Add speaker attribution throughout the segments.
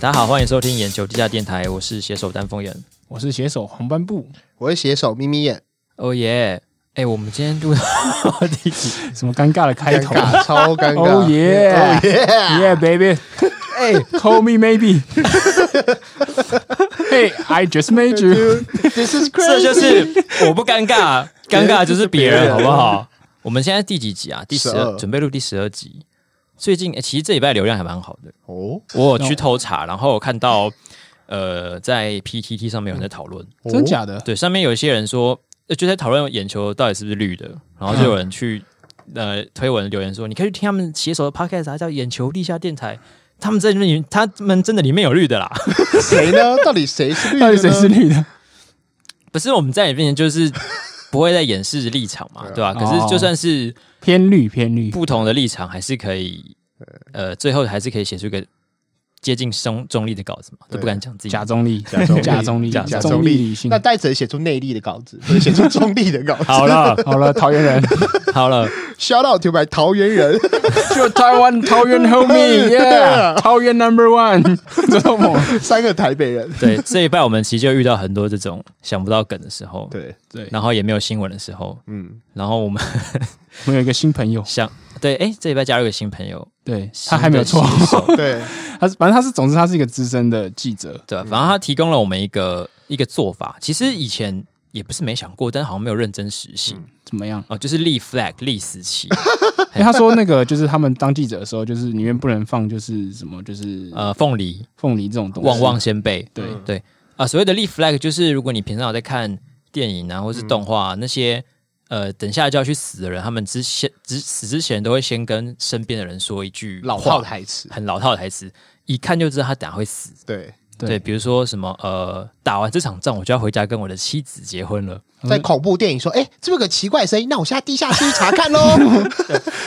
Speaker 1: 大家好，欢迎收听眼球地下电台，我是携手丹凤眼。
Speaker 2: 我是写手黄斑布，
Speaker 3: 我是写手眯眯 眼，
Speaker 1: 哦耶！哎，我们今天录到第几？
Speaker 2: 什么尴尬的开
Speaker 3: 尴
Speaker 2: 头
Speaker 3: 尬，超尴尬。
Speaker 2: ？Oh
Speaker 3: 哦
Speaker 2: yeah,
Speaker 3: 耶！
Speaker 2: yeah, baby. Hey, call me maybe. hey, I just made you.
Speaker 3: This is
Speaker 1: 这
Speaker 3: crazy。
Speaker 1: 就是我不尴尬，尴尬就是别
Speaker 3: 别
Speaker 1: 人，
Speaker 3: 人
Speaker 1: 好不好？我们现在第几集啊？第十二，
Speaker 3: 12
Speaker 1: 准备录第十二集。最近、哎诶其实这礼拜流量还蛮好的，
Speaker 3: 哦，
Speaker 1: 我有去偷查，然后我看到呃，在 PTT 上面有人在讨论，
Speaker 3: 哦
Speaker 2: 真？假的？
Speaker 1: 对，上面有一些人说呃就在讨论眼球到底是不是绿的，然后就有人去、
Speaker 3: 嗯
Speaker 1: 呃推文留言说，你可以去听他们携手的 podcast，它叫啊眼球地下电台。他们在里面，他们真的里面有绿的啦，
Speaker 3: 谁 呢？到底谁是绿的
Speaker 2: 到
Speaker 3: 呢？
Speaker 2: 底谁是绿的？
Speaker 1: 不是我们在里面就是 不会在掩饰立场嘛，对
Speaker 3: 啊
Speaker 1: 吧、可
Speaker 3: 哦
Speaker 1: 是就算是
Speaker 2: 偏绿，偏绿。
Speaker 1: 不同的立场，还是可以，呃，最后还是可以写出一个接近中中立的稿子嘛，都不敢讲自己
Speaker 2: 假中立，假
Speaker 3: 中立
Speaker 2: 假中立，
Speaker 3: 假
Speaker 2: 中立理性
Speaker 3: 那。戴哲写出内力的稿子，或者写出中立的稿子。
Speaker 1: 好 了，
Speaker 2: 好了，桃园人
Speaker 1: 好了，
Speaker 3: ，shout out to my 桃园 人。
Speaker 2: 就台湾桃园 homie，yeah，桃园 number one，周某
Speaker 3: 三个台北人。
Speaker 1: 对，这一拜我们其实就遇到很多这种想不到梗的时候，，
Speaker 3: 对，
Speaker 2: 对，
Speaker 1: 然后也没有新闻的时候，
Speaker 3: 嗯，
Speaker 1: 然后我们
Speaker 2: 我们有一个新朋友，
Speaker 1: 想，对，哎，这一拜加入一个新朋友，
Speaker 2: 对他还没有错，
Speaker 1: 新的写手
Speaker 3: 对，
Speaker 2: 他是反正他是，总之他是一个资深的记者，
Speaker 1: 对，反正他提供了我们一个一个做法，其实以前也不是没想过，但好像没有认真实行。
Speaker 2: 怎么样？
Speaker 1: 哦，就是立 flag 立死期，
Speaker 2: 因为他说那个就是他们当记者的时候，就是里面不能放就是什么就是
Speaker 1: 呃，凤 梨、
Speaker 2: 凤梨这种东西。
Speaker 1: 旺旺先辈，
Speaker 2: 对
Speaker 3: 嗯
Speaker 1: 对啊，所谓的立 flag 就是如果你平常有在看电影啊，或
Speaker 2: 嗯
Speaker 1: 是动画啊、那些呃，等下就要去死的人，他们之前之死之前都会先跟身边的人说一句
Speaker 3: 老
Speaker 1: 话
Speaker 3: 套台词。
Speaker 1: 很老套的台词，一看就知道他等下会死。
Speaker 3: 对，
Speaker 2: 对
Speaker 1: 对，比如说什么呃，打完这场仗我就要回家跟我的妻子结婚了。
Speaker 2: 嗯
Speaker 3: 在恐怖电影说，哎，这边有个奇怪的声音，那我现在地下室去查看 喽。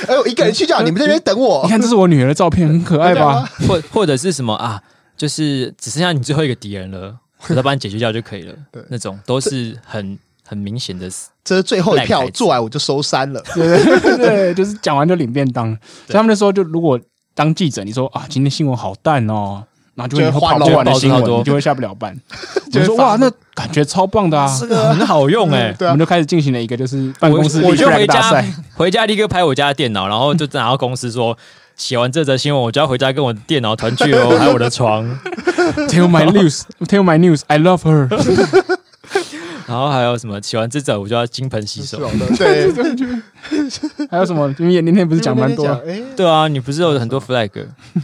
Speaker 3: 哎，我一个人去就好，你们在那边
Speaker 2: 嗯
Speaker 3: 等
Speaker 2: 你
Speaker 3: 我。
Speaker 2: 看，这是我女儿的照片，很可爱吧？
Speaker 1: 或或者是什么啊，就是只剩下你最后一个敌人了，我再把你解决掉就可以了。那种都是很很明显的死。
Speaker 3: 这是最后一
Speaker 1: 烂
Speaker 3: 票，
Speaker 1: 台词
Speaker 3: 做完我就收山 了。
Speaker 2: 对对 对对，就是讲完就领便当。所以他们那时候就如果当记者，你说啊，今天新闻好淡哦，然后就会
Speaker 3: 就会
Speaker 2: 跑
Speaker 3: 花
Speaker 2: 不完的
Speaker 1: 老
Speaker 2: 新
Speaker 1: 报超多
Speaker 2: 闻，你就会下不了班。 就
Speaker 3: 就会
Speaker 2: 说
Speaker 3: 发
Speaker 2: 哇，那感觉超棒的啊！
Speaker 1: 很好用哎、
Speaker 3: 对
Speaker 2: 我
Speaker 3: 啊
Speaker 2: 们，就开始进行了一个就是办欸公室
Speaker 1: 我我
Speaker 2: 立
Speaker 1: 就
Speaker 2: flag
Speaker 1: 回
Speaker 2: 大
Speaker 1: 家
Speaker 2: 赛，
Speaker 1: 回家立刻拍我家的电脑，然后就拿到公司说。 写完这则新闻，我就要回家跟我电脑团聚喽，还有我的床，
Speaker 2: ，Tell my news，Tell my news，I love her。
Speaker 1: 然后还有什么？写完这则我就要金盆洗
Speaker 3: 是
Speaker 1: 手。
Speaker 3: 哦 对，
Speaker 2: 还有什么？因为那天不是讲蛮多的，
Speaker 3: 哎，
Speaker 1: 对啊，你不是有很多 flag，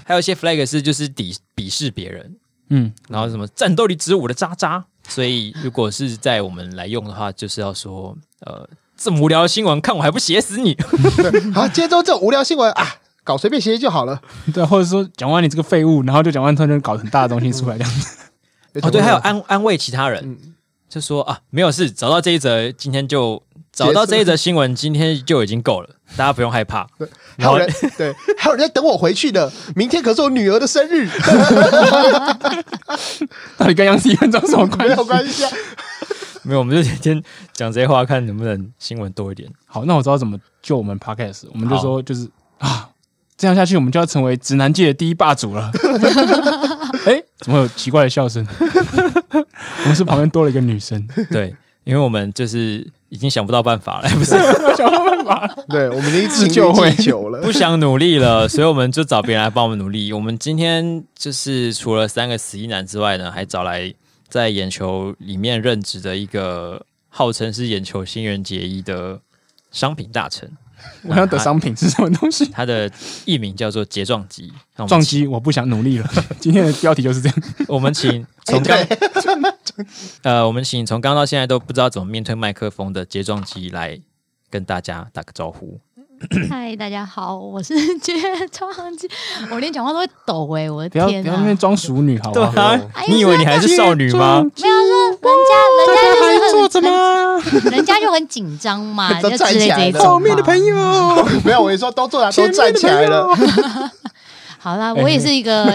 Speaker 1: 还有一些 flag 是就是鄙鄙视别人，
Speaker 2: 嗯，
Speaker 1: 然后什么战斗力值五的渣渣。所以如果是在我们来用的话，就是要说呃，这么无聊的新闻看我还不写死你。
Speaker 3: 对，好，今天都这种无聊新闻啊，搞随便写写就好了。
Speaker 2: 对，或者说讲完你这个废物，然后就讲完突然就搞很大的东西出来，这样子。
Speaker 1: 哦，对，还有安安慰其他人，就说啊没有事，找到这一则今天就找到这一则新闻，今天就已经 够了，大家不用害怕。
Speaker 3: 还有人 对，还有人在等我回去呢。明天可是我女儿的生日，
Speaker 2: 到底跟杨思怡文章什么关
Speaker 3: 没
Speaker 2: 系
Speaker 3: 有？关系啊。
Speaker 1: 没有，我们就天天讲这些话，看能不能新闻多一点。
Speaker 2: 好，那我知道怎么救我们 podcast，我们就
Speaker 1: 好
Speaker 2: 说就是啊，这样下去我们就要成为直男界的第一霸主 了。哎、怎么有奇怪的笑声？ 我们是旁边多了一个女生，
Speaker 1: 对，因为我们就是已经想不到办法了，不是
Speaker 2: 想到办法了。
Speaker 3: 对，我们已经
Speaker 2: 自
Speaker 3: 情
Speaker 2: 救会
Speaker 3: 侣既久了
Speaker 1: 不。想努力了，所以我们就找别人来帮我们努力。我们今天就是除了三个死一男之外呢，还找来在眼球里面任职的一个号称是眼球新人结衣的商品大臣，
Speaker 2: 我要的
Speaker 1: 啊
Speaker 2: 商品是什么东西？
Speaker 1: 他的艺名叫做睫状肌。那我们
Speaker 2: 撞
Speaker 1: 请，
Speaker 2: 击！我不想努力 了。今天的标题就是这样。
Speaker 1: 我们请从刚、呃，我们请从刚到现在都不知道怎么面对麦克风的睫状肌来跟大家打个招呼。
Speaker 4: 嗨，大家好，我是 绝创机，我连讲话都会抖哎、我的
Speaker 2: 不要不
Speaker 4: 天
Speaker 2: 要
Speaker 4: 哪、
Speaker 2: 在那边装熟女，好不哦
Speaker 1: 对
Speaker 2: 好？
Speaker 1: 啊
Speaker 4: 哎，呀
Speaker 1: 你以为你还是少女
Speaker 2: 哎
Speaker 1: 吗？
Speaker 4: 没有是人
Speaker 2: 大
Speaker 4: 家，人
Speaker 2: 家
Speaker 4: 家就是
Speaker 2: 还
Speaker 4: 很
Speaker 2: 坐着？吗？
Speaker 4: 很 人家就很紧 张嘛，
Speaker 3: 都
Speaker 4: 就之类
Speaker 3: 站起来
Speaker 4: 这
Speaker 3: 了
Speaker 4: 种
Speaker 2: 后面的
Speaker 4: 嘛
Speaker 2: 朋友，
Speaker 3: 没有，我跟你说，都坐下，都站起来了。
Speaker 4: 好啦，
Speaker 2: 哎
Speaker 4: 我也是一个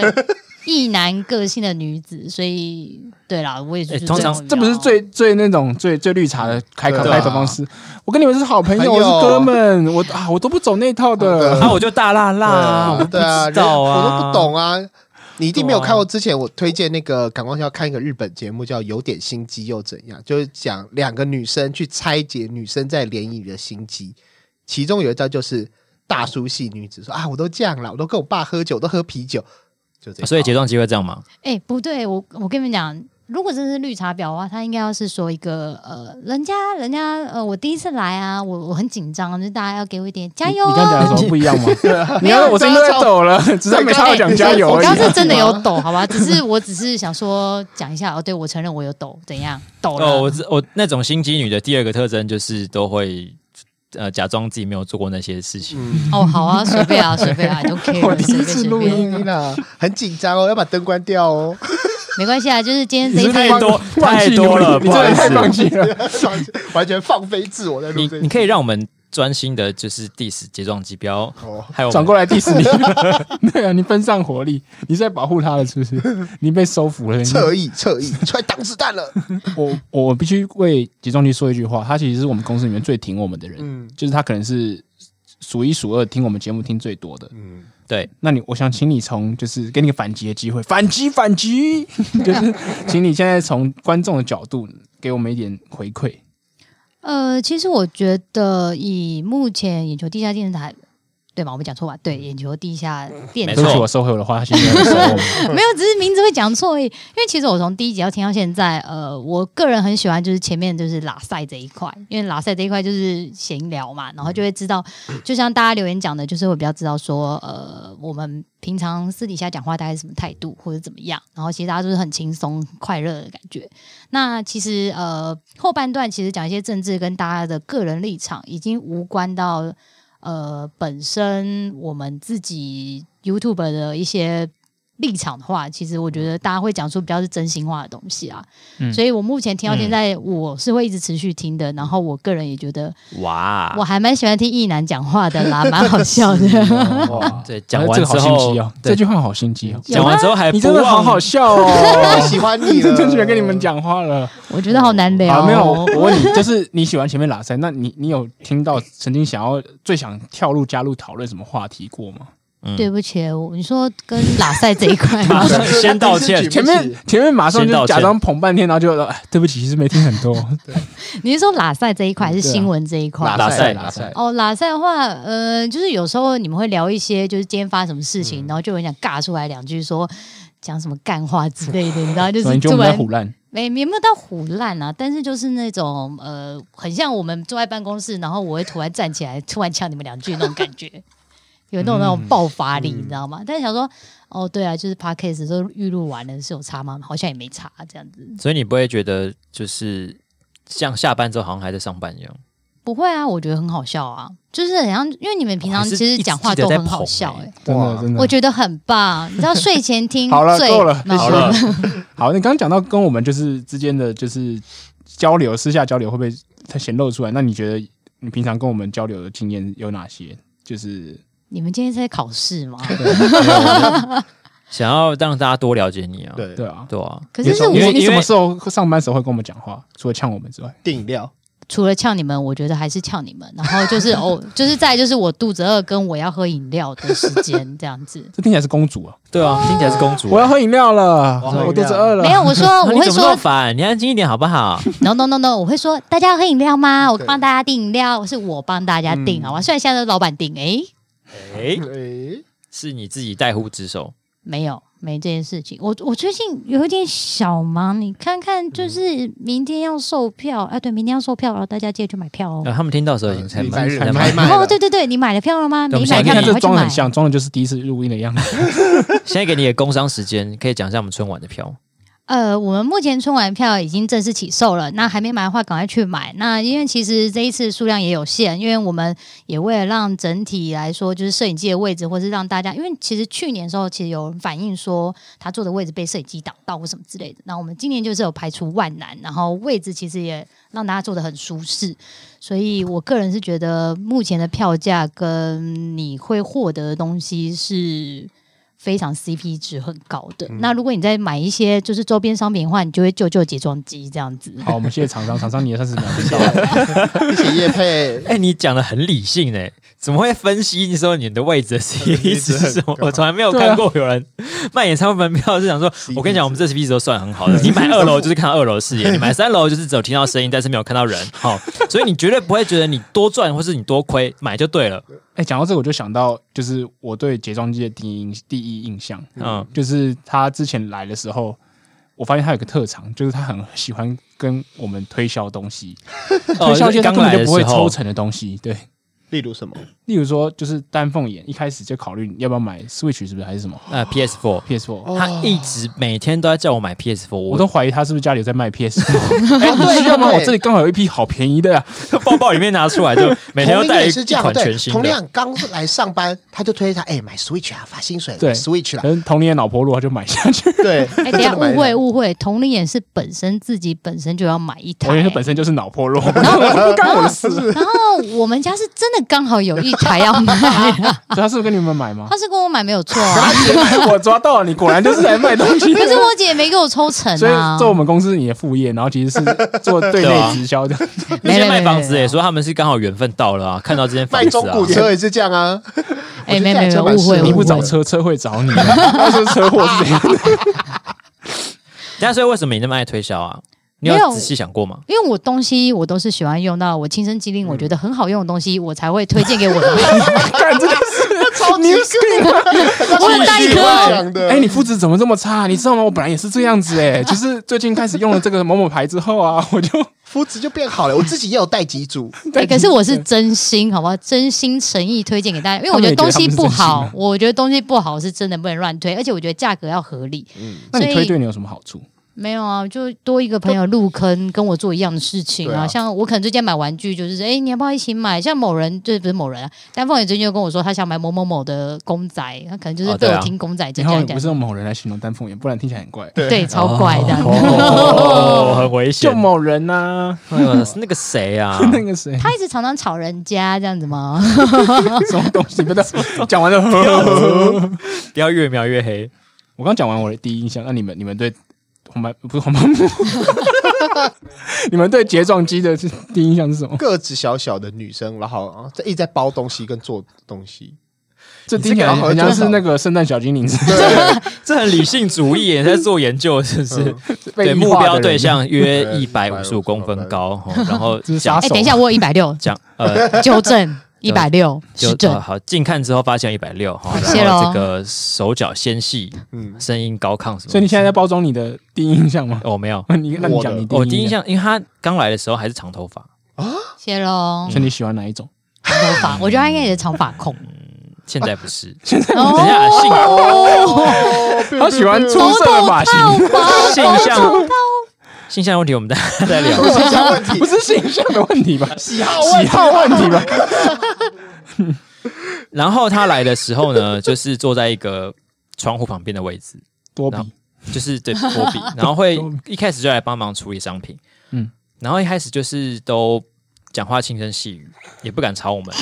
Speaker 4: 异男个性的女子，所以对啦，我也是、
Speaker 1: 哎通常
Speaker 2: 这不 是最最那种最最绿茶的开口
Speaker 3: 对啊
Speaker 2: 开头方式。我跟你们是好朋友，
Speaker 3: 朋
Speaker 2: 我
Speaker 3: 友
Speaker 2: 是哥们，我啊我都不走那套的。
Speaker 1: 啊，我就大辣辣啊，我不
Speaker 3: 对啊，
Speaker 1: 知
Speaker 3: 人
Speaker 1: 道啊，
Speaker 3: 我都不懂啊。你一定没有看过之前我推荐那个感光要看一个日本节目叫《有点心机又怎样》，就是讲两个女生去拆解女生在联谊里的心机，其中有一招就是大叔系女子说啊，我都这样了，我都跟我爸喝酒，都喝啤酒，就这样。
Speaker 1: 所以结账机会这样吗？
Speaker 4: 哎、不对，我我跟你们讲，如果真是绿茶婊的话，她应该要是说一个呃，人家人家呃，我第一次来啊，我我很紧张，就是大家要给我一点加
Speaker 2: 你
Speaker 4: 油
Speaker 2: 你刚刚讲
Speaker 4: 哦。
Speaker 2: 的什么不一样 吗？
Speaker 3: 啊
Speaker 2: 你看我真的在抖了，只是没差要讲加油
Speaker 4: 我
Speaker 2: 而
Speaker 4: 刚
Speaker 2: 已。
Speaker 4: 刚是真的有抖，好吧，只是我只是想说讲一下哦，对我承认我有抖，怎样抖了？
Speaker 1: 哦，我知我那种心机女的第二个特征就是都会呃假装自己没有做过那些事情。
Speaker 3: 嗯，
Speaker 4: 哦好啊，随便啊，随便啊，都可以，
Speaker 2: 我第
Speaker 4: 随
Speaker 2: 一
Speaker 4: 便
Speaker 2: 次
Speaker 4: 随
Speaker 2: 录
Speaker 4: 便，
Speaker 2: 音
Speaker 3: 音啦，很紧张哦，要把灯关掉 哦。
Speaker 4: 没关系啊，就是今天
Speaker 2: 你
Speaker 4: 这
Speaker 2: 是
Speaker 4: 一
Speaker 2: 不是
Speaker 4: 集
Speaker 1: 太多
Speaker 2: 放弃
Speaker 1: 太多了
Speaker 2: 你真的太
Speaker 1: 不好
Speaker 2: 放
Speaker 1: 意
Speaker 2: 弃了。
Speaker 3: 完全放飞自我在录
Speaker 1: 你
Speaker 3: 这一集
Speaker 1: 你可以让我们专心的，就是 diss 睫状肌，不要
Speaker 3: 哦，
Speaker 1: 还有
Speaker 2: 转过来 diss 你， 对啊，你分散火力，你是在保护他了，是不是？你被收服了。你
Speaker 3: 侧翼侧翼出来挡子弹 了。
Speaker 2: 我我我必须为集中力说一句话，他其实是我们公司里面最挺我们的人，
Speaker 3: 嗯
Speaker 2: 就是他可能是数一数二听我们节目听最多的。
Speaker 3: 嗯，
Speaker 1: 对，
Speaker 2: 那你，我想请你从就是给你个反击的机会，反击反击，就是请你现在从观众的角度给我们一点回馈。
Speaker 4: 呃，其实我觉得以目前眼球地下电视台，对吗？我没讲错吧？对，眼球地下电
Speaker 1: 没
Speaker 2: 对
Speaker 1: 错
Speaker 2: 不
Speaker 4: 台
Speaker 2: 起，我收回我的话，谢谢你收回我的话
Speaker 4: 没有，只是名字会讲错而已。因为其实我从第一集要听到现在，呃，我个人很喜欢就是前面就是拉塞这一块，因为拉塞这一块就是闲聊嘛，然后就会知道，就像大家留言讲的，就是会比较知道说，呃，我们平常私底下讲话大概是什么态度或者怎么样，然后其实大家都是很轻松快乐的感觉。那其实呃后半段其实讲一些政治跟大家的个人立场，已经无关到呃本身我们自己 YouTube 的一些立场的话，其实我觉得大家会讲出比较是真心话的东西啊。
Speaker 2: 嗯
Speaker 4: 所以我目前听到现在，我是会一直持续听的。然后我个人也觉得
Speaker 1: 哇
Speaker 4: 我，还蛮喜欢听意男讲话的啦，蛮好笑的。
Speaker 2: 嗯 哇，
Speaker 1: 对，讲
Speaker 2: 这
Speaker 1: 完
Speaker 2: 个好
Speaker 1: 之
Speaker 2: 心
Speaker 1: 后
Speaker 2: 机哦，，这
Speaker 1: 对，
Speaker 2: 句话好心机哦，
Speaker 1: 讲完之后还
Speaker 2: 你
Speaker 1: 不
Speaker 2: 真的好
Speaker 1: 忘
Speaker 2: 好笑
Speaker 3: 我
Speaker 2: 哦。
Speaker 3: 喜欢 你 了，
Speaker 2: 真的喜欢跟你们讲话了。
Speaker 4: 我觉得好难聊、
Speaker 2: 好，
Speaker 4: 哦。
Speaker 2: 啊没有，我我问你，就是你喜欢前面拉塞，那你你有听到曾经想要最想跳入加入讨论什么话题过吗？
Speaker 1: 嗯
Speaker 4: 对不起，我你说跟拉塞这一块吗
Speaker 1: 马？上先道歉
Speaker 3: 对，
Speaker 2: 前
Speaker 3: 不
Speaker 2: 面前面马上
Speaker 1: 先道
Speaker 2: 就
Speaker 1: 歉
Speaker 2: 假装捧半天，然后就哎，对不起，其实没听 很多。
Speaker 4: 你是说拉塞这一块还是新闻这一块？
Speaker 1: 拉塞
Speaker 2: 拉塞，
Speaker 4: 哦，拉塞的话，呃，就是有时候你们会聊一些，就是今天发生什么事情，然后就有人想尬出来两句说讲什么干话之类的，你知道，就
Speaker 2: 所以
Speaker 4: 是
Speaker 2: 你觉得我
Speaker 4: 突
Speaker 2: 们
Speaker 4: 然
Speaker 2: 在胡乱？
Speaker 4: 没也没有到胡烂啊，但是就是那种呃，很像我们坐在办公室，然后我会突然站起来，突然呛你们两句那种感觉，有那种那
Speaker 1: 嗯
Speaker 4: 种爆发力，你知道吗？但是想说，哦，对啊，就是 podcast 都预录完了是有差吗？好像也没差，啊这样子
Speaker 1: 所以你不会觉得就是像下班之后好像还在上班一样，
Speaker 4: 不会啊，我觉得很好笑啊，就是很像，因为你们平常
Speaker 1: 还是
Speaker 4: 其实讲话
Speaker 1: 一直
Speaker 4: 都
Speaker 1: 记得在
Speaker 4: 很好
Speaker 1: 捧
Speaker 4: 笑、
Speaker 1: 欸
Speaker 4: 欸，
Speaker 2: 真
Speaker 3: 哇
Speaker 2: 的真的
Speaker 4: 我。觉得很棒，你知道睡前听
Speaker 2: 好了
Speaker 4: 最
Speaker 2: 够了
Speaker 4: 然后
Speaker 1: 好了，
Speaker 2: 好，你刚刚讲到跟我们就是之间的就是交流，私下交流会不会它显露出来？那你觉得你平常跟我们交流的经验有哪些？ 就是
Speaker 4: 你们今天是在考试 吗？
Speaker 1: 想要让大家多了解你啊，
Speaker 3: 对
Speaker 2: 对啊，
Speaker 1: 对啊，
Speaker 4: 可是
Speaker 2: 你
Speaker 4: 是
Speaker 2: 什
Speaker 4: 我
Speaker 2: 么
Speaker 1: 因为
Speaker 2: 你什么时候上班时候会跟我们讲话？除了呛我们之外，。
Speaker 3: 订饮料，
Speaker 4: 除了呛你们，我觉得还是呛你们。然后 就是哦，就是再来就是我肚子饿跟我要喝饮料的时间这 样子
Speaker 2: 这听起来是公主啊！
Speaker 1: 对啊，听起来是公主，
Speaker 2: 我要喝饮料了，
Speaker 3: 我要喝饮料
Speaker 2: 我肚子饿了。
Speaker 4: 没有，我说
Speaker 1: 啊
Speaker 4: 我
Speaker 1: 你
Speaker 4: 会
Speaker 1: 怎么那么
Speaker 4: 说
Speaker 1: 烦？你安静一点好不好？
Speaker 4: no no no no，我会说大家要喝饮 料吗？我
Speaker 3: 对
Speaker 4: 帮大家订饮料，是我帮大家订，好啊
Speaker 1: 嗯
Speaker 4: 吧？虽然现在都是老板订，诶，
Speaker 1: 哎，
Speaker 3: 哎，
Speaker 1: 是你自己带呼职守，
Speaker 4: 没有，没这件事情。我我最近有一点小忙，你看看，就是
Speaker 1: 嗯
Speaker 4: 明天要售票，啊，对，明天要售票，然后大家记得去买票哦。
Speaker 1: 然后他们听到的时候已经才
Speaker 2: 呃
Speaker 3: 礼拜
Speaker 1: 买
Speaker 3: 日
Speaker 1: 才
Speaker 3: 拍
Speaker 1: 啊买。
Speaker 3: 卖
Speaker 4: 哦，
Speaker 3: 了，
Speaker 4: 对对对，你买了票了吗？
Speaker 1: 对
Speaker 4: 没
Speaker 1: 我们现
Speaker 4: 买
Speaker 1: 在
Speaker 2: 你
Speaker 4: 票，
Speaker 2: 看
Speaker 4: 赶
Speaker 2: 这
Speaker 4: 快去
Speaker 2: 装的很
Speaker 4: 买。
Speaker 2: 像，装的就是第一次录音的样 子。
Speaker 1: 现在给你的工商时间，可以讲一下我们春晚的 票。
Speaker 4: 呃，我们目前春晚票已经正式起售了，那还没买的话，赶快去买。那因为其实这一次数量也有限，因为我们也为了让整体来说，就是摄影机的位置，或是让大家，因为其实去年的时候，其实有人反映说他坐的位置被摄影机挡到或什么之类的。那我们今年就是有排除万难，然后位置其实也让大家坐的很舒适，所以我个人是觉得目前的票价跟你会获得的东西是非常 CP 值很高的。
Speaker 2: 嗯
Speaker 4: 那如果你再买一些就是周边商品的话，你就会救救睫状肌这样子。
Speaker 2: 好，
Speaker 4: 啊
Speaker 2: 我们谢谢厂商，厂商你的三十秒就到了。
Speaker 3: 一起夜配，
Speaker 1: 哎，你讲的很理性哎，怎么会分析那时候你的位置的 CP 值是什么
Speaker 3: 很？高
Speaker 1: 我从来没有
Speaker 2: 对啊
Speaker 1: 看过有人卖演唱会门票是想说，我跟你讲，我们这 CP 值都算很 好的。你买二楼就是看到二楼的视野，你买三楼就是只有听到声音，但是没有看到人。 好，所以你绝对不会觉得你多赚或是你多亏，买就对了。
Speaker 2: 哎，讲到这个，我就想到就是我对睫状肌的第一印第一印象，
Speaker 1: 嗯，
Speaker 2: 就是他之前来的时候，我发现他有个特长，就是他很喜欢跟我们推销东西，
Speaker 1: 哦
Speaker 2: 推销一些他
Speaker 1: 刚
Speaker 2: 根
Speaker 1: 来的
Speaker 2: 本就不会
Speaker 1: 时候
Speaker 2: 抽成的东西。对，
Speaker 3: 例如什么？
Speaker 2: 例如说就是丹凤眼，一开始就考虑你要不要买 Switch，是不是还是什
Speaker 3: 哦
Speaker 2: 么
Speaker 1: 呃，PS Four，
Speaker 2: PS4？
Speaker 1: 他一直每天都在叫我买 PS Four，
Speaker 2: 我
Speaker 1: 我
Speaker 2: 都怀疑他是不是家里有在卖 PS，哎， 你需要吗？
Speaker 3: 对
Speaker 2: 我这里刚好有一批好便宜的啊呀。
Speaker 1: 都包包里面拿出来， 就每天都
Speaker 3: 同龄
Speaker 1: 带
Speaker 3: 也
Speaker 1: 一
Speaker 3: 是
Speaker 1: 一
Speaker 3: 这样，
Speaker 1: 款
Speaker 3: 对
Speaker 1: 全，新
Speaker 3: 同
Speaker 1: 的。
Speaker 3: 样刚来上班，他就推他，哎，买 Switch 啊，发薪水
Speaker 2: 对
Speaker 3: ，Switch 啦
Speaker 2: 可，能童年的脑婆路他就买下 去，
Speaker 3: 对，
Speaker 4: 哎、等一下误会误会，同龄眼是本身自己本身就要买一台、
Speaker 2: 童年本身哦就是脑 婆路，不干我的 事。所
Speaker 4: 然后我们家是真的刚好有一台要买，
Speaker 2: 以啊他是不是跟你们买 吗？
Speaker 4: 他是跟我买没有错啊，
Speaker 2: 我抓到了，你果然就是来卖东 西的。
Speaker 4: 可是我姐也没给我抽成
Speaker 2: 所
Speaker 4: 啊
Speaker 2: 以。做我们公司是你的副业，然后其实是做对内直销的。
Speaker 1: 那
Speaker 4: 没
Speaker 1: 些
Speaker 4: 没
Speaker 1: 卖
Speaker 4: 没
Speaker 1: 房
Speaker 4: 没
Speaker 1: 子也说他们是刚好缘分到 了啊，看到这间房
Speaker 3: 卖
Speaker 1: 子
Speaker 3: 中古
Speaker 1: 啊，
Speaker 3: 车也是这样 啊，
Speaker 4: 哎、
Speaker 3: 我觉得
Speaker 4: 没没
Speaker 3: 这
Speaker 4: 没，
Speaker 3: 样蛮
Speaker 4: 误
Speaker 3: 适
Speaker 4: 会
Speaker 3: 合
Speaker 2: 你
Speaker 4: 误
Speaker 2: 不
Speaker 4: 会。
Speaker 2: 找车，车会找你，他说车祸是这样的。
Speaker 1: 但所以为什么你那么爱推销啊？你
Speaker 4: 没有
Speaker 1: 有仔细想过吗？
Speaker 4: 因为我东西我都是喜欢用到我亲身经历，我觉得很好用的东西，我才会推荐给我的朋友。
Speaker 2: 干这个
Speaker 3: 超级
Speaker 4: 我很大一颗哦，
Speaker 3: 讲的，
Speaker 2: 哎，你肤质怎么这么差？你知道吗？我本来也是这样子哎，就是最近开始用了这个某某牌之后啊，我就
Speaker 3: 肤质就变好了。我自己也有带几组，
Speaker 4: 哎，可是我是真心，好不好？真心诚意推荐给大家，因为我觉得东西
Speaker 2: 他们也觉得他
Speaker 4: 不
Speaker 2: 们是真
Speaker 4: 好
Speaker 2: 心，
Speaker 4: 我觉得东西不好是真的不能乱推，而且我觉得价格要合理。
Speaker 2: 那你
Speaker 4: 所
Speaker 2: 推
Speaker 4: 以
Speaker 2: 对你有什么好处？
Speaker 4: 没有啊，就多一个朋友入坑，跟我做一样的事情
Speaker 3: 对
Speaker 4: 啊。
Speaker 3: 啊
Speaker 4: 像我可能最近买玩具，就是哎、诶你要不要一起买？像某人，就是不是某人啊，丹凤也最近就跟我说，他想买某某某的公仔，他可能就是
Speaker 1: 哦
Speaker 4: 被
Speaker 1: 对啊
Speaker 4: 我听公仔这
Speaker 2: 然后
Speaker 4: 样
Speaker 2: 你
Speaker 4: 讲
Speaker 2: 不是，用某人来形容丹凤眼，不然听起来很怪。
Speaker 3: 对
Speaker 4: 对，超怪的。
Speaker 1: 哦，很危险
Speaker 2: 就。某人啊呐，
Speaker 1: 哎呦是那个谁啊？
Speaker 2: 那个谁，
Speaker 4: 他一直常常吵人家这样 子吗？
Speaker 2: 什么东西？不是讲完就。
Speaker 1: 不要越描越黑。
Speaker 2: 我刚讲完我的第一印象，那你们你们对红白不是红白木， 你们对睫状肌的第一印象是什么？
Speaker 3: 个子小小的女生，然后啊一直在包东西跟做东西，
Speaker 2: 这听起来好像是那个圣诞小精灵
Speaker 1: 这很理性主义耶，在做研究是不
Speaker 3: 嗯
Speaker 1: 是？
Speaker 2: 被
Speaker 1: 对，
Speaker 2: 异
Speaker 1: 目
Speaker 2: 化的
Speaker 1: 标
Speaker 2: 人
Speaker 1: 对，象约一百五十
Speaker 3: 155
Speaker 1: 五公分高，哦然后
Speaker 2: 这是
Speaker 1: 讲
Speaker 2: 杀
Speaker 4: 哎、
Speaker 2: 手。
Speaker 4: 等一下，，我有一百六，
Speaker 1: 讲 呃，
Speaker 4: 纠正一百六
Speaker 1: 啊 就
Speaker 4: 是正
Speaker 1: 呃。好近看之后发现一百六哈，
Speaker 4: 谢
Speaker 1: 然
Speaker 4: 咯
Speaker 1: 后这个手脚纤细，
Speaker 3: 嗯，
Speaker 1: 声音高亢什么的。
Speaker 2: 所以你现在在包装你的第一印象吗？
Speaker 1: 我没有，
Speaker 2: 你那你讲你
Speaker 1: 我哦第
Speaker 2: 一
Speaker 1: 一印，象，因为他刚来的时候还是长头发，
Speaker 4: 谢喽，
Speaker 2: 所以你喜欢哪一种？
Speaker 4: 长头发，我觉得他应该也是长发控。
Speaker 1: 现在不是。
Speaker 4: 哦
Speaker 1: 等一下，性
Speaker 2: 他喜欢出色的发型，
Speaker 4: 头发
Speaker 1: 性向性向问题，我们再再聊。
Speaker 3: 形象问 题
Speaker 2: 不是形象的问题吧？喜
Speaker 3: 好
Speaker 2: 喜好问题吧？
Speaker 1: 然后他来的时候呢，就是坐在一个窗户旁边的位置，
Speaker 2: 多比
Speaker 1: 然后就是对波 比，然后会
Speaker 2: 多比
Speaker 1: 一开始就来帮忙处理商品，
Speaker 2: 嗯
Speaker 1: 嗯，然后一开始就是都讲话轻声细语，也不敢吵 我们，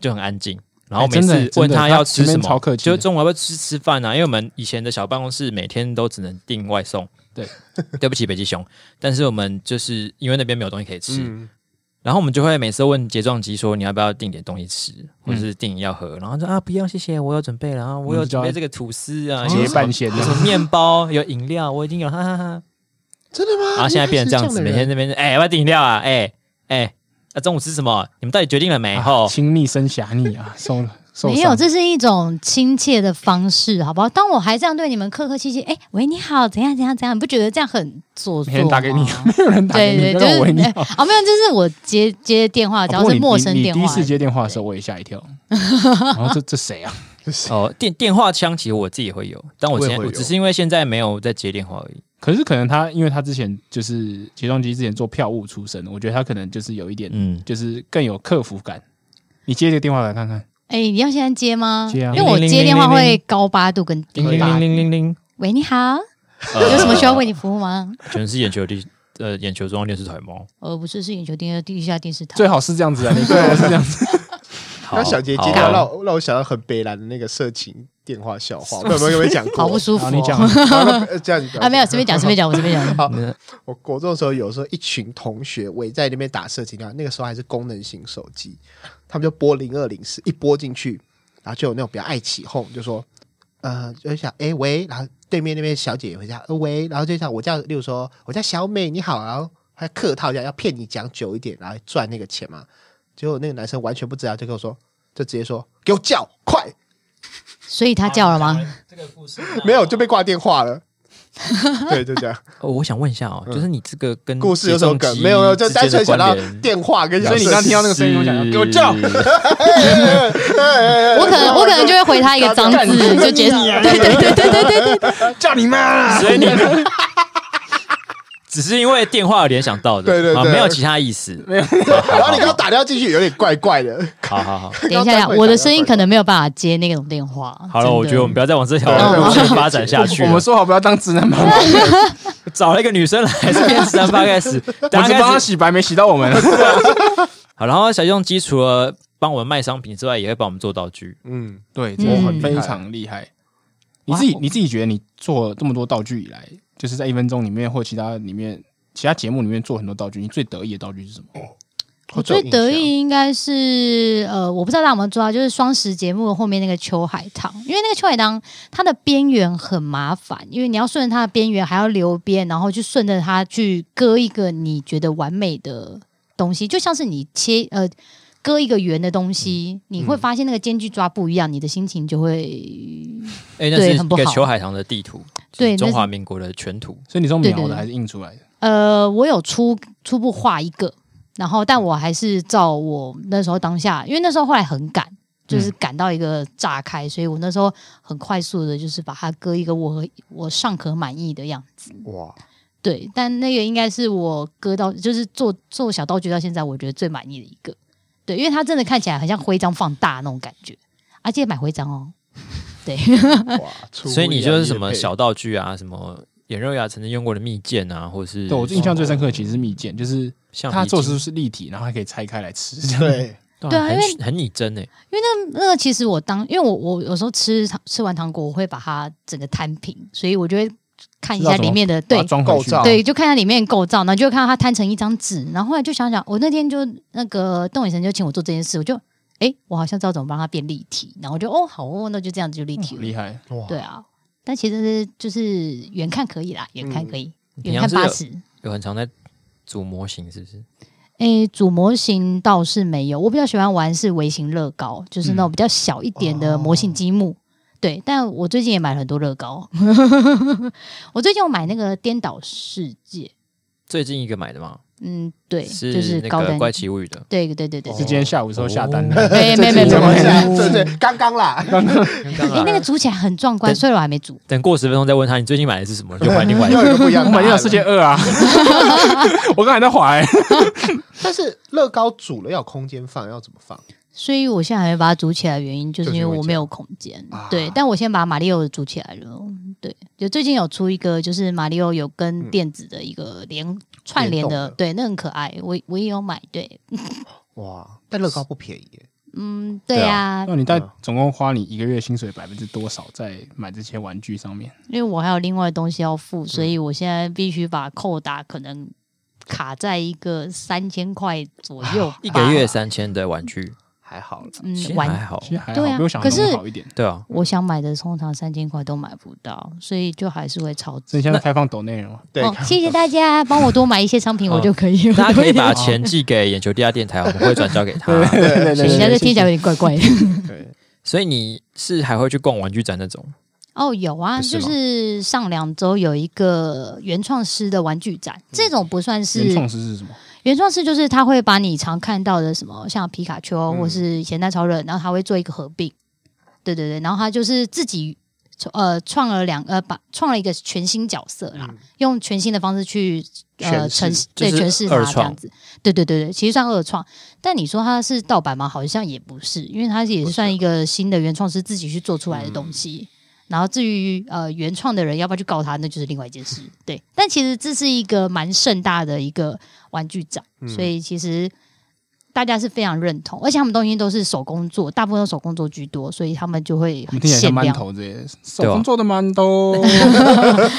Speaker 1: 就很安静。然后
Speaker 2: 哎
Speaker 1: 每
Speaker 2: 真的
Speaker 1: 次问
Speaker 2: 真的
Speaker 1: 他
Speaker 2: 他
Speaker 1: 要吃
Speaker 2: 前面
Speaker 1: 什
Speaker 2: 超
Speaker 1: 么，
Speaker 2: 客气
Speaker 1: 就
Speaker 2: 的
Speaker 1: 中午要不要吃吃饭啊？因为我们以前的小办公室每天都只能订外送。
Speaker 2: 对，
Speaker 1: 对不起北极熊，但是我们就是因为那边没有东西可以吃，
Speaker 3: 嗯
Speaker 1: 然后我们就会每次问睫状肌说你要不要订点东西吃，或者是
Speaker 2: 嗯
Speaker 1: 订饮料喝，然后说啊不要谢谢，我有准备了啊，我有准备这个吐司啊，有
Speaker 2: 结
Speaker 4: 嗯
Speaker 1: 什么
Speaker 2: 伴线
Speaker 1: 有什么面包，有饮料，我已经有，哈哈哈。
Speaker 3: 真的吗？
Speaker 1: 然后啊现在变成这样子，
Speaker 3: 你
Speaker 1: 每
Speaker 3: 也
Speaker 1: 天
Speaker 3: 是
Speaker 1: 那边哎、要不要订饮料啊？哎、哎，啊中午吃什么？你们到底决定了没？
Speaker 2: 啊
Speaker 1: 吼、
Speaker 2: 亲密生侠逆啊，受 了受
Speaker 4: 没有，
Speaker 2: 伤
Speaker 4: 这是一种亲切的方式，好不好？当我还这样对你们客客气气，哎、喂，你好，怎样怎样怎样，你不觉得这样很做作
Speaker 2: 每天
Speaker 4: 吗？
Speaker 2: 打给你，没有人 打给
Speaker 4: 对
Speaker 2: 你，
Speaker 4: 对，
Speaker 2: 不
Speaker 4: 就
Speaker 2: 要我
Speaker 4: 是
Speaker 2: 为你
Speaker 4: 哎
Speaker 2: 好。
Speaker 4: 哦，没有，就是我接接电话，只
Speaker 2: 哦不
Speaker 4: 要
Speaker 2: 过
Speaker 4: 是
Speaker 2: 你
Speaker 4: 陌
Speaker 2: 你
Speaker 4: 生
Speaker 2: 你
Speaker 4: 电
Speaker 2: 第一
Speaker 4: 话
Speaker 2: 次，接电话的时候，我也吓一跳。然后这这谁啊？
Speaker 1: 哦，电电话枪其实我自己也会有，但我
Speaker 3: 我也
Speaker 1: 现在
Speaker 3: 会
Speaker 1: 我
Speaker 3: 有
Speaker 1: 只是因为现在没有在接电话而已。
Speaker 2: 可是可能他，因为他之前就是睫状肌之前做票务出身，我觉得他可能就是有一点，
Speaker 1: 嗯，
Speaker 2: 就是更有克服感。你接这个电话来看看，
Speaker 4: 哎、你要现在接吗？
Speaker 2: 接啊
Speaker 4: 因为我
Speaker 1: 铃铃
Speaker 4: 接
Speaker 1: 铃
Speaker 4: 电话
Speaker 1: 铃铃
Speaker 4: 会高八度跟低
Speaker 1: 叮铃铃
Speaker 4: 八度。
Speaker 1: 铃铃铃，
Speaker 4: 喂，你好，
Speaker 1: 呃
Speaker 4: 有什么需要为？你服务吗？
Speaker 1: 全是眼球地呃眼球中央电视台吗？
Speaker 4: 呃，不是，是眼球电地下电视台。
Speaker 2: 最好是这 样子啊，你最好是这样子。
Speaker 1: 好
Speaker 3: 刚小杰接
Speaker 1: 好
Speaker 3: 电话让我让我想到很北蓝的那个色情电话笑话，我有没有跟你讲过？
Speaker 4: 好不舒服、
Speaker 2: 好
Speaker 4: 哦。
Speaker 2: 啊你讲
Speaker 3: 好那呃这样子
Speaker 4: 啊，没有，随便讲，随便讲，我随便 讲。
Speaker 3: 好，我国中的时候，有时候一群同学围在那边打射击，那个时候还是功能型手机，他们就拨零二零四，一拨进去，然后就有那种比较爱起哄，就说，呃，就想，哎、喂，然后对面那边小姐也会这样，呃、喂，然后就像我叫，例如说我叫小美，你好，然后还客套一下，要骗你讲久一点，然后赚那个钱嘛。结果那个男生完全不知道，就跟我说，就直接说，给我叫快，
Speaker 4: 所以他叫了 吗？？
Speaker 1: 这个故事
Speaker 3: 没有就被挂电话了。 对，就这样。
Speaker 1: 哦，我想问一下哦，就是你这个跟
Speaker 3: 故事有什么梗？没有没有，就单纯想到电话跟小
Speaker 2: 所以你刚刚听到那个声音，我想要给我叫，
Speaker 4: 我可能我可能就会回他一个 脏字，就结束。
Speaker 2: 啊
Speaker 4: 对对对对对对对，
Speaker 2: 叫你妈！啊
Speaker 1: 所以你只是因为电话有联想到的，
Speaker 3: 对对对
Speaker 1: 啊没有其他意思。
Speaker 3: 然后你刚刚打电话进去有点怪怪的，
Speaker 1: 好好好，
Speaker 4: 等一下呀，我的声音可能没有办法接那种电话。
Speaker 1: 好了，
Speaker 4: 真的
Speaker 1: 我觉得我们不要再往这条
Speaker 3: 对
Speaker 1: 路线发展 下去
Speaker 2: 我
Speaker 1: 了
Speaker 2: 们。说好不要当直男吗？
Speaker 1: 找了一个女生来，还是变直男八开始，
Speaker 2: 我
Speaker 1: 大
Speaker 2: 只
Speaker 1: 家
Speaker 2: 帮
Speaker 1: 开
Speaker 2: 他
Speaker 1: 始
Speaker 2: 洗白，没洗到我们。
Speaker 1: 好。然后小用机除了帮我们卖商品之外，也会帮我们做道具。
Speaker 3: 嗯，
Speaker 2: 对，
Speaker 4: 嗯
Speaker 2: 真的很
Speaker 4: 嗯
Speaker 2: 非常厉害。你自己
Speaker 1: 哇
Speaker 2: 你自己觉得你做这么多道具以来，就是在一分钟里面或其他里面其他节目里面做很多道具，你最得意的道具是什么？
Speaker 4: 我最得意应该是呃，我不知道大家有没有抓，就是双十节目后面那个秋海棠，因为那个秋海棠它的边缘很麻烦，因为你要顺着它的边缘，还要留边，然后就顺着它去割一个你觉得完美的东西，就像是你切呃。割一个圆的东西，你
Speaker 1: 嗯
Speaker 4: 会发现那个间距抓不一样，你的心情就会
Speaker 1: 哎，那
Speaker 4: 对
Speaker 1: 是
Speaker 4: 很
Speaker 1: 一
Speaker 4: 不
Speaker 1: 个
Speaker 4: 好
Speaker 1: 球海棠的地图，
Speaker 4: 对
Speaker 1: 就是中
Speaker 4: 那是
Speaker 1: 华民国的全图。
Speaker 2: 所以你是用
Speaker 4: 对
Speaker 2: 描
Speaker 4: 对
Speaker 2: 的
Speaker 4: 对
Speaker 2: 还是印出来的？
Speaker 4: 呃，我有初初步画一个，然后但我还是照我那时候当下，因为那时候后来很赶，就是赶到一个炸开，所以我那时候很快速的，就是把它割一个我我尚可满意的样子。
Speaker 3: 哇，
Speaker 4: 对，但那个应该是我割到，就是做做小道具到现在，我觉得最满意的一个。对，因为它真的看起来很像徽章放大那种感觉，而、啊、且买徽章哦。对，
Speaker 3: 哇，出乎
Speaker 1: 所以你就是什么
Speaker 3: 意料
Speaker 1: 小道具啊，什么眼肉牙曾经用过的蜜饯啊，或是
Speaker 2: 对我印象最深刻的其实是蜜饯，就是
Speaker 1: 像
Speaker 2: 它做出是立体，然后还可以拆开来吃。
Speaker 3: 之外对，
Speaker 4: 对啊
Speaker 1: 很
Speaker 4: 因为
Speaker 1: 很拟真诶。
Speaker 4: 那个其实我当，因为我我有时候吃糖吃完糖果，我会把它整个摊平，所以我就会看一
Speaker 2: 知道
Speaker 4: 下
Speaker 2: 怎么
Speaker 4: 里面的
Speaker 2: 把它
Speaker 4: 对
Speaker 2: 装回去嗯
Speaker 3: 构
Speaker 1: 哦
Speaker 3: 造
Speaker 4: 对，就看一下里面的构造，然后就会看到它摊成一张纸，然后后来就想想，我那天就那个邓伟成就请我做这件事，我就哎，诶我好像知道怎么帮它变立体，然后我就哦好哦，那就这样子就立体
Speaker 1: 嗯
Speaker 2: 好
Speaker 4: 了，
Speaker 2: 厉害！
Speaker 3: 哇，
Speaker 4: 对啊，但其实是就是远看可以啦，远看可以，
Speaker 1: 你平
Speaker 4: 远
Speaker 1: 常
Speaker 4: 看
Speaker 1: 是
Speaker 4: 八
Speaker 1: 有
Speaker 4: 尺。
Speaker 1: 有很常在组模型，是不是？
Speaker 4: 诶，组模型倒是没有，我比较喜欢玩是微型乐高，就是那种比较小一点的模型积
Speaker 1: 哦
Speaker 4: 木。对，但我最近也买了很多乐 高。我最近有买那个《颠倒世界》，
Speaker 1: 最近一个买的吗？
Speaker 4: 嗯，对，就是
Speaker 1: 那
Speaker 4: 高
Speaker 1: 个
Speaker 4: 端。
Speaker 1: 怪奇物语 的。
Speaker 4: 对对对对
Speaker 3: 哦
Speaker 2: 是
Speaker 4: 对
Speaker 2: 今，天下午的时候下单
Speaker 1: 哦
Speaker 2: 的，
Speaker 4: 没没没没
Speaker 3: 怎么
Speaker 4: 没
Speaker 3: 一
Speaker 4: 没。
Speaker 3: 下对对，刚刚啦，
Speaker 4: 诶，那个组起来很壮观，
Speaker 1: 对
Speaker 4: 虽然我还没组。
Speaker 1: 啊等过十分钟再问他你最近买的是什么，就换另外一
Speaker 3: 又
Speaker 1: 个。
Speaker 3: 有 一个不一 样，
Speaker 2: 我买到世界。二啊！我刚才在滑欸，
Speaker 3: 但是乐高煮了要有空间放，要怎么放？
Speaker 4: 所以我现在还没把它组起来，原因就是
Speaker 3: 就是因
Speaker 4: 因
Speaker 3: 为
Speaker 4: 为我
Speaker 3: 这
Speaker 4: 没有空间。
Speaker 3: 啊
Speaker 4: 对，但我先把马里奥组起来了。对，就最近有出一个，就是马里奥有跟
Speaker 3: 嗯
Speaker 4: 电子的一个连串
Speaker 3: 联
Speaker 4: 联
Speaker 3: 动
Speaker 4: 的，
Speaker 3: 的
Speaker 4: 对，那很可爱。我我也有买，对，
Speaker 3: 哇，但乐高不便宜耶，
Speaker 4: 嗯，
Speaker 1: 对
Speaker 4: 对啊，
Speaker 2: 那你大概总共花你一个月薪水百分之多少在买这些玩具上面？
Speaker 4: 因为我还有另外的东西要付，所以我现在必须把扣打可能卡在一个三千块左右吧，
Speaker 1: 啊一个月哎三千的玩具，
Speaker 3: 还好啦。
Speaker 4: 嗯
Speaker 1: 其实
Speaker 4: 玩
Speaker 1: 还好
Speaker 2: 其。实还
Speaker 4: 对
Speaker 2: 好，
Speaker 4: 啊
Speaker 2: 比我想象
Speaker 4: 可
Speaker 2: 中
Speaker 4: 是
Speaker 2: 好一点。
Speaker 1: 对啊，
Speaker 4: 我想买的通常三千块都买不到，所以就还是会超
Speaker 2: 所以
Speaker 4: 支。
Speaker 2: 现在开放抖内容，
Speaker 3: 对，
Speaker 4: 哦，谢谢大家帮我多买一些商品，我就可以。
Speaker 1: 大家可以把钱寄给眼球地下电台，我们会转交给他。
Speaker 2: 对
Speaker 4: 人家这听起来有点怪怪的。
Speaker 3: 对，
Speaker 1: 所以你是还会去逛玩具展那 种？
Speaker 4: 哦，有啊，
Speaker 1: 不是
Speaker 4: 就
Speaker 1: 吗
Speaker 4: 是上两周有一个原创师的玩具展，这种不算是
Speaker 2: 原创师是什么？
Speaker 4: 原创师，就是他会把你常看到的什么，像皮卡丘
Speaker 3: 嗯
Speaker 4: 或是咸蛋超人，然后他会做一个合并，对对对，然后他就是自己呃创了两呃把创了一个全新角色啦，
Speaker 3: 嗯
Speaker 4: 用全新的方式去呃
Speaker 3: 诠释
Speaker 4: 呈
Speaker 1: 就
Speaker 4: 对
Speaker 1: 是
Speaker 4: 诠释
Speaker 1: 二
Speaker 4: 它这
Speaker 1: 创
Speaker 4: 样子，对对对对，其实算二创，但你说它是盗版吗？好像也不是，因为它也
Speaker 3: 不
Speaker 4: 是
Speaker 3: 是
Speaker 4: 算一个新的原创师自己去做出来的东西。然后至于呃原创的人要不要去告他，那就是另外一 件事。对，但其实这是一个蛮盛大的一个玩具展，
Speaker 3: 嗯
Speaker 4: 所以其实大家是非常认同，而且他们东西都是手工做，大部分都手工做居多，所以他们就会
Speaker 2: 你听起来像
Speaker 4: 限
Speaker 2: 馒
Speaker 4: 量。啊
Speaker 2: 头之
Speaker 3: 啊
Speaker 2: 类的，手工做的馒 头，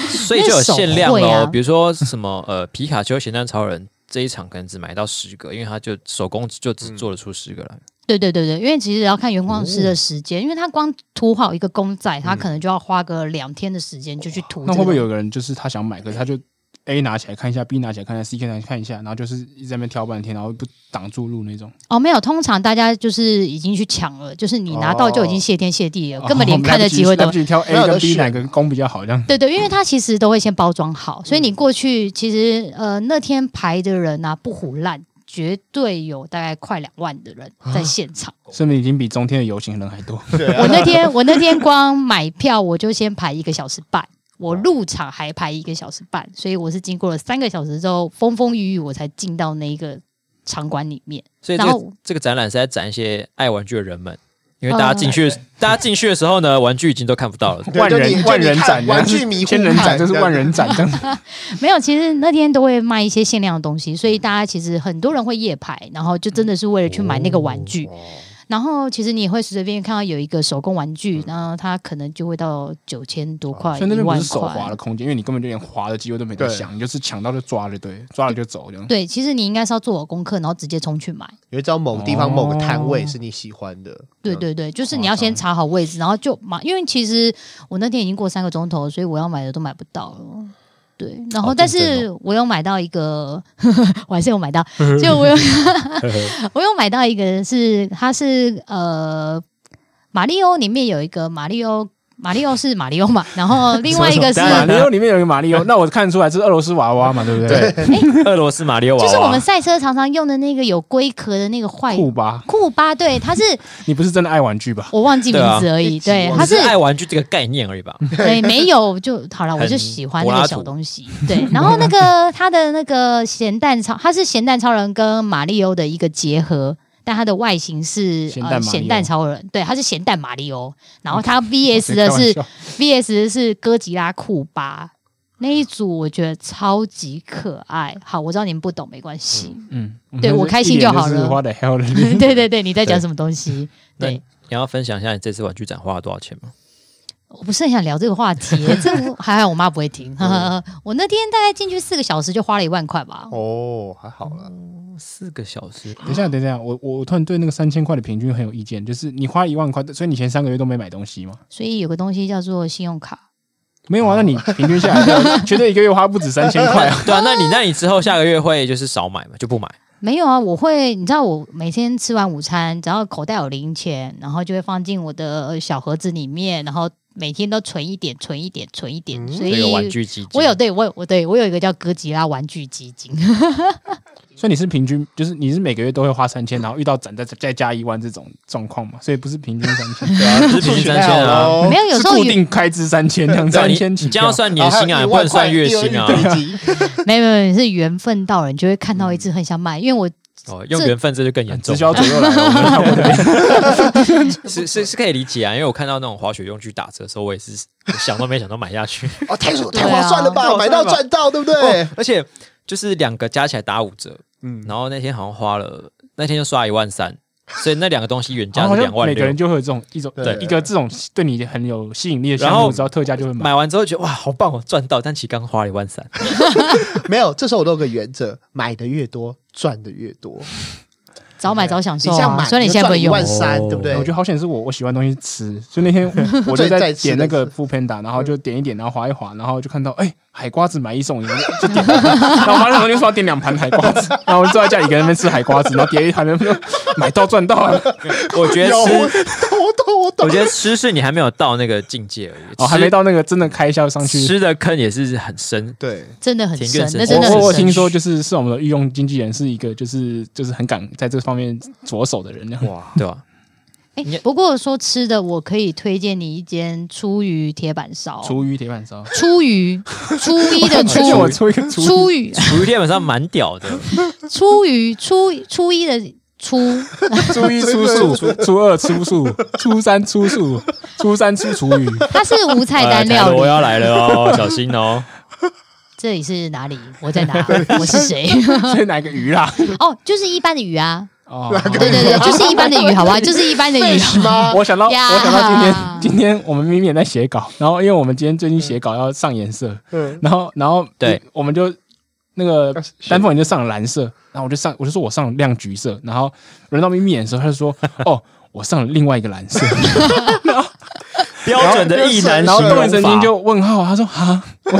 Speaker 1: 所以就有限量
Speaker 4: 因为手绘
Speaker 1: 喽。
Speaker 4: 啊
Speaker 1: 比如说什么呃，皮卡丘、咸蛋超人这一场可能只买到十个，因为他就手工就只做得出十个来。
Speaker 4: 对对对对，因为其实要看原矿师的时间，因为他光涂好一个公仔，他可能就要花个两天的时间就去涂、
Speaker 2: 嗯
Speaker 4: 这
Speaker 2: 那
Speaker 4: 个
Speaker 2: 会不会有个人就是他想买，可是他就 A 拿起来看一下，B 拿起来看一下，C 拿起来看一下，然后就是一直在那边挑半天，然后不挡住路那种，
Speaker 4: 哦，没有，通常大家就是已经去抢了，就是你拿到就已经谢天谢地了，根本连看的机会都
Speaker 2: 哦 来不及挑 A
Speaker 3: 没有得
Speaker 2: 跟 B
Speaker 3: 选
Speaker 2: 哪个工比较好这样。
Speaker 4: 对对，因为它其实都会先包装好，所以你过去其实呃那天排的人啊不胡乱，绝对有大概快两万的人在现场。
Speaker 3: 哦
Speaker 2: 说明已经比中天的游行人还多。
Speaker 3: 对啊
Speaker 4: 我那天我那天光买票我就先排一个小时半，我入场还排一个小时半，所以我是经过了三个小时之后风风雨雨我才进到那一个场馆里面。
Speaker 1: 所以这个
Speaker 4: 然后
Speaker 1: 这个展览是在展一些爱玩具的人们，因为大家
Speaker 4: 呃
Speaker 1: 进去，大家进去的时候呢，玩具已经都看不到了。
Speaker 3: 对
Speaker 2: 万
Speaker 3: 就你
Speaker 2: 人
Speaker 3: 就
Speaker 2: 万
Speaker 3: 你
Speaker 2: 人
Speaker 3: 看
Speaker 2: 展，
Speaker 3: 玩具
Speaker 2: 这是
Speaker 3: 迷糊
Speaker 2: 千人展，
Speaker 3: 看
Speaker 2: 这是万人展，这 样
Speaker 4: 没有，其实那天都会卖一些限量的东西，所以大家其实很多人会夜排，然后就真的是为了去买那个玩具。然后其实你也会随随便便看到有一个手工玩具，然后它可能就会到九千多块、
Speaker 2: 嗯哦所以那
Speaker 4: 一
Speaker 2: 边不
Speaker 4: 万
Speaker 2: 是手滑
Speaker 4: 块
Speaker 2: 的。空间，因为你根本就连滑的机会都没得想，你就是抢到就抓了，对，抓了就走这样。
Speaker 4: 对，其实你应该是要做好功课，然后直接冲去买。
Speaker 3: 有一招某个地方某个摊位
Speaker 2: 哦
Speaker 3: 是你喜欢的，
Speaker 2: 嗯
Speaker 4: 对对对，就是你要先查好位置，然后就买。因为其实我那天已经过三个钟头，所以我要买的都买不到了。对，
Speaker 2: 哦
Speaker 4: 然后
Speaker 1: 好
Speaker 4: 但
Speaker 1: 竞争
Speaker 4: 是我有买到一个， 我还是有买到， 就我有我有买到一个是它是呃马里奥里面有一个马里奥，马里奥是马里奥嘛，然后另外一个是
Speaker 1: 什么什么当
Speaker 2: 马
Speaker 1: 然
Speaker 2: 里奥里面有一个马里奥， 那我看得出来这是俄罗斯娃娃嘛，对不对？
Speaker 1: 俄罗斯马里奥娃娃，
Speaker 4: 就是我们赛车常常用的那个有龟壳的那个坏
Speaker 2: 酷吧？
Speaker 4: 库巴，对，它是
Speaker 2: 你不是真的爱玩具吧？
Speaker 4: 我忘记名字而已，
Speaker 3: 对
Speaker 4: 对
Speaker 3: 啊，
Speaker 4: 它
Speaker 1: 只
Speaker 4: 是嗯
Speaker 1: 是爱玩具这个概念而已吧。
Speaker 4: 对没有就好了，我就
Speaker 1: 很
Speaker 4: 喜欢
Speaker 1: 柏
Speaker 4: 那
Speaker 1: 拉
Speaker 4: 个
Speaker 1: 图
Speaker 4: 小东西，对。然后那个它的那个咸蛋超，它是咸蛋超人跟马里欧的一个结合。但它的外形是
Speaker 2: 咸蛋
Speaker 4: 呃
Speaker 2: 马里欧
Speaker 4: 咸蛋超人，对，它是咸蛋马里欧，然后它 VS
Speaker 2: 谁
Speaker 4: 的
Speaker 2: 开玩
Speaker 4: 是
Speaker 2: 笑
Speaker 4: VS 是哥吉拉库巴那一组，我觉得超级可爱。好，我知道你们不懂，没关系。
Speaker 2: 嗯，
Speaker 4: 对我开心就好了
Speaker 2: 花 的 hell 的脸，
Speaker 4: 对对对，你在讲什么东西？
Speaker 1: 那
Speaker 4: 对
Speaker 1: 你，要分享一下你这次玩具展花了多少钱吗？
Speaker 4: 我不是很想聊这个话题，这个还好我妈不会听。呵呵呵 我那天大概进去四个小时就花了一万块吧。
Speaker 3: 哦，还好了，
Speaker 1: 四个小时，
Speaker 2: 等一下，等一下，我我我突然对那个三千块的平均很有意见，就是你花一万块，所以你前三个月都没买东西吗？
Speaker 4: 所以有个东西叫做信用卡，
Speaker 2: 没
Speaker 4: 哦
Speaker 2: 有啊，那你平均下来 就绝对一个月花不止三千块啊！
Speaker 1: 对啊，那你那你之后下个月会就是少买嘛，就不买。
Speaker 4: 没有啊，我会，你知道我每天吃完午餐，只要口袋有零钱，然后就会放进我的呃小盒子里面，然后每天都存一点，存一点，存一点，所
Speaker 1: 这
Speaker 4: 以
Speaker 1: 个玩具基金，
Speaker 4: 我有对我有我对我有一个叫哥吉拉玩具基金，
Speaker 2: 所以你是平均，就是你是每个月都会花三千，然后遇到攒再再加一万这种状况嘛，所以不是平均三千，
Speaker 3: 对啊，
Speaker 1: 不是平均三千啊。
Speaker 4: 没有有
Speaker 2: 是
Speaker 4: 时候
Speaker 2: 固
Speaker 4: 也
Speaker 2: 定开支三千，这样
Speaker 1: 对啊
Speaker 2: 三
Speaker 1: 你
Speaker 2: 千起
Speaker 1: 你这样
Speaker 2: 跳
Speaker 1: 要。算年薪啊，不能算月薪啊。
Speaker 4: 没有没有是缘分到了，你就会看到一只很想买，因为我
Speaker 1: 哦，用缘分这就更严重
Speaker 2: 直，销左右来了，我们差不多
Speaker 1: 是是是可以理解啊，因为我看到那种滑雪用具打折的时候，我也是 想都没想到买下去，
Speaker 3: 哦，太爽
Speaker 4: 对
Speaker 3: 太
Speaker 4: 啊
Speaker 3: 划算了吧，买到赚到，对不对
Speaker 1: 哦？而且就是两个加起来打五折，
Speaker 3: 嗯，
Speaker 1: 然后那天好像花了，那天就刷一万三，所以那两个东西原价
Speaker 2: 然后
Speaker 1: 是
Speaker 2: 好
Speaker 1: 两
Speaker 2: 像
Speaker 1: 万
Speaker 2: 每个
Speaker 1: 六
Speaker 2: 人。就会有这种一种
Speaker 3: 对
Speaker 2: 一个这种对你很有吸引力的项
Speaker 1: 然后
Speaker 2: 目，只要特价就会买。
Speaker 1: 买完之后觉得哇，好棒哦，赚到！但其实刚花了一万 三，
Speaker 3: 没有，这时候我都有个原则，买的越多，赚的越多。
Speaker 1: 哦
Speaker 4: 早买早享
Speaker 3: 你
Speaker 4: 受
Speaker 3: 这样
Speaker 4: 啊，
Speaker 3: 买，
Speaker 4: 虽然你现在不能
Speaker 3: 一
Speaker 4: 用
Speaker 3: 万，三，对不对
Speaker 2: 我？觉得好险是我我喜欢的东西吃，所以 那天我就
Speaker 3: 最在
Speaker 2: 在
Speaker 3: 吃
Speaker 2: 点
Speaker 3: 的
Speaker 2: 那个
Speaker 3: 是
Speaker 2: f o o Panda，然后
Speaker 1: 嗯
Speaker 2: 就点一点，然后划一划，然后就看到哎、海瓜子买一 送一，我就就点，然后我妈那时候就说要点两盘海瓜子，然后我就坐在家里跟那边吃海瓜子，然后点一盘，然后说买到赚到 啊，
Speaker 1: 我觉得
Speaker 3: 有，我
Speaker 1: 吃，
Speaker 3: 我懂，我懂
Speaker 1: 我。觉得吃是你还没有到那个境界而已，
Speaker 2: 哦还没到那个真的开销上
Speaker 1: 吃
Speaker 2: 去。
Speaker 1: 吃的坑也是很 深，
Speaker 3: 对，
Speaker 4: 真的很
Speaker 1: 田
Speaker 4: 深
Speaker 1: 园，神
Speaker 4: 那
Speaker 1: 社
Speaker 4: 真的
Speaker 2: 我我
Speaker 4: 很
Speaker 2: 我
Speaker 4: 深
Speaker 2: 听。说就是是我们的御用经纪人是一个就是就是很敢在这方面着手的人，这样
Speaker 1: 哇，对吧？
Speaker 4: 哎
Speaker 1: 你，
Speaker 4: 不过说吃的，我可以推荐你一间初鱼铁板烧，
Speaker 2: 厨余铁板烧，
Speaker 4: 初鱼，初一的
Speaker 2: 而且 我出
Speaker 4: 初，
Speaker 2: 一个厨
Speaker 4: 初鱼，
Speaker 1: 厨余天晚上蛮屌的，
Speaker 4: 初鱼，初初一的初，
Speaker 2: 初一初数，初二初数，初三初数，初三初厨余。
Speaker 4: 它是无菜单料
Speaker 1: 我
Speaker 4: 理。
Speaker 1: 哎要来了 哦，小心哦。
Speaker 4: 这里是哪里？我在哪？我是谁？
Speaker 2: 所以哪个鱼啦？
Speaker 4: 哦，就是一般的鱼啊，
Speaker 2: 哦，
Speaker 4: 对对对，就是一般的鱼，好不好？就是一般的鱼。
Speaker 3: 是吗？
Speaker 2: 我想到，我
Speaker 4: 呀
Speaker 2: 想到今天，今天我们明明也在写稿，然后因为我们今天最近写稿要上颜色，
Speaker 3: 嗯，
Speaker 2: 然后然后
Speaker 1: 对，
Speaker 2: 我们就那个
Speaker 3: 要是
Speaker 2: 丹凤眼就上了蓝色，然后我就上，我就说我上了亮橘色，然后轮到咪咪眼的时候，他就说哦。我上了另外一个蓝色，
Speaker 1: 标准的意男
Speaker 2: 然后
Speaker 1: 形
Speaker 2: 动眼
Speaker 1: 容
Speaker 2: 神经
Speaker 1: 法。
Speaker 2: 就问号，他说哈， 我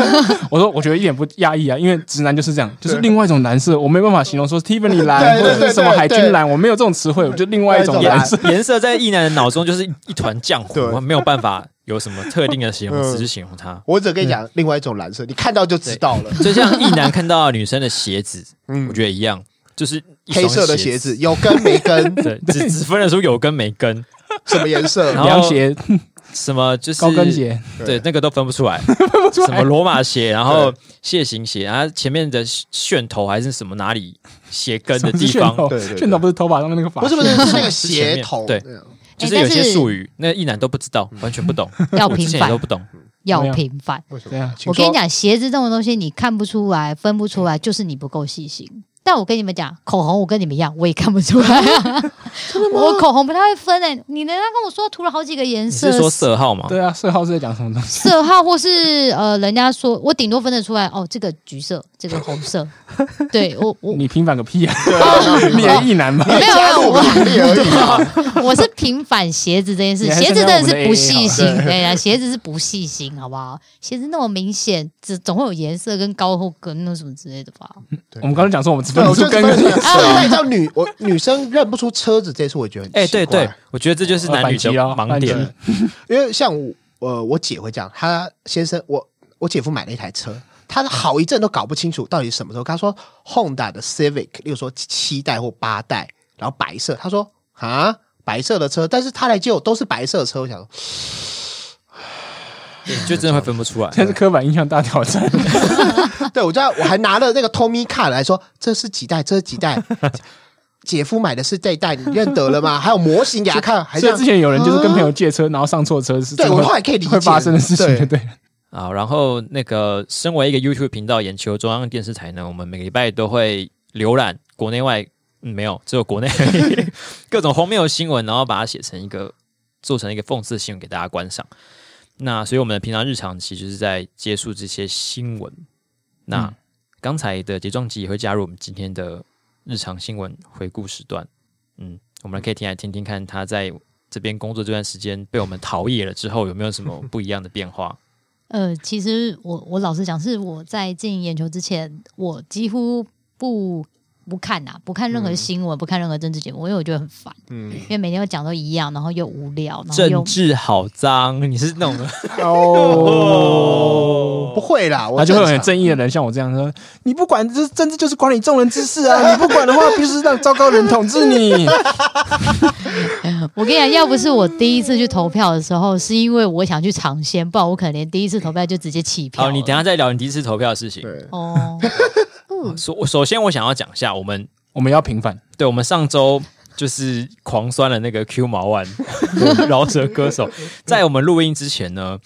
Speaker 2: 我说我觉得一点不讶异啊，因为直男就是这样，就是
Speaker 3: 对
Speaker 2: 另外一种蓝色，我没办法形容说 Tiffany 蓝
Speaker 3: 对对
Speaker 2: 或者
Speaker 3: 对
Speaker 2: 是什么
Speaker 3: 对
Speaker 2: 海军
Speaker 3: 对
Speaker 2: 蓝，我没有这种词汇，我就另外一种
Speaker 3: 另外
Speaker 2: 蓝
Speaker 3: 一种蓝
Speaker 2: 色
Speaker 3: 色。
Speaker 1: 颜色在意男的脑中就是一一团浆糊，
Speaker 3: 对
Speaker 1: 没有办法有什么特定的形容词
Speaker 3: 嗯
Speaker 1: 去形容它。
Speaker 3: 我只跟你讲另外一种蓝色，你看到就知道了。
Speaker 1: 就像意男看到女生的鞋子，
Speaker 3: 嗯
Speaker 1: 我，觉得一样，就是一双
Speaker 3: 黑色的鞋
Speaker 1: 鞋
Speaker 3: 子，有跟没 跟，
Speaker 1: 对，只只分得出有跟没跟，
Speaker 3: 什么颜色
Speaker 1: 然？后
Speaker 2: 凉鞋、
Speaker 1: 什么就是
Speaker 2: 高跟，鞋，
Speaker 1: 对，那个都分不 出来，
Speaker 2: 出来
Speaker 1: 什么罗马鞋，然后蟹形鞋，然后前面的楦头还是什么哪里鞋跟的地
Speaker 2: 什么
Speaker 1: 方，
Speaker 2: 是楦
Speaker 3: 对对
Speaker 2: 头，
Speaker 3: 对
Speaker 2: 楦头不是头发上面那个发，
Speaker 3: 不是不是，是那个
Speaker 1: 是
Speaker 3: 鞋
Speaker 1: 前面
Speaker 3: 头。嗯
Speaker 1: 对就是有些术语，那意男都不知道，
Speaker 2: 嗯
Speaker 1: 完全不懂，
Speaker 4: 要
Speaker 1: 我之
Speaker 4: 平
Speaker 1: 前也
Speaker 4: 凡
Speaker 1: 都不懂，
Speaker 4: 要平凡。
Speaker 3: 为什
Speaker 2: 对
Speaker 3: 么
Speaker 2: 啊？
Speaker 3: 请
Speaker 4: 我跟你
Speaker 3: 说，
Speaker 4: 讲，鞋子这种东西你看不出来、分不出来，就是你不够细心。但我跟你们讲，口红我跟你们一样，我也看不出来、啊。我口红不太会分诶、你人家跟我说涂了好几个颜
Speaker 1: 你
Speaker 4: 色
Speaker 1: 是，说色号吗？
Speaker 2: 对啊，色号是在讲什么东西？
Speaker 4: 色号或是呃，人家说我顶多分得出来哦，这个橘色，这个红色。对我我
Speaker 2: 你平反个屁啊！
Speaker 3: 哦对 啊
Speaker 2: 你也一男吧？
Speaker 4: 没有
Speaker 3: 加入我们行列而已啊。
Speaker 4: 我是平反鞋子这件事，
Speaker 2: 你还
Speaker 4: 鞋子真的是不细心
Speaker 2: 参加我们的 AA 好，了
Speaker 4: 哎呀，鞋子是不细心，好不好？鞋子那么明显，只总会有颜色跟高或跟那什么之类的吧？
Speaker 3: 对
Speaker 2: 我们刚刚讲说我们只
Speaker 3: 对，
Speaker 2: 分
Speaker 3: 我
Speaker 2: 出
Speaker 3: 就
Speaker 2: 跟
Speaker 3: 分 出
Speaker 2: 跟
Speaker 3: 来那你知道女我女生认不出车子这次，我觉得很
Speaker 1: 哎，
Speaker 3: 奇
Speaker 1: 对
Speaker 3: 怪
Speaker 1: 对，我觉得这就是男女的
Speaker 2: 反击啊
Speaker 1: 盲点
Speaker 2: 反
Speaker 1: 了。
Speaker 3: 因为像我呃我姐会这样，她先生我我姐夫买了一台车，她好一阵都搞不清楚到底是什么时候。她说 Honda 的 Civic，例如说七代或八代，然后白色，她说啊白色的车，但是她来接我都是白色的车，我想说
Speaker 1: 对你就真的会分不出 来。
Speaker 2: 这是刻板印象大挑战。
Speaker 3: 对，我知道，我还拿了那个 Tommy 卡来说，这是几代，这是几代。 姐夫买的是这一代，你认得了吗？ 还有模型给他看，还
Speaker 2: 所
Speaker 3: 这
Speaker 2: 以
Speaker 3: 样
Speaker 2: 之。前有人就是跟朋友借车，然后上错车是
Speaker 3: 对
Speaker 2: 这
Speaker 3: 我
Speaker 2: 会
Speaker 3: 后来可以理解
Speaker 2: 会发生的事情，
Speaker 3: 对
Speaker 2: 对对。
Speaker 1: 啊，然后那个身为一个 YouTube 频道，眼球中央电视台呢，我们每个礼拜都会浏览国内外，嗯、没有，只有国内 各种荒谬的新闻，然后把它写成一个，做成一个讽刺新闻给大家观赏。那所以我们的平常日常其实就是在接触这些新闻。那、刚才的睫状肌也会加入我们今天的日常新闻回顾时段。嗯，我们可以听来听听看他在这边工作这段时间被我们陶冶了之后，有没有什么不一样的变化？
Speaker 4: 呃，其实我我老实讲，是我在进眼球之前，我几乎不不看呐、不看任
Speaker 1: 嗯
Speaker 4: 何新闻，不看任何政治节目，因为我觉得很烦，
Speaker 3: 嗯，
Speaker 4: 因为每天又讲都一样，然后又无聊，然后
Speaker 1: 政
Speaker 4: 又
Speaker 1: 治好脏，你是那种
Speaker 2: 哦。
Speaker 3: 不会啦，我
Speaker 2: 他就会有很
Speaker 3: 正
Speaker 2: 正义的人，像我这样说：“你不管，这政治就是管理众人之事啊！你不管的话，必须让糟糕人统治你。
Speaker 4: 我跟你讲，要不是我第一次去投票的时候，是因为我想去尝鲜，不然我可能连第一常第一次投票就直接弃票
Speaker 1: 好，哦
Speaker 4: 了。
Speaker 1: 你等一下再聊你第一次投票的事情。
Speaker 3: 对，
Speaker 4: 哦，
Speaker 1: 首我首先我想要讲一下，我们”
Speaker 2: 我们要平反，
Speaker 1: 对我们上周就是狂酸了那个 Q 毛万饶舌歌手，在我们录音之前呢，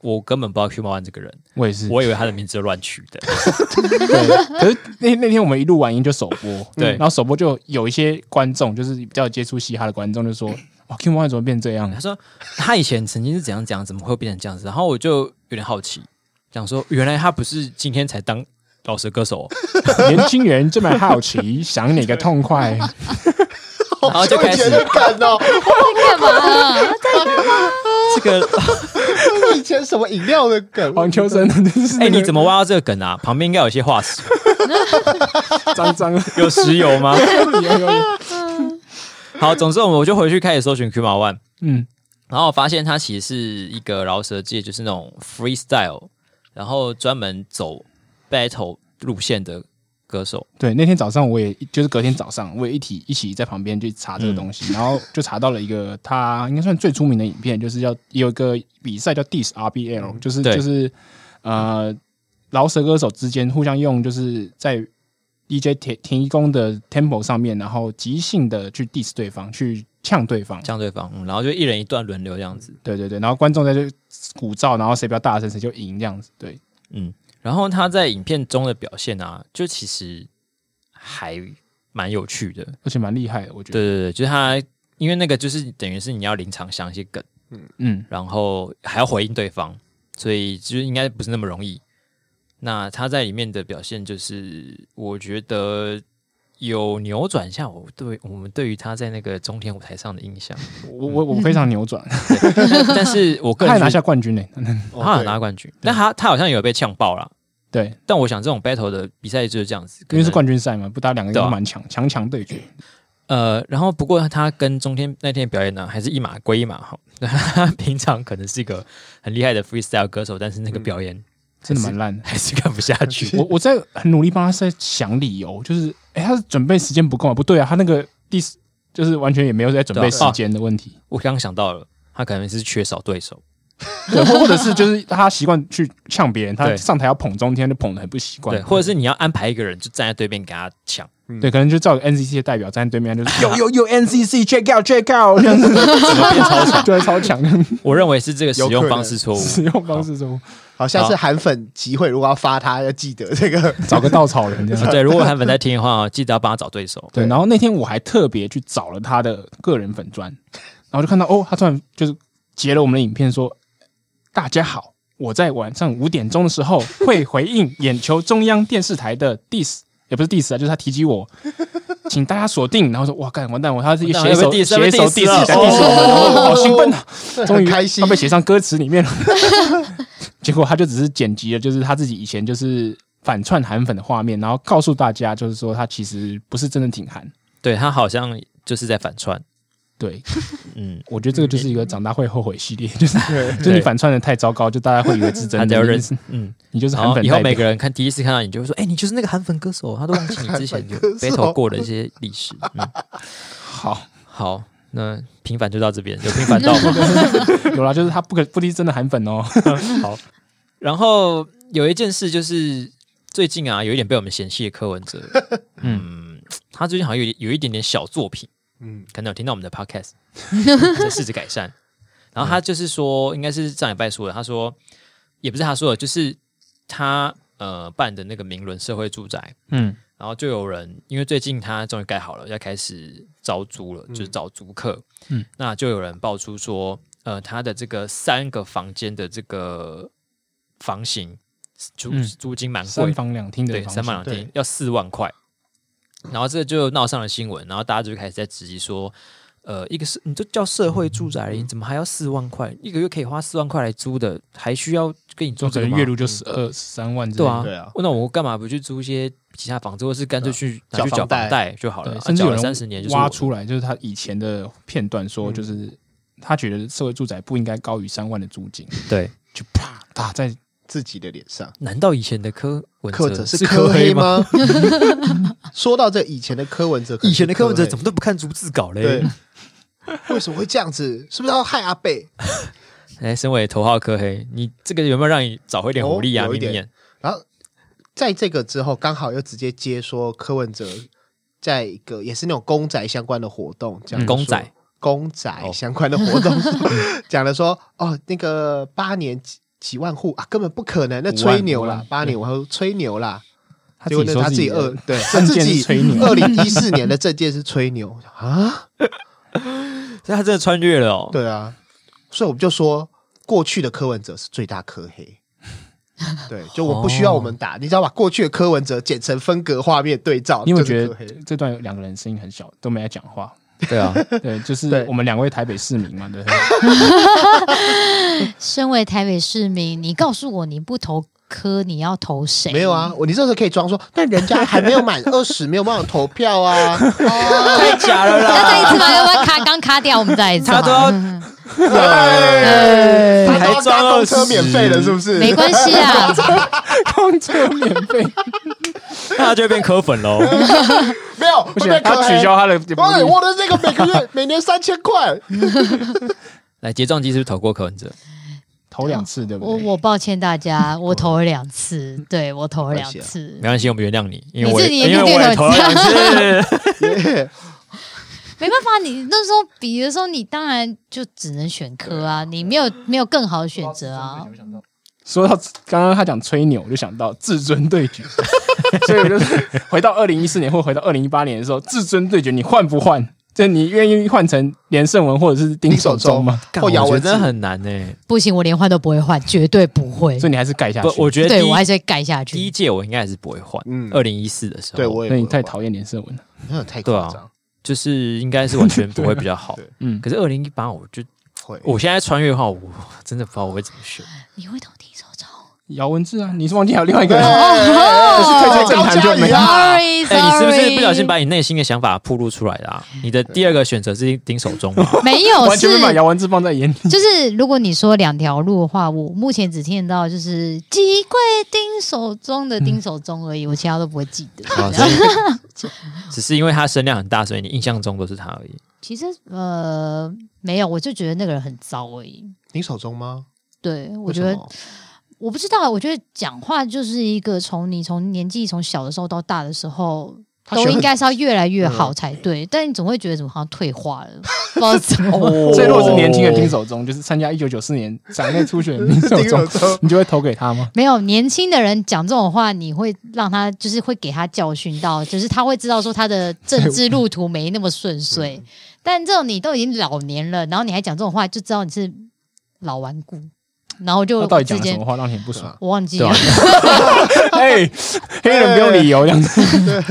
Speaker 1: 我根本不知道 Q 毛万这个人，
Speaker 2: 我也是。
Speaker 1: 我以为他的名字是乱取的。
Speaker 2: 对，可是那那天我们一录完音就首播，
Speaker 1: 对
Speaker 2: 然后首播就有一些观众，就是比较接触嘻哈的观众，就说：“哇，Q 猫怎么变这样
Speaker 1: 他？说他以前曾经是怎样怎样，怎么会变成这样子？然后我就有点好奇，想说原来他不是今天才当饶舌歌手哦、
Speaker 2: 年轻人这么好奇，想你个痛快。
Speaker 1: 然后就开始
Speaker 3: 以前的梗哦，
Speaker 4: 干嘛 啊、
Speaker 1: 这个
Speaker 3: 我 以前什么饮料的梗，
Speaker 2: 黄秋生就是
Speaker 1: 哎、
Speaker 2: 那
Speaker 1: 你
Speaker 2: 个
Speaker 1: 怎么挖到这个梗啊？旁边应该有一些化石，
Speaker 2: 脏脏的，
Speaker 1: 有石油吗？
Speaker 2: 有有有
Speaker 1: 好，总之我们我就回去开始搜寻 Q 毛万，
Speaker 2: 嗯，
Speaker 1: 然后我发现他其实是一个饶舌界就是那种 freestyle，然后专门走 battle 路线的歌手。
Speaker 2: 对，那天早上我也就是隔天早上，我也一起一起在旁边去查这个东西，然后就查到了一个他应该算最出名的影片，就是要有一个比赛叫 Diss RBL，、就是
Speaker 1: 对
Speaker 2: 就是呃饶舌歌手之间互相用就是在 DJ 提提供的 tempo 上面，然后即兴的去 diss 对方，去呛对方。
Speaker 1: 像对方，嗯，然后就一人一段轮流这样子，
Speaker 2: 对对对，然后观众在这鼓噪，然后谁比较大声谁就赢这样子。对，
Speaker 1: 嗯，然后他在影片中的表现啊，就其实还蛮有趣的。
Speaker 2: 而且蛮厉害的，我觉得。
Speaker 1: 对对对，就是他，因为那个就是等于是你要临场想一些梗，
Speaker 2: 嗯，
Speaker 1: 然后还要回应对方，所以就是应该不是那么容易。那他在里面的表现，就是我觉得有扭转一下我对我们对于他在那个中天舞台上的印 象，
Speaker 2: 我我我非常扭转，
Speaker 1: 但是我个
Speaker 2: 他
Speaker 1: 人觉
Speaker 2: 还拿
Speaker 1: 得
Speaker 2: 下嗯冠军呢。
Speaker 1: 他有拿冠军，但他他好像有被呛爆了。
Speaker 2: 对，
Speaker 1: 但我想这种 battle 的比赛就是这样子，可
Speaker 2: 因为是
Speaker 1: 能
Speaker 2: 冠军赛嘛，不打两个人
Speaker 1: 对
Speaker 2: 都
Speaker 1: 啊哎
Speaker 2: 蛮强，强强对决。
Speaker 1: 呃，然后不过他跟中天那天表演呢，还是一码归一码哈。他平常可能是一个很厉害的 freestyle 歌手，但是
Speaker 2: 嗯
Speaker 1: 那个表演
Speaker 2: 真的蛮烂的。
Speaker 1: 还是 看不下去。
Speaker 2: 我我在很努力帮他在想理由，就是哎、他是准备时间不够啊，不对啊，他那个第四就是完全也没有在准备时间的 问题，
Speaker 1: 我刚刚想到了，他可能是缺少对手。
Speaker 2: 对，或或者是就是他习惯去呛别人，他
Speaker 1: 对
Speaker 2: 上台要捧中天就捧的很不习惯
Speaker 1: 对，，或者是你要安排一个人就站在对面给他抢，
Speaker 2: 对，可能就照个 NCC 的代表站在对 面，就是有有有 NCC check out check out，这样子，超强， 对，超强，
Speaker 1: 我认为是这个使
Speaker 3: 有可
Speaker 1: 用
Speaker 3: 能
Speaker 1: 方式错误。
Speaker 2: 使用方式中
Speaker 3: 好，下次韩粉集会如果要发他，要记得这个。
Speaker 2: 找个稻草人这样。
Speaker 1: 呃对，如果韩粉在听的话，哦记得要帮他找对手。
Speaker 2: 对，然后那天我还特别去找了他的个人粉砖，然后就看到哦，他突然就是截了我们的影片说：“大家好，我在晚上五点钟的 时候会回应眼球中央电视台的 diss，也不是 diss 啊，就是他提及我，请大家锁定。”然后说：“哇，干完蛋，我他是一个
Speaker 1: 完
Speaker 2: 写
Speaker 1: 蛋
Speaker 2: 手
Speaker 1: 被
Speaker 2: 写
Speaker 1: diss 了被
Speaker 2: 手
Speaker 1: diss
Speaker 2: diss
Speaker 1: 了
Speaker 2: 在 diss 我们，然后我好
Speaker 1: 哦
Speaker 2: 兴奋啊！ 终于
Speaker 3: 很开心
Speaker 2: 他被写上歌词里面了。 结果他就只是剪辑了，就是他自己以前就是反串韩粉的画面，然后告诉大家，就是说他其实不是真的挺韩。
Speaker 1: 对他好像就是在反串。
Speaker 2: 对，
Speaker 1: 嗯，
Speaker 2: 我觉得这个就是一个长大会后悔系列， 就是就是你反串的太糟糕，就大家会以为是
Speaker 1: 他只
Speaker 2: 真的，
Speaker 1: 要
Speaker 2: 你
Speaker 1: 认
Speaker 2: 就是
Speaker 1: 嗯，
Speaker 2: 你就是
Speaker 1: 然
Speaker 2: 韩
Speaker 1: 后
Speaker 2: 粉
Speaker 1: 以后
Speaker 2: 代
Speaker 1: 每个
Speaker 2: 表。
Speaker 1: 人看第一次看到你，就会说：“哎、你就是那个韩粉歌手。”他都忘记你之前有
Speaker 3: 韩粉歌手
Speaker 1: battle 过的一些历史。嗯，
Speaker 2: 好，
Speaker 1: 好，那平凡就到这边，有平凡到吗？
Speaker 2: 有啦，就是他不可不一定是真的韩粉哦。
Speaker 1: 好，然后有一件事就是最近啊，有一点被我们嫌弃的柯文哲，嗯，他最近好像有有一点点小作品，
Speaker 3: 嗯，
Speaker 1: 可能有听到我们的 podcast，在试着改善。然后他就是说，应该是上礼拜说的，他说也不是他说的，就是他呃办的那个名伦社会住宅，
Speaker 2: 嗯，
Speaker 1: 然后就有人，因为最近他终于盖好了，要开始招租了，就是找租客。
Speaker 2: 嗯，
Speaker 1: 那就有人爆出说，呃，他的这个三个房间的这个房型租、
Speaker 2: 嗯
Speaker 1: 租金蛮贵
Speaker 2: 三
Speaker 1: 的，
Speaker 2: 房两厅的
Speaker 1: 对，
Speaker 2: 房
Speaker 1: 三房两
Speaker 3: 对
Speaker 1: 厅要四万块，然后这就闹上了新闻，然后大家就开始在质疑说，呃，一个是你这叫社会住宅了，
Speaker 2: 嗯
Speaker 1: 你怎么还要四万块？一个月可以花四万块来租的，还需要跟你租
Speaker 2: 我
Speaker 1: 这个
Speaker 2: 可能
Speaker 1: 吗
Speaker 2: 月入就十二三万之
Speaker 1: 对
Speaker 2: 类的，
Speaker 1: 啊，
Speaker 3: 对啊
Speaker 1: 那我干嘛不去租一些其他房子，或是干脆去拿去缴
Speaker 3: 缴房贷
Speaker 1: 房贷就好了？
Speaker 2: 对，
Speaker 1: 啊
Speaker 2: 甚至
Speaker 1: 缴
Speaker 2: 有
Speaker 1: 了
Speaker 2: 人
Speaker 1: 三十年就是我
Speaker 2: 挖
Speaker 1: 的
Speaker 2: 出来，就是他以前的片段
Speaker 3: 嗯
Speaker 2: 说，就是他觉得社会住宅不应该高于三万的租金，
Speaker 1: 对。
Speaker 2: 就啪打在
Speaker 3: 自己的脸上。
Speaker 1: 难道以前的柯文
Speaker 3: 柯
Speaker 1: 哲
Speaker 3: 哲是
Speaker 2: 是
Speaker 3: 柯
Speaker 2: 柯黑
Speaker 3: 黑吗？ 说到这以前的柯文哲，可能
Speaker 1: 以前的
Speaker 3: 是
Speaker 1: 柯文哲
Speaker 3: 黑
Speaker 1: 怎么都不看逐字稿嘞
Speaker 3: 对？？为什么会这样子？是不是要害阿贝？
Speaker 1: 哎，身为头号柯黑，你这个有没有让你找回点活力啊？
Speaker 3: 哦有一
Speaker 1: 明
Speaker 3: 点
Speaker 1: 年
Speaker 3: 然后在这个之后，刚好又直接接说柯文哲在一个也是那种公仔相关的活动，讲
Speaker 2: 嗯
Speaker 1: 公仔。
Speaker 3: 公仔相关的活 动，讲了说哦，那个八年几几万户啊，根本不可能，那
Speaker 2: 五万
Speaker 3: 吹牛
Speaker 2: 五
Speaker 3: 啦
Speaker 2: 万，
Speaker 3: 八年我还说吹牛啦，
Speaker 2: 他
Speaker 3: 结
Speaker 2: 自己
Speaker 3: 果那
Speaker 2: 说
Speaker 3: 他自己
Speaker 2: 的
Speaker 3: 二对，他
Speaker 2: 证
Speaker 3: 自
Speaker 2: 件是
Speaker 3: 己
Speaker 2: 吹牛
Speaker 3: 二零一四年的证件是吹牛啊，
Speaker 1: 所以他真的穿越了哦。
Speaker 3: 对啊，所以我们就说过去的柯文哲是最大柯 黑。对，就我不需要我们打，你只要把过去的柯文哲剪成分隔画面对照，
Speaker 2: 哦你有没有
Speaker 3: 就是
Speaker 2: 觉
Speaker 3: 柯
Speaker 2: 得
Speaker 3: 黑
Speaker 2: 这段有两个人声音很小，都没在讲话？
Speaker 1: 对啊，
Speaker 2: 对，就是
Speaker 3: 对
Speaker 2: 我们两位台北市民嘛，对不对。
Speaker 4: 身为台北市民，你告诉我你不投科，你要投谁？
Speaker 3: 没有啊，我你这时候可以装说，但人家还没有满二十，没有办法投票啊。
Speaker 1: 太假了
Speaker 4: 要再一
Speaker 1: 啦！
Speaker 4: 次吗？要不要卡刚卡掉？我们再一次吗。
Speaker 1: 他都要
Speaker 3: 哎
Speaker 1: 还
Speaker 3: 他都要搭
Speaker 1: 装
Speaker 3: 公车
Speaker 1: 20
Speaker 3: 免费了，是不是？
Speaker 4: 没关系啊，
Speaker 2: 公车免费，
Speaker 1: 那他就会变柯粉喽。
Speaker 3: 没有，
Speaker 2: 不行
Speaker 3: 会，被
Speaker 2: 他
Speaker 3: 可黑
Speaker 2: 取消。他的。
Speaker 3: 喂，我的这个每个月每年三千块，
Speaker 1: 来，睫状肌是不是投过柯文哲？
Speaker 2: 头两次，对
Speaker 4: 我
Speaker 2: 不对？
Speaker 4: 我抱歉大家，我投了两次，对我投了两次
Speaker 1: 没，关系，我们原谅你，因为我
Speaker 4: 你自己也
Speaker 1: 因为我也
Speaker 4: 变
Speaker 1: 投
Speaker 4: 柯
Speaker 1: 了
Speaker 4: 粉
Speaker 1: 两次。
Speaker 4: 没办法，你那时候比的时候，你当然就只能选科啊，你没有没有更好的选择啊。
Speaker 2: 说到刚刚他讲吹牛，我就想到至尊对决，所以我就是回到二零一四年或回到二零一八年的时候，至尊对决你换不换？就你愿意换成连胜文或者是丁守中吗？
Speaker 1: 干
Speaker 3: 哦后咬
Speaker 1: 我
Speaker 3: 文
Speaker 1: 觉得
Speaker 3: 字
Speaker 1: 很难呢、
Speaker 4: 不行，我连换都不会换，绝对不会。
Speaker 2: 所以你还是盖下去
Speaker 1: 不，。我觉得
Speaker 4: 对
Speaker 1: 第一
Speaker 4: 我还是会盖下
Speaker 1: 第一
Speaker 4: 去。
Speaker 1: 届我应该还是不会换。
Speaker 3: 嗯
Speaker 1: 二零一四的时候，
Speaker 3: 对我也
Speaker 2: 那你
Speaker 3: 不会
Speaker 2: 太讨厌连胜文了。
Speaker 3: 玩，那太
Speaker 1: 对
Speaker 3: 夸
Speaker 1: 啊
Speaker 3: 张，。
Speaker 1: 就是应该是完全不会比较好
Speaker 3: 对
Speaker 2: 嗯，
Speaker 1: 可是二零一八，我就
Speaker 3: 会
Speaker 1: 我现在穿越的话，我真的不知道我会怎么选。
Speaker 4: 你会投第一手招
Speaker 2: 姚文志啊，你是忘记还有另外一个人？
Speaker 3: 哦
Speaker 2: 可是退出政坛就没有
Speaker 4: ？Sorry，
Speaker 1: 哎、你是不是不小心
Speaker 4: sorry
Speaker 1: 把你内心的想法暴露出来了、啊？你的第二个选择是丁守 中嘛？
Speaker 4: 没有
Speaker 2: 完全没把
Speaker 4: 啊是？
Speaker 2: 姚文志放在眼里。
Speaker 4: 就是如果你说两条路的话，我目前只听得到就是极贵丁手中的丁手中而已，我其他都不会记得。
Speaker 1: 啊所以只是因为他声量很大，所以你印象中都是他而已。
Speaker 4: 其实呃没有，我就觉得那个人很糟而已。
Speaker 3: 你手 中吗？
Speaker 4: 对，我
Speaker 3: 为
Speaker 4: 觉
Speaker 3: 什
Speaker 4: 得
Speaker 3: 么
Speaker 4: 我不知道，我觉得讲话就是一个从你从年纪从小的时候到大的时候，
Speaker 3: 他
Speaker 4: 都
Speaker 3: 学
Speaker 4: 应
Speaker 3: 很
Speaker 4: 该是要越来越
Speaker 2: 嗯
Speaker 4: 好才对。但你总会觉得怎么好像退化了，不知道怎么。
Speaker 2: 所以如果是年轻的丁守中，就是参加一九九四年党内初选的丁守
Speaker 3: 丁守
Speaker 2: 中
Speaker 3: 中，
Speaker 2: 你就会投给他吗？
Speaker 4: 没有年轻的人讲这种话，你会让他就是会给他教训到，就是他会知道说他的政治路途没那么顺遂。但这种你都已经老年了，然后你还讲这种话，就知道你是老顽固。然后就
Speaker 2: 他到底讲
Speaker 4: 之
Speaker 2: 了什
Speaker 4: 间
Speaker 2: 么话让你很不爽？
Speaker 4: 我忘记
Speaker 1: 对
Speaker 4: 了
Speaker 1: 啊，
Speaker 2: 哎，黑人不用理由这样子，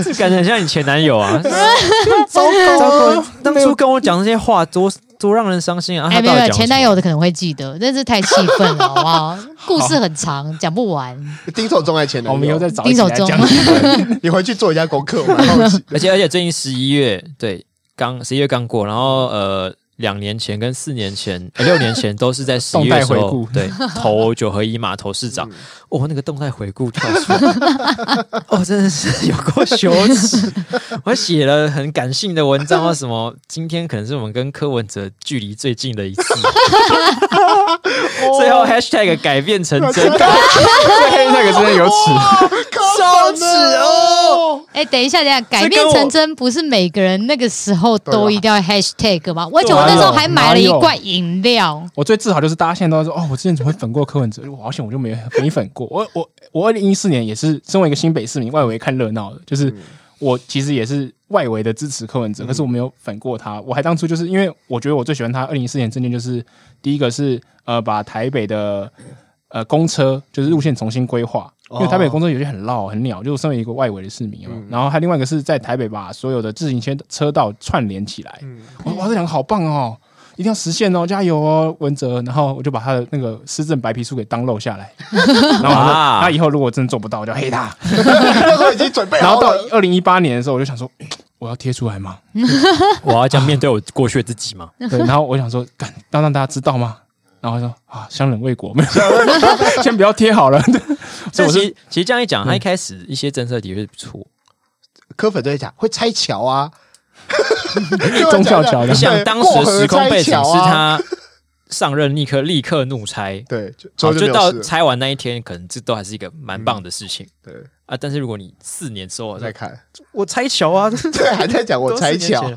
Speaker 1: 这感觉很像你前男友 啊！
Speaker 2: 糟糕，
Speaker 1: 当初跟我讲这些话，多多让人伤心啊！啊
Speaker 4: 哎，
Speaker 1: 他
Speaker 4: 没
Speaker 1: 到
Speaker 4: 有
Speaker 1: 底
Speaker 4: 没有，
Speaker 1: 讲
Speaker 4: 前男
Speaker 1: 什么。
Speaker 4: 友的可能会记得， 但是太气愤了，好不好？故事很长，讲不完。
Speaker 3: 丁守中还前男
Speaker 2: 哦我们以后
Speaker 3: 友
Speaker 2: 再，找一起来
Speaker 4: 丁守
Speaker 2: 讲
Speaker 4: 中。
Speaker 3: 哦你回去做一下功课，我蛮好奇
Speaker 2: 嗯
Speaker 1: 而且而且最近十一月，对，刚十一月刚过，然后
Speaker 2: 嗯
Speaker 1: 呃，两年前跟四年前、呃六年前都是在十一
Speaker 2: 动
Speaker 1: 月
Speaker 2: 态
Speaker 1: 的时
Speaker 2: 回
Speaker 1: 候
Speaker 2: 顾，嗯
Speaker 1: 对，投九合一嘛，投市 长，哦，那个动态回顾跳出来， 哦，真的是有够羞 耻。我写了很感性的文章，或什么，今天可能是我们跟柯文哲距离最近的一次，
Speaker 2: 哦
Speaker 1: 最后 hashtag 改变成真，
Speaker 2: 这黑 那个真的有耻，
Speaker 1: 羞耻 哦。
Speaker 4: 哎，等一下，等一下，改
Speaker 1: 这跟
Speaker 4: 变
Speaker 1: 我
Speaker 4: 成真不是每个人那个时候都一定要 hashtag
Speaker 1: 啊
Speaker 4: 吗？而且我那时候还买了一罐饮料，
Speaker 2: 我最自豪就是大家现在都在说哦，我之前怎么会粉过柯文哲？我好险我就没没粉过。我 我我二零一四年也是身为一个新北市民，外围看热闹的，就是我其实也是外围的支持柯文哲，可是我没有粉过他。我还当初就是因为我觉得我最喜欢他二零一四年政见就是第一个是呃把台北的。呃，公车就是路线重新规划，因为台北的公车有些很绕很鸟，就是身为一个外围的市民有没有然后还另外一个是在台北把所有的自行车车道串联起来，我说哇，这两个好棒哦，一定要实现哦，加油哦，文哲。然后我就把他的那个施政白皮书给当漏 下来，然后我说
Speaker 1: 哇
Speaker 2: 他以后如果真的做不到，我就黑他。
Speaker 3: 那时候已经准
Speaker 1: 哎
Speaker 3: 备
Speaker 2: 然
Speaker 3: 好
Speaker 2: 后到
Speaker 3: 了，
Speaker 2: 二零一八年的时候，我就想说。我要贴出来吗？
Speaker 1: 我要这样面对我过去的自己吗？
Speaker 2: 对，然后我想说，敢要让大家知道吗？然后他说啊，相忍为国，没有， 先不要贴好了。 所以
Speaker 1: 但
Speaker 2: 我
Speaker 1: 其
Speaker 2: 是
Speaker 1: 实其实这样一讲，
Speaker 3: 嗯
Speaker 1: 他一开始一些政策的确是不错。
Speaker 3: 柯粉都会讲会拆桥啊，就
Speaker 2: 中校桥的
Speaker 1: 你
Speaker 3: 对
Speaker 1: 想当时的时空背景
Speaker 3: 嗯 过河拆桥
Speaker 1: 是
Speaker 3: 啊
Speaker 1: 他上任立刻立刻怒拆，
Speaker 3: 对，就
Speaker 1: 好
Speaker 3: 就
Speaker 1: 哦就
Speaker 3: 没有
Speaker 1: 到
Speaker 3: 事了
Speaker 1: 拆完那一天，可能这都还是一个蛮棒的事情
Speaker 3: 对，
Speaker 1: 啊。但是如果你四年之后
Speaker 3: 我在看，
Speaker 1: 我拆桥啊，
Speaker 3: 对，还在讲我拆桥，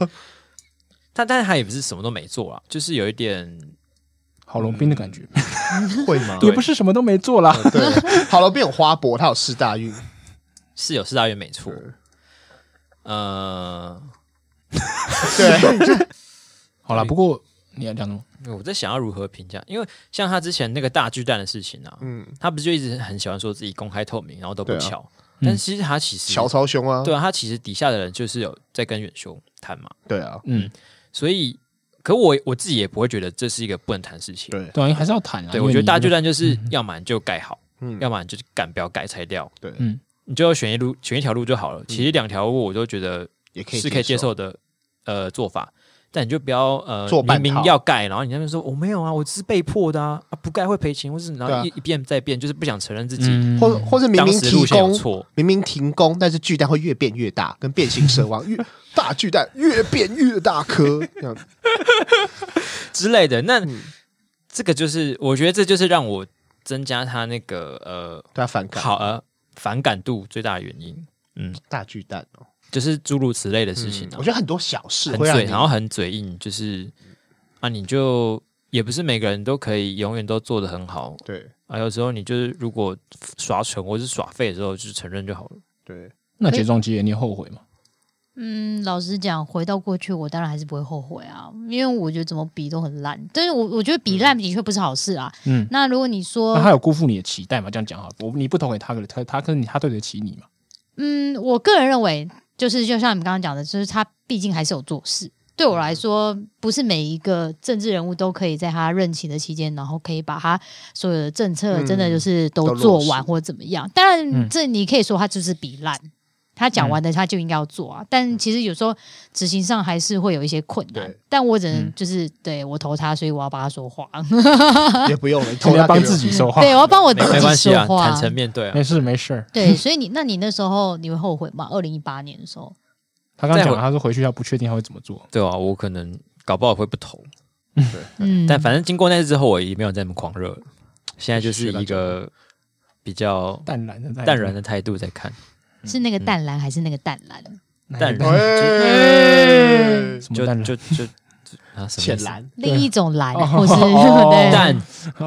Speaker 1: 他但是他也不是什么都没做啊，就是有一点
Speaker 2: 郝龙斌的感觉，
Speaker 1: 嗯
Speaker 3: 会吗？
Speaker 1: 对
Speaker 2: 也不是什么都没做啦。
Speaker 3: 对，好了，变有花博，他有四大运，
Speaker 1: 是有四大院没错
Speaker 3: 对，
Speaker 1: 呃，
Speaker 3: 对，
Speaker 2: 好啦，不过你要讲什么？
Speaker 1: 我在想要如何评价，因为像他之前那个大巨蛋的事情啊，
Speaker 3: 嗯，
Speaker 1: 他不是就一直很喜欢说自己公开透明，然后都不
Speaker 3: 对啊
Speaker 1: 敲，但其实他其实
Speaker 3: 桥超凶啊，
Speaker 1: 对啊，他其实底下的人就是有在跟远兄谈嘛，
Speaker 3: 对啊，
Speaker 2: 嗯，
Speaker 1: 所以可我我自己也不会觉得这是一个不能谈的事情。
Speaker 3: 对，
Speaker 2: 对啊，你还是要谈啊。
Speaker 1: 对，
Speaker 2: 因为
Speaker 1: 我觉得
Speaker 2: 你
Speaker 1: 大巨蛋就是要么你就盖好，
Speaker 3: 嗯
Speaker 1: 要么你就是敢不要盖拆掉，
Speaker 3: 对
Speaker 2: 嗯
Speaker 1: 你就选一路选一条路就好了。其实两条路我都觉得
Speaker 3: 也可以
Speaker 1: 是可以接，受的，呃，做法。但你就不要呃，
Speaker 3: 做半
Speaker 1: 明
Speaker 3: 套
Speaker 1: 明要盖，然后你那边说我、没有啊，我只是被迫的啊，啊不盖会赔钱，或是然后
Speaker 3: 对啊
Speaker 1: 一、一遍再变，就是不想承认自己、
Speaker 2: 嗯，
Speaker 3: 或或是明
Speaker 1: 当
Speaker 3: 明
Speaker 1: 时路
Speaker 3: 提
Speaker 1: 线有
Speaker 3: 供
Speaker 1: 错。
Speaker 3: 明明停工，但是巨蛋会越变越大，跟变形蛇王越大巨蛋越变越大颗，这样子
Speaker 1: 之类的。那、
Speaker 3: 嗯
Speaker 1: 这个就是，我觉得这就是让我增加他那个
Speaker 3: 对他反
Speaker 1: 呃
Speaker 3: 感。
Speaker 1: 好呃反感度最大的原因，
Speaker 3: 大巨蛋哦，
Speaker 1: 就是诸如此类的事情、啊
Speaker 3: 嗯我觉得很多小事
Speaker 1: 很
Speaker 3: 会让啊
Speaker 1: 嘴，
Speaker 3: 你
Speaker 1: 然后很嘴硬，就是啊，你就也不是每个人都可以永远都做得很好
Speaker 3: 对
Speaker 1: 啊。有时候你就是如果耍蠢或是耍废的时候，就是承认就好了。
Speaker 3: 对，
Speaker 2: 那起重机你后悔吗？
Speaker 4: 嗯，老实讲，回到过去，我当然还是不会后悔啊，因为我觉得怎么比都很烂。但是我我觉得比烂的确不是好事啊。
Speaker 2: 嗯，
Speaker 4: 那如果你说
Speaker 1: 啊
Speaker 2: 那他有辜负你的期待吗？这样讲好了，我你不投给他，可他他跟你他对得起你嘛？
Speaker 4: 嗯，我个人认为，就是就像你们刚刚讲的，就是他毕竟还是有做事。对我
Speaker 3: 嗯
Speaker 4: 来说，不是每一个政治人物都可以在他任期的期间，然后可以把他所有的政策
Speaker 3: 嗯
Speaker 4: 真的就是都
Speaker 3: 都落
Speaker 4: 做
Speaker 3: 实
Speaker 4: 完或怎么样。当然，
Speaker 2: 嗯
Speaker 4: 这你可以说他就是比烂，他
Speaker 1: 嗯
Speaker 4: 讲完的他就应该要做啊。但其实有时候执行上还是会有一些困难
Speaker 3: 嗯对。
Speaker 4: 但我只能
Speaker 2: 嗯
Speaker 4: 就是对我投他，所以我要帮他 说话。
Speaker 3: 也不用了，你
Speaker 2: 你
Speaker 3: 偷
Speaker 2: 要
Speaker 3: 他
Speaker 2: 帮
Speaker 3: 给我
Speaker 2: 自己说话，
Speaker 4: 对，我要帮我自
Speaker 1: 没没
Speaker 4: 己
Speaker 1: 关系
Speaker 4: 说
Speaker 1: 啊，
Speaker 4: 话。
Speaker 1: 坦诚面对啊
Speaker 3: 嗯
Speaker 2: 没。事没事。
Speaker 4: 对，所以你那你那时候你会后悔吗？二零一八年的时候。
Speaker 2: 他刚讲
Speaker 1: 再
Speaker 2: 了，
Speaker 1: 回
Speaker 2: 他说回去他不确定他会怎么做。
Speaker 1: 对啊，我可能搞不好会不投，
Speaker 4: 嗯，
Speaker 1: 但反正经过那次之后，我也没有再那么狂热了。现在就是一个比较
Speaker 2: 淡然的，
Speaker 1: 淡然的态度在看，
Speaker 4: 是那个淡蓝还是那个淡蓝？
Speaker 2: 淡
Speaker 1: 淡然
Speaker 3: 哎
Speaker 2: 什么
Speaker 1: 就
Speaker 2: 淡然
Speaker 1: 就就就啊什么意思
Speaker 3: 浅蓝
Speaker 4: 另一种蓝，
Speaker 2: 哦
Speaker 4: 或是
Speaker 2: 哦
Speaker 4: 对
Speaker 1: 淡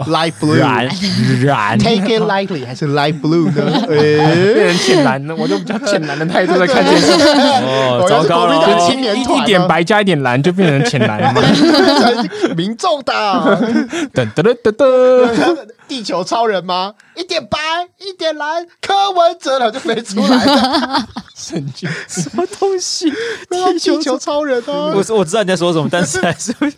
Speaker 3: light
Speaker 1: 然
Speaker 3: blue。
Speaker 1: 然
Speaker 3: Take it lightly 还是 light blue 呢？哎
Speaker 2: 变成欠蓝了，我就比较欠蓝的态 度在看电视，
Speaker 1: 哦，
Speaker 3: 我
Speaker 1: 糟
Speaker 3: 要是啊
Speaker 1: 糕
Speaker 3: 国民党
Speaker 1: 了，
Speaker 3: 青年团
Speaker 2: 一点白加一点蓝就变成欠蓝了 嘛。
Speaker 3: 白，民众党，
Speaker 2: 噔噔噔噔噔，
Speaker 3: 地球超人吗？一点白，一点蓝，柯文哲他就飞出来了，
Speaker 2: 神经
Speaker 1: 什么东西？
Speaker 3: 地球超人啊！
Speaker 1: 我我知道你在说什么，但是还是会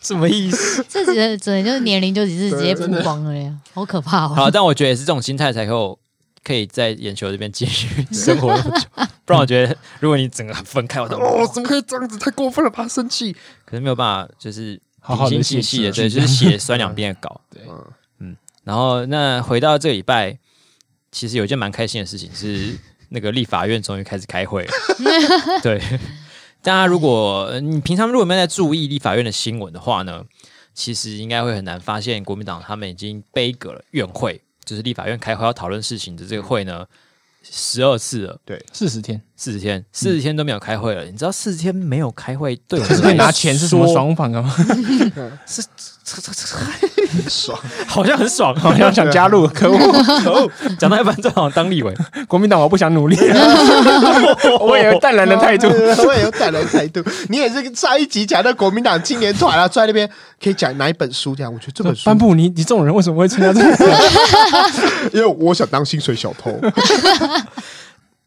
Speaker 1: 什么意思？
Speaker 4: 这只能只能就是年龄就只是直接曝光了呀，好可怕
Speaker 1: 好，
Speaker 4: 哦！
Speaker 1: 但我觉得也是这种心态才够。可以在眼球这边继续生活那么久，不然我觉得如果你整个分开，我都
Speaker 3: 哦，怎么可以这样子？太过分了吧！生气。
Speaker 1: 可是没有办法，就是
Speaker 2: 好好地
Speaker 1: 平心静
Speaker 2: 写
Speaker 1: 气的，
Speaker 2: 字啊
Speaker 1: 对， 就是写酸两遍的稿。
Speaker 2: 对
Speaker 3: 嗯
Speaker 1: 嗯，然后那回到这个礼拜，其实有一件蛮开心的事情是，那个立法院终于开始开会 了。对，大家如果呃你平常如果没有在注意立法院的新闻的话呢，其实应该会很难发现国民党他们已经杯葛了院会，就是立法院开会要讨论事情的这个会呢，十二次了。
Speaker 2: 四十天，
Speaker 1: 四十天，四十天都没有开会了。你知道四十天没有开会，对我
Speaker 2: 可
Speaker 1: 们
Speaker 2: 是可以
Speaker 1: 来
Speaker 2: 拿钱是什么
Speaker 1: 说
Speaker 2: 爽法吗？
Speaker 3: 爽，
Speaker 1: 好像很爽，
Speaker 2: 好像想 加入，可恶！
Speaker 1: 可恶，讲到一半就好像当立委，
Speaker 2: 国民党我不想努力， 我也有淡
Speaker 3: 哎
Speaker 2: 然的态度。
Speaker 3: 我也有淡然的态度。你也是上一集讲到国民党青年团啊，坐在那边可以讲哪一本书这样？我觉得这本书
Speaker 2: 呃颁，布你你这种人为什么会参加这 个？
Speaker 3: 因为我想当薪水小偷。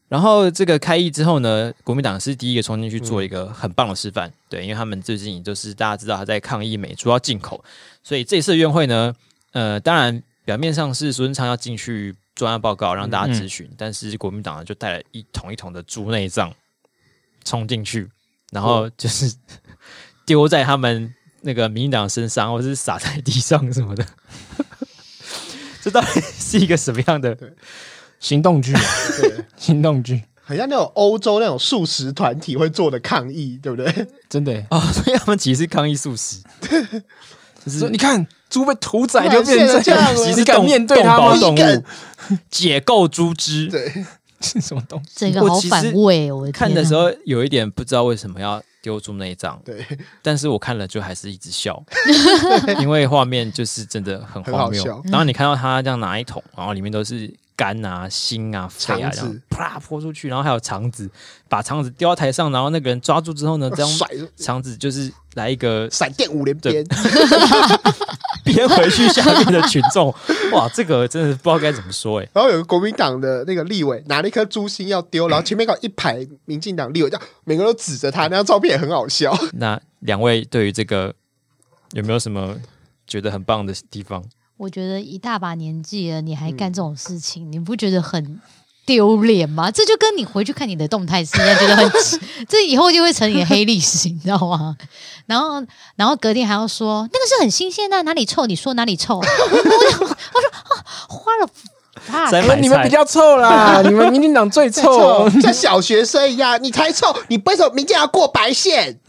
Speaker 1: 然后这个开议之后呢，国民党是第一个冲进去做一个很棒的示范，对，因为他们最近就是大家知道他在抗议美猪要进口，所以这次的院会呢，呃，当然表面上是苏贞昌要进去专案报告让大家咨询，但是国民党呢就带了一桶一桶的猪内脏冲进去，然后就是丢在他们那个民进党身上，或是撒在地上什么的。这到底是一个什么样的？
Speaker 2: 行动剧，
Speaker 3: 对，
Speaker 2: 行动剧，
Speaker 3: 很像那种欧洲那种素食团体会做的抗议，对不对？
Speaker 2: 真的耶。
Speaker 1: 哦，所以他们其实是抗议素食，
Speaker 2: 说你看猪被屠宰
Speaker 3: 突
Speaker 2: 就变
Speaker 3: 然
Speaker 2: 成这
Speaker 3: 变成
Speaker 2: 样
Speaker 3: 这样
Speaker 2: 了，
Speaker 3: 了
Speaker 2: 你敢面对它吗
Speaker 1: 动保？动
Speaker 3: 你敢
Speaker 1: 物解构猪只。
Speaker 3: 对，
Speaker 2: 是什么东西？
Speaker 4: 整个好反胃哦，我的
Speaker 1: 看的
Speaker 4: 天
Speaker 1: 时
Speaker 4: 啊，
Speaker 1: 候有一点不知道为什么要丢猪内脏，
Speaker 3: 对，
Speaker 1: 但是我看了就还是一直笑，因为画面就是真的很
Speaker 3: 很好
Speaker 1: 荒谬
Speaker 3: 笑。
Speaker 1: 然后你看到他这样拿一桶，然后里面都是肝啊、心啊、肺啊，
Speaker 3: 肠子
Speaker 1: 这样啪泼出去，然后还有肠子，把肠子丢到台上，然后那个人抓住之 后呢，这样
Speaker 3: 甩
Speaker 1: 肠子就是来一个
Speaker 3: 闪电五连鞭，
Speaker 1: 编回去下面的群众。 哇，这个真的是不知道该怎么说哎、
Speaker 3: 然后有个国民党的那个立委拿了一颗猪心要丢，然后前面搞一排民进党立委，这样每个人都指着他，那张照片也很好笑。
Speaker 1: 那两位对于这个有没有什么觉得很棒的地方？
Speaker 4: 我觉得一大把年纪了，你还干这种事情，你不觉得很？丢脸吗？这就跟你回去看你的动态是一样，觉得很 这以后就会成你的黑历史，你知道吗？然后，然后隔天还要说那个是很新鲜的，啊哪里臭？你说哪里臭？我 我说啊，花了大
Speaker 1: 在买
Speaker 2: 你们比较臭 啦，你们民进党最臭，
Speaker 3: 像小学生一样，你才臭，你为什么民进党要过白线？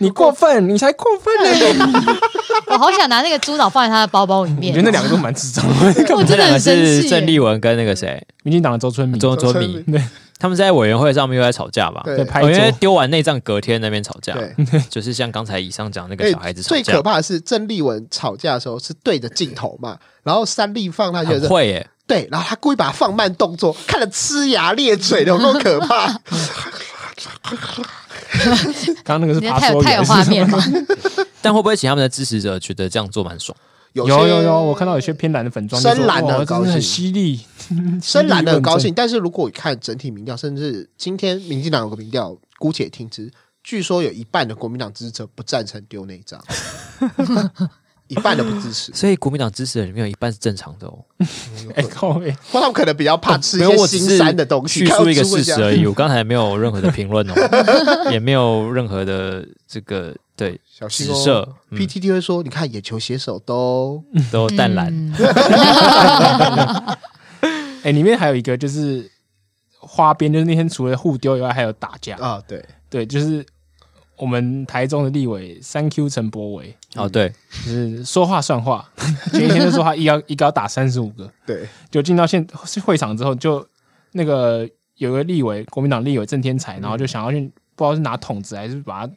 Speaker 2: 你过分，你才过分呢！
Speaker 4: 我好想拿那个猪脑放在他的包包里
Speaker 2: 我
Speaker 4: 面。哦
Speaker 2: 觉得那两个都蛮智障的，
Speaker 4: 我
Speaker 1: 这
Speaker 4: 真的
Speaker 1: 两个
Speaker 4: 很生
Speaker 1: 啊是
Speaker 4: 气
Speaker 1: 郑
Speaker 4: 耶。
Speaker 1: 丽文跟那个谁
Speaker 2: 民进党的周春明
Speaker 1: 周
Speaker 3: 嗯周
Speaker 1: 周
Speaker 3: 春
Speaker 1: 明，
Speaker 3: 明
Speaker 1: 他们在委员会上面又在吵架吧？
Speaker 3: 对
Speaker 2: 在
Speaker 1: 哦
Speaker 2: 拍
Speaker 1: 因为
Speaker 2: 桌，
Speaker 1: 丢完内脏隔天那边吵架，
Speaker 3: 对，
Speaker 1: 就是像刚才以上讲那个
Speaker 3: 哎
Speaker 1: 小孩子吵
Speaker 3: 最
Speaker 1: 架
Speaker 3: 可，怕的是郑丽文吵架的时候是对着镜头嘛，然后三立放他就
Speaker 1: 很
Speaker 3: 是
Speaker 1: 会耶，
Speaker 3: 对，然后他故意把它放慢动作，看得呲牙咧嘴的，有够可 怕。
Speaker 2: 刚刚那个是
Speaker 4: 你
Speaker 2: 爬
Speaker 4: 太有
Speaker 2: 梭
Speaker 4: 太有画面
Speaker 2: 了。
Speaker 4: 了。
Speaker 5: 但会不会请他们的支持者觉得这样做蛮爽？
Speaker 3: 有
Speaker 2: 有
Speaker 3: 些
Speaker 2: 有有，我看到有些偏蓝的粉妆就说，
Speaker 3: 深蓝的
Speaker 2: 哇
Speaker 3: 很高
Speaker 2: 真的很
Speaker 3: 兴
Speaker 2: 犀利，
Speaker 3: 深蓝的很高
Speaker 2: 犀利
Speaker 3: 兴，但是如果你看整体民调，甚至今天民进党有个民调，姑且听之，据说有一半的国民党支持者不赞成丢那一 张，一半的不支持，
Speaker 5: 所以国民党支持的里面有一半是正常的哦。
Speaker 2: 论证。哎，靠背，
Speaker 3: 或他们可能比较怕吃一
Speaker 1: 没有，
Speaker 3: 些
Speaker 1: 我只
Speaker 3: 新山的东
Speaker 1: 是
Speaker 3: 西，
Speaker 1: 叙述一个
Speaker 3: 看
Speaker 1: 事
Speaker 3: 到猪会这
Speaker 1: 实
Speaker 3: 样
Speaker 1: 而已。我刚才没有任何的评论 哦，也没有任何的这个对
Speaker 3: 小心
Speaker 1: 直
Speaker 3: 哦。
Speaker 1: 射，嗯
Speaker 3: PTT 会说，你看野球写手都
Speaker 1: 都 淡蓝。
Speaker 4: 嗯
Speaker 2: 哎，里面还有一个就是花边，就是那天除了互丢以外，还有打架。
Speaker 3: 啊，对，
Speaker 2: 对，就是我们台中的立委三 Q 陈柏维，
Speaker 1: 哦，对，
Speaker 2: 就是说话算话， 前一天就说他一要一个要打三十五个，
Speaker 3: 对，
Speaker 2: 就进到现会场之后，就那个有个立委，国民党立委郑天才，然后就想要去不知道是拿筒子还是把他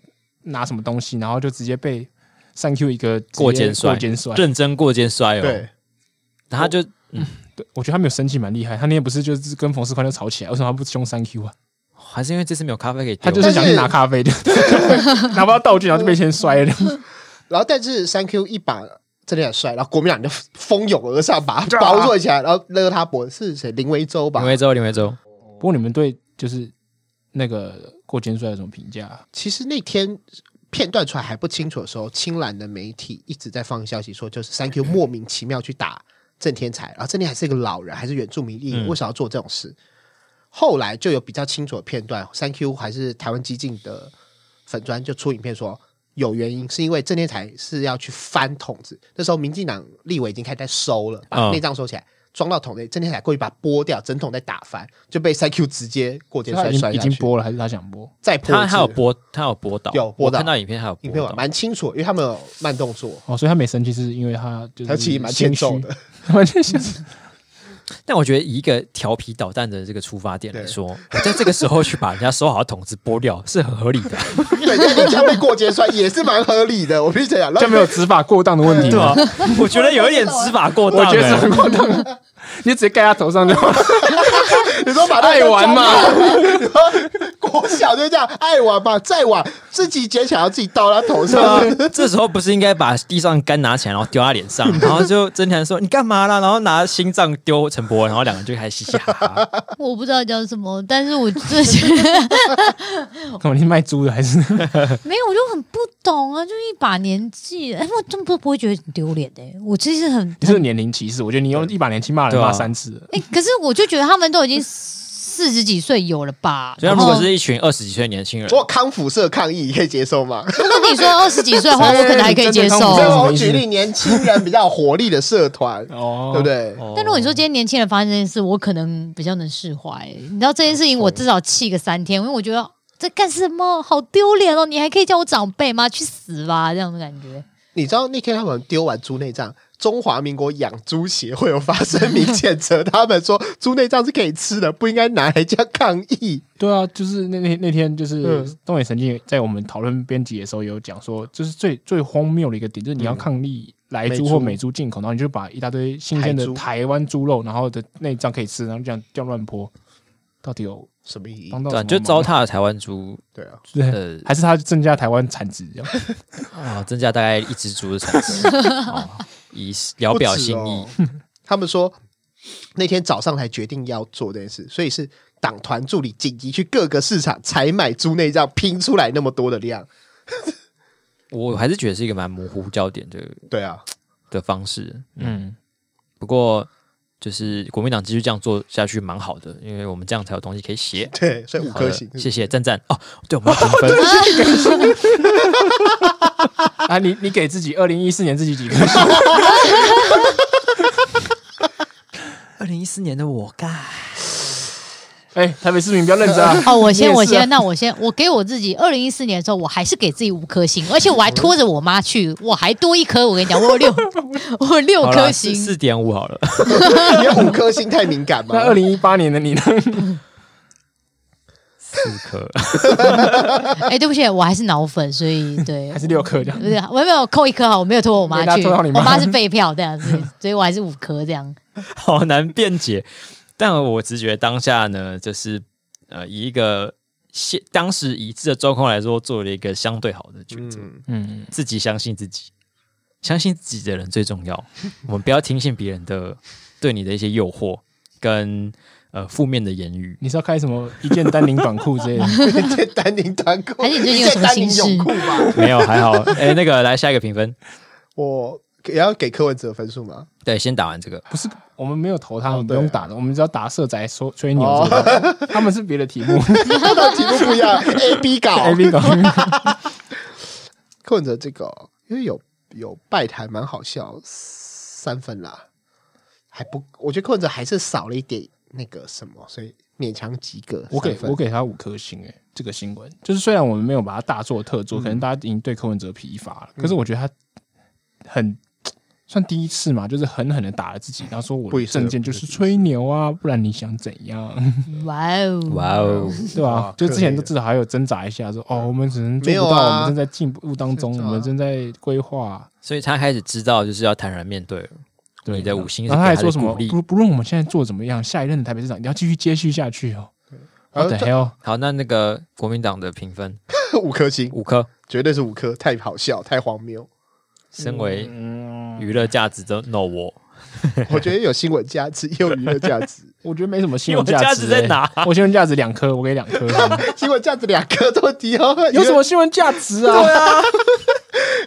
Speaker 2: 拿什么东西，然后就直接被三 Q 一个直接
Speaker 1: 过肩摔
Speaker 2: 过肩摔。
Speaker 1: 认真过肩摔哦，
Speaker 3: 嗯对，
Speaker 1: 然后他就
Speaker 2: 对，我觉得他没有生气蛮厉害，他那天不是就是跟冯世宽就吵起来，为什么他不凶三 Q 啊？
Speaker 5: 还是因为这次没有咖啡可以
Speaker 2: 他
Speaker 5: 丢，
Speaker 2: 就是想去拿咖啡 的，拿不到道具，然后就被先摔了。
Speaker 3: 嗯然后但是三 Q 一把真的很帅，然后国民党就蜂拥而上，把他包围起来，然后勒他脖子，是谁？林维洲吧
Speaker 1: 林？维洲，林维洲，
Speaker 2: 不过你们对就是那个过肩摔有什么评价啊？
Speaker 3: 其实那天片段出来还不清楚的时候，青蓝的媒体一直在放消息说，就是三 Q 莫名其妙去打郑天才，然后郑天才是一个老人，还是原住民议员，
Speaker 1: 嗯
Speaker 3: 为什么要做这种事？后来就有比较清楚的片段，三 Q 还是台湾激进的粉砖就出影片说。有原因，是因为郑天才是要去翻桶子。那时候民进党立委已经开始在收了，把
Speaker 1: 嗯
Speaker 3: 内脏收起来，装到桶内。郑天才过去把它剥掉，整桶再打翻，就被三 Q 直接过肩
Speaker 2: 他
Speaker 3: 摔
Speaker 2: 已
Speaker 3: 摔
Speaker 2: 经已
Speaker 3: 下
Speaker 2: 经
Speaker 3: 去。
Speaker 2: 播了，还是他想播？
Speaker 3: 再剥
Speaker 1: 他
Speaker 3: 一
Speaker 1: 还有
Speaker 3: 次
Speaker 1: 播，他有播到，
Speaker 3: 有播
Speaker 1: 我
Speaker 3: 到
Speaker 1: 看到影片，还有
Speaker 3: 影
Speaker 1: 播
Speaker 3: 片嘛，
Speaker 1: 到。
Speaker 3: 蛮清楚，因为他们有慢动作，
Speaker 2: 哦，所以他没生气，是因为他就是
Speaker 3: 他其实蛮欠揍 的。
Speaker 2: 心嗯虚，
Speaker 1: 但我觉得以一个调皮捣蛋的这个出发点来
Speaker 3: 对
Speaker 1: 说，我在这个时候去把人家收好的桶子剥掉是很合理 的，
Speaker 3: 对，在你家被过肩摔也是蛮合理的，我必须这样。
Speaker 2: 这没有执法过当的问题
Speaker 3: 啊
Speaker 1: 对吧
Speaker 2: 吗？？
Speaker 1: 我觉得有一点执法过
Speaker 2: 我
Speaker 1: 当、
Speaker 2: 觉得执
Speaker 1: 欸，
Speaker 2: 法过当的，你就直接盖他头上就好了。
Speaker 3: 你说把
Speaker 2: 爱玩嘛，
Speaker 3: 然后国小就这样爱玩嘛，再玩自己捡起来要自己倒到头
Speaker 1: 对
Speaker 3: 上。
Speaker 1: 啊， 这时候不是应该把地上杆拿起来，然后丢他脸上，然后就真田说你干嘛啦？然后拿心脏丢陈柏文，然后两个人就开始嘻嘻哈 哈。
Speaker 4: 我不知道叫什么，但是我就觉得
Speaker 2: 干嘛？你卖猪的还是？
Speaker 4: 没有，我就很不懂啊，就一把年纪了，哎，我真不不会觉得很丢脸的、我其实很
Speaker 2: 你是有年龄歧视？我觉得你用一把年纪骂人
Speaker 1: 对啊
Speaker 2: 骂三次了，
Speaker 4: 哎、可是我就觉得他们都已经四十几岁有了吧？哦
Speaker 1: 所以如果
Speaker 4: 然后
Speaker 1: 是一群二十几岁的年轻人，
Speaker 3: 我康复社抗议，你可以接受吗？
Speaker 4: 如果你说二十几岁的话，我可能还可以接
Speaker 2: 真
Speaker 4: 受。
Speaker 2: 的康
Speaker 3: 这
Speaker 2: 复社
Speaker 3: 我举例，年轻人比较有活力的社团，
Speaker 2: 哦
Speaker 3: 对不？对？
Speaker 1: 哦
Speaker 4: 但如果你说今天年轻人发生这件事，我可能比较能释怀。你知道这件事情，我至少气个三天，因为我觉得这干什么，好丢脸哦！你还可以叫我长辈吗？去死吧，这样 的感觉。
Speaker 3: 你知道那天他们丢完猪内脏，中华民国养猪协会有发声 明谴责他们说，猪内脏是可以吃的，不应该拿来这样抗议。
Speaker 2: 对啊，就是那那那天就是
Speaker 3: 嗯
Speaker 2: 东野神经在我们讨论编辑的时候有讲说，就是最最荒谬的一个点，就是你要抗力来
Speaker 3: 美
Speaker 2: 猪
Speaker 3: 猪
Speaker 2: 或美猪进口，然后你就把一大堆新鲜
Speaker 3: 台
Speaker 2: 的
Speaker 3: 猪
Speaker 2: 台湾猪肉，然后的内脏可以吃，然后这样这样乱泼，到底有
Speaker 3: 什么意义
Speaker 2: 帮？到
Speaker 1: 对啊、
Speaker 2: 什么
Speaker 1: 就
Speaker 2: 忙
Speaker 1: 糟蹋呃了台湾猪
Speaker 3: 对啊，
Speaker 2: 对，
Speaker 1: 的
Speaker 2: 还是他增加台湾产值？
Speaker 1: 啊、增加大概一只猪的产 值，哦、以聊
Speaker 3: 不止
Speaker 1: 表心意
Speaker 3: 哦。 他们说那天早上才决定要做这件事，所以是党团助理紧急去各个市场采买猪内脏，拼出来那么多的量。
Speaker 1: 我还是觉得是一个蛮模糊焦点的
Speaker 3: 对啊，
Speaker 1: 的方式。
Speaker 2: 嗯，
Speaker 1: 不过，就是国民党继续这样做下去蛮好的，因为我们这样才有东西可以写。
Speaker 3: 对， 所以五
Speaker 1: 好的
Speaker 3: 颗星，
Speaker 1: 谢谢赞赞哦。对，我们要评分，
Speaker 2: 啊，你你给自己二零一四年自己几个？
Speaker 1: 二零一四年的我干，
Speaker 2: 哎，台北市民不要认真啊！
Speaker 4: 哦，我先，
Speaker 2: 你也
Speaker 4: 我
Speaker 2: 是啊
Speaker 4: 先，那我先，我给我自己二零一四年的时候，我还是给自己五颗星，而且我还拖着我妈去，我还多一颗。我跟你讲，我有六，我有六
Speaker 1: 好
Speaker 4: 颗
Speaker 1: 了，四
Speaker 4: 星，
Speaker 1: 四点五好了。
Speaker 3: 你有五颗星太敏感吗
Speaker 2: 那？二零一八年的你呢？
Speaker 1: 四颗，
Speaker 4: 哎、对不起，我还是脑粉，所以 对
Speaker 2: 还，是六颗这样
Speaker 4: 不。是啊我没有扣一颗好，我没有拖我妈
Speaker 2: 没拿
Speaker 4: 去，
Speaker 2: 拖到你妈
Speaker 4: 我妈是废票这样子，所以我还是五颗 这样。
Speaker 1: 好难辩解。但我直觉当下呢，就是呃，以一个现当时已知的状况来说，做了一个相对好的抉择，
Speaker 3: 嗯，
Speaker 2: 嗯，
Speaker 1: 自己相信自己，相信自己的人最重要。 我们不要听信别人的对你的一些诱惑跟呃负面的言语。
Speaker 2: 你是要开什么一件丹宁短裤之类的？
Speaker 3: 这丹宁短裤，
Speaker 4: 还是你最近有
Speaker 3: 这
Speaker 4: 什么
Speaker 3: 丹宁泳
Speaker 4: 心事
Speaker 3: 裤吧？
Speaker 1: 没有，还好。哎、那个来下一个评分，
Speaker 3: 我也要给柯文哲分数吗？
Speaker 1: 对，先打完这个。
Speaker 2: 不是，我们没有投他，我们不
Speaker 3: 对啊哦
Speaker 2: 用打的，我们只要打色仔说吹牛这个。 他们是别的题 目
Speaker 3: 这道题目不一样，A B 稿。
Speaker 2: ，A B 狗。
Speaker 3: 柯文哲这个哦，因为有有拜台蛮好笑，三分啦，还不，我觉得柯文哲还是少了一点那个什么，所以勉强及格。
Speaker 2: 我给
Speaker 3: 三分
Speaker 2: 我给他五颗星诶、这个新闻就是虽然我们没有把它大做特
Speaker 3: 嗯
Speaker 2: 做，可能大家已经对柯文哲疲乏了，可是我觉得他很算第一次嘛，就是狠狠的打了自己，然后说我
Speaker 3: 不
Speaker 2: 的
Speaker 3: 一致
Speaker 2: 证件就是吹牛啊，不然你想怎样，
Speaker 4: 哇哦，
Speaker 1: 哇哦，
Speaker 2: 对吧、
Speaker 3: 哇
Speaker 2: 就之前
Speaker 3: 啊可以
Speaker 2: 都至少还有挣扎一下说哦，我们只能做
Speaker 3: 没有
Speaker 2: 不到，
Speaker 3: 啊
Speaker 2: 我们正在进步当中，
Speaker 3: 是啊
Speaker 2: 我们正在规划。
Speaker 1: 所以他开始知道就是要坦然面对了。
Speaker 2: 对
Speaker 1: 你的五星是
Speaker 2: 然后他
Speaker 1: 给
Speaker 2: 还
Speaker 1: 他的
Speaker 2: 说什么
Speaker 1: 鼓励
Speaker 2: 不不论我们现在做怎么样，下一任的台北市长一定要继续接续下去哦。我
Speaker 3: 然后
Speaker 2: 的 hell，
Speaker 1: 好，那那个国民党的评分
Speaker 3: 这五颗星，
Speaker 1: 五颗，
Speaker 3: 绝对是五颗，太好笑，太荒谬。
Speaker 1: 身为
Speaker 2: 嗯，
Speaker 1: 娱乐价值的 no 我，
Speaker 3: 我觉得有新闻价值，也有娱乐价值，
Speaker 2: 我觉得没什么新闻价
Speaker 1: 你有价
Speaker 2: 值、
Speaker 1: 值在哪
Speaker 2: 欸我新闻价值两颗，我给两颗。
Speaker 3: 新闻价值两颗都低哦。
Speaker 2: 有什么新闻价值 啊？对啊，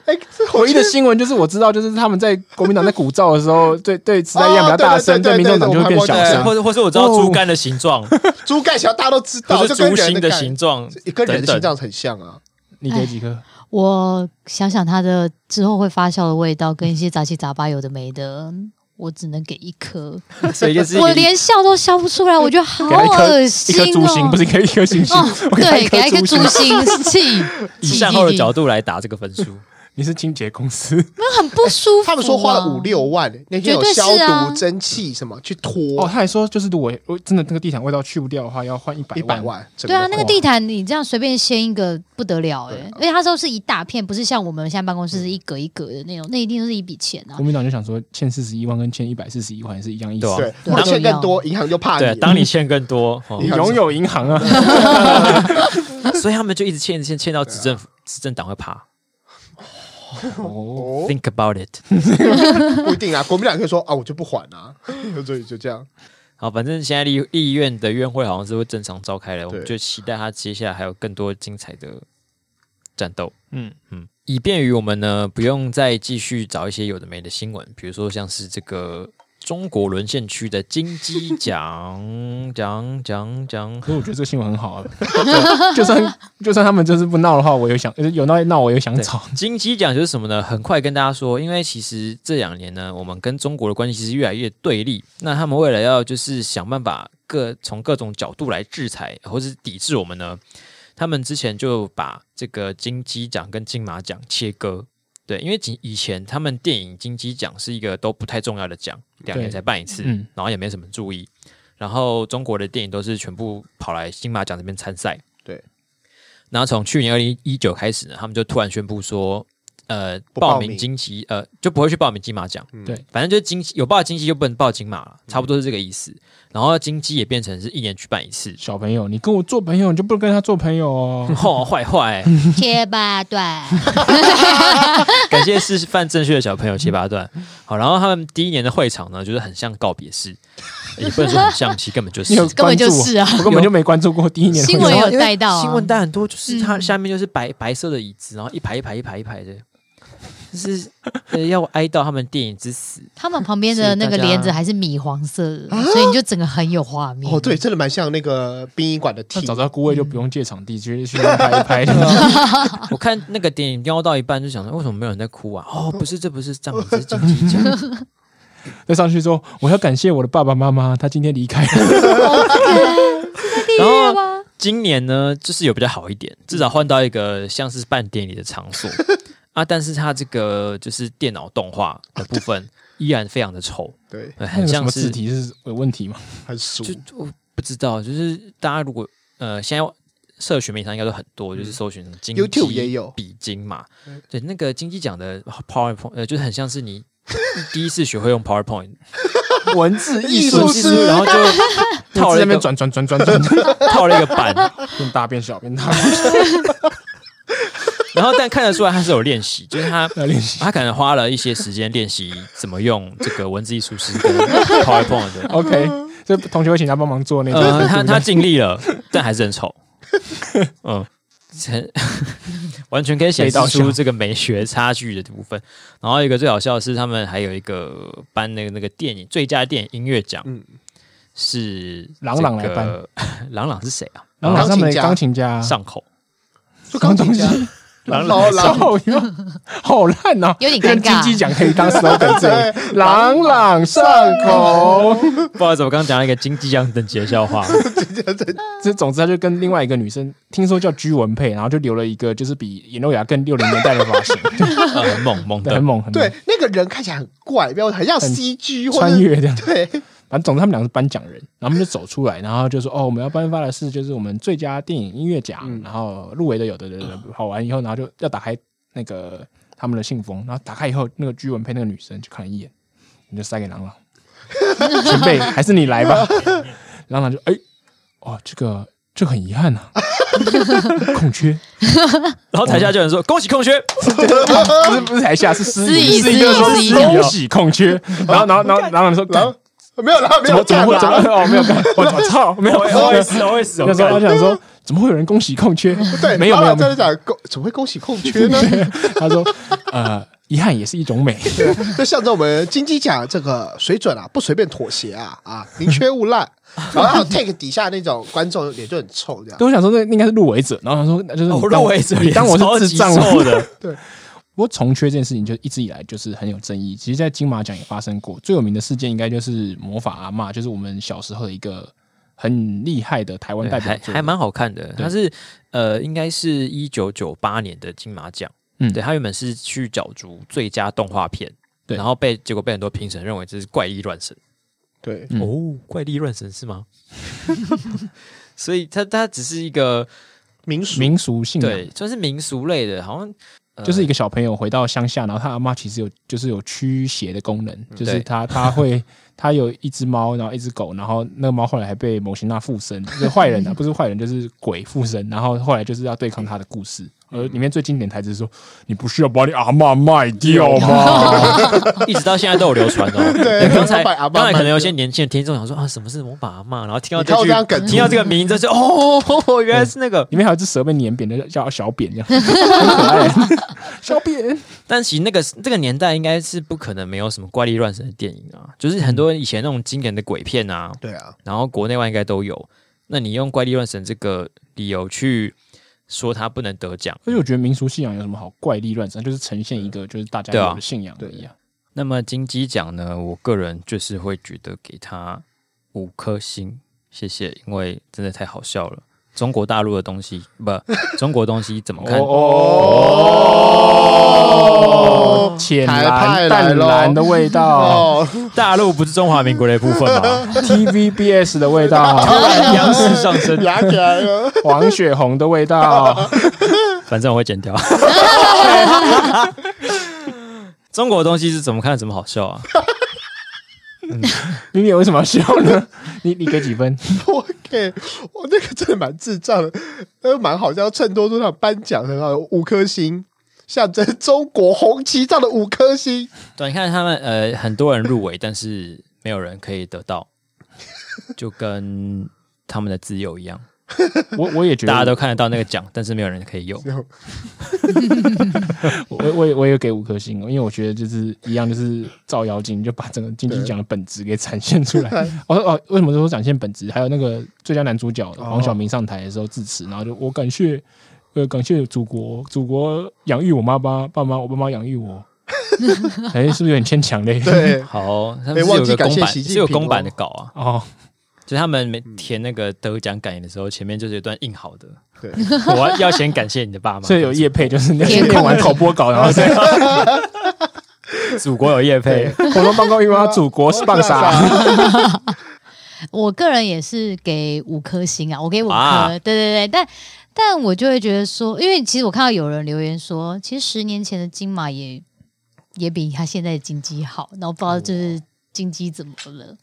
Speaker 3: 哎，这
Speaker 2: 唯一的新闻就是我知道，就是他们在国民党在鼓噪的时候，对对时代力量比较大声，
Speaker 3: 哦对对对
Speaker 2: 民众党就会变小
Speaker 3: 对啊
Speaker 1: 对，
Speaker 2: 声。
Speaker 1: 或者或是我知道猪肝的形状，
Speaker 3: 猪盖小大家都知道，
Speaker 1: 或
Speaker 3: 哦就是跟
Speaker 1: 猪
Speaker 3: 人
Speaker 1: 心的
Speaker 3: 概
Speaker 1: 形状等
Speaker 3: 跟人的心
Speaker 1: 等。
Speaker 3: 脏很像啊。
Speaker 2: 你给几颗？
Speaker 4: 我想想它的之后会发酵的味道，跟一些杂七杂八有的没的，我只能给一颗，
Speaker 1: 所以就是一
Speaker 4: 我
Speaker 1: 个
Speaker 4: 连笑都笑不出来，我觉得好
Speaker 2: 给他一颗
Speaker 4: 恶
Speaker 2: 一
Speaker 4: 心
Speaker 2: 颗猪心，
Speaker 4: 哦
Speaker 2: 不。是给一颗星星
Speaker 4: 哦。
Speaker 2: 我，他
Speaker 4: 对，给他一颗
Speaker 2: 猪
Speaker 4: 猪
Speaker 2: 心。
Speaker 4: 心，气
Speaker 1: 以善后的角
Speaker 4: 度，
Speaker 1: 度来打这个分数。
Speaker 2: 你是清洁公司
Speaker 4: 那很不舒服啊。
Speaker 3: 他们说花了五六万，那天有
Speaker 4: 绝对
Speaker 3: 消
Speaker 4: 是啊
Speaker 3: 毒蒸汽什么去
Speaker 2: 哦，
Speaker 3: 拖
Speaker 2: 他还说就是如果我真的那个地毯味道去不掉的话，要换一百
Speaker 3: 一百。万，整
Speaker 4: 对啊，那个
Speaker 3: 花
Speaker 4: 地毯你这样随便掀一个不得了哎、
Speaker 3: 对啊
Speaker 4: 而且它都是一大片，不是像我们现在办公室是一格一格的那种，那一定是一笔钱啊
Speaker 2: 国。民党就想说欠四十一万跟欠一百四十一万是一样意思
Speaker 1: 对，啊
Speaker 3: 对，
Speaker 4: 对
Speaker 3: 我欠更多，银行就怕
Speaker 1: 对，
Speaker 3: 啊你。
Speaker 1: 当你欠更多，哦
Speaker 2: 你拥有银行啊，
Speaker 1: 所以他们就一直欠，一直欠，欠到执政
Speaker 2: 啊
Speaker 1: 执政党会怕。
Speaker 2: 哦，
Speaker 1: Think about it。
Speaker 3: 不一定啊，国民党可以说啊，我就不还啊，所以就这样。
Speaker 1: 好，反正现在立立院的院会好像是会正常召开了，我们
Speaker 3: 对
Speaker 1: 就期待他接下来还有更多精彩的战斗。
Speaker 2: 嗯
Speaker 1: 嗯，以便于我们呢不用再继续找一些有的没的新闻，比如说像是这个中国沦陷区的金鸡奖奖奖奖，
Speaker 2: 可是我觉得这个新闻很好啊，就就算就算他们就是不闹的话，我有想有闹闹，我有想
Speaker 1: 对
Speaker 2: 吵。
Speaker 1: 金鸡奖就是什么呢？很快跟大家说，因为其实这两年呢，我们跟中国的关系其实越来越对立。那他们为了要就是想办法各从各种角度来制裁或是抵制我们呢，他们之前就把这个金鸡奖跟金马奖切割。对，因为以以前他们电影金鸡奖是一个都不太重要的奖，两年
Speaker 2: 对
Speaker 1: 才办一次，
Speaker 2: 嗯
Speaker 1: 然后也没什么注意。然后中国的电影都是全部跑来金马奖这边参赛。
Speaker 3: 对，
Speaker 1: 然后从去年二零一九开始呢，他们就突然宣布说，呃，
Speaker 3: 不报
Speaker 1: 报名
Speaker 3: 名
Speaker 1: 金鸡，呃，就不会去报名金马奖。
Speaker 3: 嗯
Speaker 2: 对，
Speaker 1: 反正就是金鸡有报金鸡就不能报金马了，差不多是这个意思。然后金鸡也变成是一年举办一次
Speaker 2: 小朋友，你跟我做朋友，你就不能跟他做朋友哦。
Speaker 1: 哦，坏坏、
Speaker 4: 贴吧对，
Speaker 1: 感谢示范正确的小朋友切八 段。好，然后他们第一年的会场呢，就是很像告别 式，也不能说很像，其实根本就是
Speaker 2: 你有
Speaker 4: 根本就
Speaker 2: 关注我
Speaker 4: 是啊。
Speaker 2: 我根本就没关注过第一年的
Speaker 4: 新
Speaker 2: 会
Speaker 4: 闻
Speaker 2: 长
Speaker 4: 有带到啊
Speaker 1: 新闻带很多，就是它
Speaker 4: 嗯
Speaker 1: 下面就是白、白色的椅子，然后一排一排一排一排的，就是、呃、要哀悼他们电影之死。
Speaker 4: 他们旁边的那个帘子还是米黄色的，所以你就整个很有画面。
Speaker 3: 哦，对，真的蛮像那个殡仪馆的
Speaker 2: 那
Speaker 3: T，
Speaker 2: 早知道顾魏就不用借场地，直接去那边拍一拍。对啊
Speaker 1: 我看那个电影瞄到一半就想说，为什么没有人在哭啊？ 哦，不是，这不是葬礼，这是金鸡 奖。
Speaker 2: 再上去说，我要感谢我的爸爸妈妈，他今天离开了。
Speaker 1: 啊然
Speaker 4: 对
Speaker 1: 后
Speaker 4: 吧？
Speaker 1: 今年呢，就是有比较好一点，至少换到一个像是办典礼的场 所啊，但是它这个就是电脑动画的部分依然非常的丑，
Speaker 3: 对，
Speaker 1: 呃
Speaker 2: 那
Speaker 1: 很
Speaker 2: 个什
Speaker 1: 像
Speaker 2: 么字
Speaker 1: 是
Speaker 2: 体是有问题吗？
Speaker 3: 很熟
Speaker 1: 就我不知道，就是大家如果呃现在社群媒体上应该都很多，就是搜寻什么金鸡
Speaker 3: YouTube 也有
Speaker 1: 比金嘛
Speaker 3: 嗯，
Speaker 1: 对，那个金鸡奖的 PowerPoint，呃，就是很像是你第一次学会用 PowerPoint，
Speaker 2: 文字
Speaker 3: 艺
Speaker 2: 艺
Speaker 3: 术
Speaker 2: 术
Speaker 3: 师
Speaker 2: 师，
Speaker 1: 然 后就套
Speaker 2: 套
Speaker 1: 了一
Speaker 2: 在那边
Speaker 1: 个
Speaker 2: 转转转转转，
Speaker 1: 套了一个板，
Speaker 2: 变大变小变大，
Speaker 1: 然后但看得出来他是有练习，就是他
Speaker 2: 来练习。
Speaker 1: 他可能花了一些时间练习怎么用这个文字艺术师跟 PowerPoint 的。
Speaker 2: OK，这同学会请他帮忙做那
Speaker 1: 呃，
Speaker 2: 个，
Speaker 1: 他他尽力了，但还是很丑。嗯，很完全可以显示出这个美学差距的部分。然后一个最好笑的是，他们还有一个颁那个那个电影最佳电影音乐奖，
Speaker 3: 嗯
Speaker 1: 是
Speaker 2: 朗朗来
Speaker 1: 这个。 朗朗是谁啊？
Speaker 2: 然后他们的
Speaker 3: 钢
Speaker 2: 钢琴家
Speaker 1: 上口。
Speaker 3: 就钢琴家
Speaker 2: 什，
Speaker 3: 然
Speaker 1: 朗
Speaker 3: 后
Speaker 1: 朗
Speaker 3: 然后
Speaker 2: 哦 哟，好烂哦，
Speaker 4: 有点尴
Speaker 2: 跟金
Speaker 4: 尬。
Speaker 2: 鸡奖可以当 slogan 这里，朗朗上口。
Speaker 1: 不好意思，我刚刚讲了一个金鸡奖等级的笑 话。
Speaker 2: 这总之他就跟另外一个女生，听说叫居文佩，然后就留了一个就是比眼肉芽更六零年代的发型，
Speaker 1: 呃很猛猛
Speaker 2: 对很
Speaker 1: 的，
Speaker 2: 猛很猛
Speaker 3: 对那个人看起来很怪，不要很像
Speaker 2: 很
Speaker 3: CG 或
Speaker 2: 穿
Speaker 3: 者
Speaker 2: 越这样。
Speaker 3: 对，
Speaker 2: 反正总之他们俩是颁奖人，然后他们就走出来，然后就说哦，我们要颁发的是就是我们最佳电影音乐奖，
Speaker 3: 嗯
Speaker 2: 然后入围的有的的的好玩以后，然后就要打开那个他们的信封，然后打开以后，那个居文佩那个女生就看了一眼，你就塞给朗朗，前辈还是你来吧。朗朗就哎、哦，这个这很遗憾呐、空缺。
Speaker 1: 然后台下就有人说：“恭喜空缺，
Speaker 2: 不是不是台下是司仪，
Speaker 4: 司
Speaker 2: 司
Speaker 4: 仪
Speaker 2: 仪就说
Speaker 4: 司仪
Speaker 2: 恭喜空缺，然后然后然后然后你说
Speaker 3: 然
Speaker 2: 干
Speaker 3: 后没有，然后没
Speaker 2: 怎么
Speaker 3: 有
Speaker 2: 怎么
Speaker 3: 干
Speaker 2: 会怎么
Speaker 3: 嘛？
Speaker 2: 哦没有干，我我操没 有，
Speaker 1: 我也是，我也是，
Speaker 2: 那时候他想
Speaker 1: 嗯
Speaker 2: 说怎么会有人恭喜空 缺？
Speaker 3: 对，
Speaker 2: 没有
Speaker 3: 然
Speaker 2: 没
Speaker 3: 后
Speaker 2: 有没
Speaker 3: 真
Speaker 2: 有
Speaker 3: 的，讲恭，怎么会恭喜空 缺呢？
Speaker 2: 他说呃遗憾也是一种美，
Speaker 3: 就象征我们金鸡奖这个水准啊，不随便妥协啊啊，宁缺毋滥。然后还有 take 底下那种观众脸就很臭这样。
Speaker 2: 对我想说那那应该是入围者，然后他说那就是你
Speaker 1: 哦我
Speaker 2: 当
Speaker 1: 认为这
Speaker 2: 你当我是智障啊吗？
Speaker 1: 的。
Speaker 2: 不过重缺这件事情就一直以来就是很有争议，其实，在金马奖也发生过。最有名的事件应该就是魔法阿嬷，就是我们小时候的一个很厉害的台湾代
Speaker 1: 对
Speaker 2: 表
Speaker 1: 还
Speaker 2: 作，
Speaker 1: 还蛮好看的。它是呃，应该是一九九八年的金马奖，
Speaker 2: 嗯
Speaker 1: 对，它原本是去角逐最佳动画片，
Speaker 2: 对
Speaker 1: 然后被结果被很多评审认为这是怪力乱神。
Speaker 3: 对，
Speaker 2: 嗯
Speaker 1: 哦，怪力乱神是吗？ 所以它它只是一个
Speaker 3: 民俗
Speaker 2: 民俗性仰
Speaker 1: 对，算是民俗类的，好像、呃
Speaker 2: 就是一个小朋友回到乡下，然后他阿妈其实有就是有驱邪的功能，就是
Speaker 1: 嗯对
Speaker 2: 他他会他有一只猫，然后一只狗，然后那个猫后来还被某型娜附身，就是 坏人啊，不是坏人就是鬼附身，然后后来就是要对抗他的故事。
Speaker 1: 嗯
Speaker 2: 呃，里面最经典台词是说：“你不是要把你阿嬷卖 掉
Speaker 1: 哦
Speaker 2: 吗。
Speaker 1: 一直到现在都有流传哦。
Speaker 3: 对
Speaker 1: 刚才
Speaker 3: 魔法阿嬷
Speaker 1: 刚才可能有些年轻的听众想说啊，什么是魔法阿嬷？然后听到
Speaker 3: 你看我这样
Speaker 1: 这
Speaker 3: 梗
Speaker 1: 句，听到这个名字就 哦，原来是那个？”
Speaker 2: 里面还有一只蛇被碾扁的叫小扁，这 样很可爱。小扁，
Speaker 1: 但其实那个这个年代应该是不可能没有什么怪力乱神的电影啊，就是很多以前那种经典的鬼片啊，
Speaker 3: 对啊，
Speaker 1: 然后国内外应该都有。那你用怪力乱神这个理由去说他不能得奖，
Speaker 2: 而且我觉得民俗信仰有什么好怪力乱神，就是呈现一个就是大家
Speaker 1: 对啊
Speaker 2: 有的信仰而已啊。
Speaker 1: 那么金鸡奖呢，我个人就是会觉得给他五颗星，谢谢，因为真的太好笑了。中国大陆的东西不，中国东西怎么看？
Speaker 2: 哦，浅蓝淡蓝的味 道
Speaker 3: 哦，
Speaker 1: 大陆不是中华民国的一部分吗？
Speaker 2: ，TVBS 的味 道，
Speaker 1: 央视上 升，
Speaker 3: 牙起来了，
Speaker 2: 黄血红的味道，
Speaker 1: 反正我会剪掉。中国的东西是怎么看怎么好笑啊？
Speaker 2: 明明为什么要笑呢？你你给几分？
Speaker 3: 我给我那个真的蛮智障的，呃，蛮好笑，衬托出他颁奖很好，五颗星，象征中国红旗上的五颗星。
Speaker 1: 对，你看他们呃，很多人入围，但是没有人可以得到，就跟他们的自由一样，
Speaker 2: 我我也觉得，
Speaker 1: 大家都看得到那个奖，但是没有人可以有。
Speaker 2: 我我也我也给五颗星，哦因为我觉得就是一样，就是照妖镜，就把整个金鸡奖的本质给展现出 来。哦哦，为什么说展现本质？还有那个最佳男主角黄晓明上台的时候致辞，然后就我感谢呃感谢祖国，祖国养育我妈妈，爸妈我爸妈养育 我。哎、是不是有点牵强嘞？
Speaker 3: 对，
Speaker 1: 好哦，他们是
Speaker 3: 忘
Speaker 1: 有
Speaker 3: 记
Speaker 1: 个
Speaker 3: 感
Speaker 1: 公
Speaker 3: 谢
Speaker 1: 版，
Speaker 3: 习近
Speaker 1: 是有
Speaker 3: 平
Speaker 1: 公版
Speaker 3: 咯
Speaker 1: 的稿啊，
Speaker 2: 哦，
Speaker 1: 就他们每填那个得奖感言的时候，前面就是有一段印好 的，
Speaker 3: 对，
Speaker 1: 我要要先感谢你的爸妈，
Speaker 2: 所以有
Speaker 1: 叶
Speaker 2: 叶配就是那
Speaker 4: 填空
Speaker 2: 练完口播稿，然后再
Speaker 1: 祖国有叶配，
Speaker 2: 活动报告，因为他祖国是 棒傻。
Speaker 4: 我个人也是给五颗星啊，我给五颗，
Speaker 1: 啊
Speaker 4: 对对对，但但我就会觉得说，因为其实我看到有人留言说，其实十年前的金马也也比他现在的金鸡好，然后不知道就是金鸡怎么了。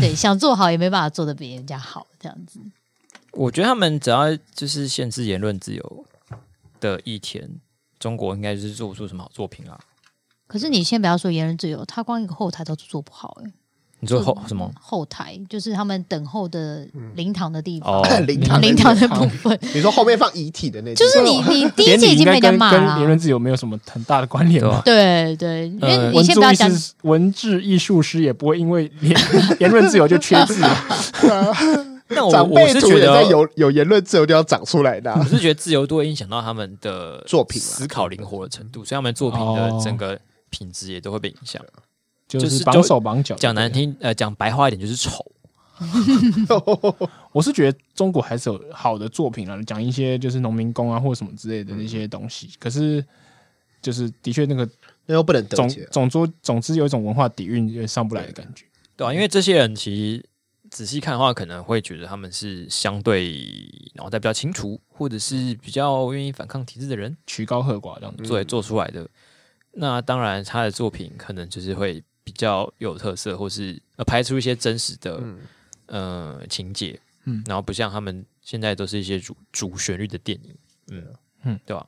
Speaker 4: 对，想做好也没办法做的比人家好，这样子。
Speaker 6: 我觉得他们只要就是限制言论自由的一天，中国应该就是做不出什么好作
Speaker 1: 啊
Speaker 6: 品啦。
Speaker 4: 可是你先不要说言论自由，他光一个后台都做不好、欸，
Speaker 6: 你说
Speaker 3: 嗯
Speaker 6: 后 什么？
Speaker 4: 后台就是他们等候的灵堂的地方
Speaker 6: 哦，
Speaker 3: 灵堂
Speaker 4: 灵堂的部分，
Speaker 3: 你说后面放遗体的那种，
Speaker 4: 就是你你第一
Speaker 2: 典礼
Speaker 4: 季已
Speaker 2: 应
Speaker 4: 经
Speaker 2: 该
Speaker 4: 被人家
Speaker 2: 跟
Speaker 4: 骂
Speaker 2: 跟言
Speaker 4: 了
Speaker 2: 论，自由没有什么很大的关联
Speaker 1: 啊
Speaker 2: 吧？
Speaker 4: 对对，因为
Speaker 6: 呃
Speaker 4: 你
Speaker 2: 文
Speaker 4: 先不
Speaker 2: 字
Speaker 4: 要
Speaker 2: 艺
Speaker 4: 讲
Speaker 2: 术文字艺术师也不会因为言言论自由就缺字，
Speaker 6: 但我
Speaker 3: 长
Speaker 6: 我
Speaker 3: 辈
Speaker 6: 是
Speaker 3: 族
Speaker 6: 觉
Speaker 3: 也在
Speaker 6: 得，
Speaker 3: 有有言论自由地方长出来的啊、
Speaker 1: 我是觉得自由度会影响到他们的
Speaker 3: 作品啊
Speaker 1: 思考灵活的程度，所以他们作品
Speaker 2: 哦
Speaker 1: 的整个品质也都会被影响。
Speaker 2: 就
Speaker 1: 就是是
Speaker 2: 绑手绑脚。
Speaker 1: 讲难，听，呃，讲白话一点就是丑。
Speaker 2: 我是觉得中国还是有好的作品啊，讲一些就是农民工啊或什么之类的那些东
Speaker 1: 嗯
Speaker 2: 西。可是就是的确那个
Speaker 3: 那又不能得
Speaker 2: 总
Speaker 3: 解。
Speaker 2: 总
Speaker 1: 啊
Speaker 2: 之总之有一种文化底蕴也上不来的感觉。
Speaker 1: 对啊，因为这些人其实仔细看的话，可能会觉得他们是相对脑袋比较清楚，或者是比较愿意反抗体制的人，
Speaker 2: 曲高和寡这样子，
Speaker 1: 所以做出来的。那当然，他的作品可能就是会比较有特色，或是呃拍出一些真实的、
Speaker 3: 嗯
Speaker 1: 呃情节，
Speaker 2: 嗯
Speaker 1: 嗯，然后不像他们现在都是一些主主旋律的电影，嗯
Speaker 2: 嗯
Speaker 1: 嗯，对吧？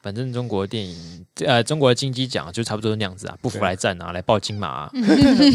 Speaker 1: 反正中国的电影，呃，中国的金鸡奖就差不多是那样子啊，不服来战啊，来报金马、啊，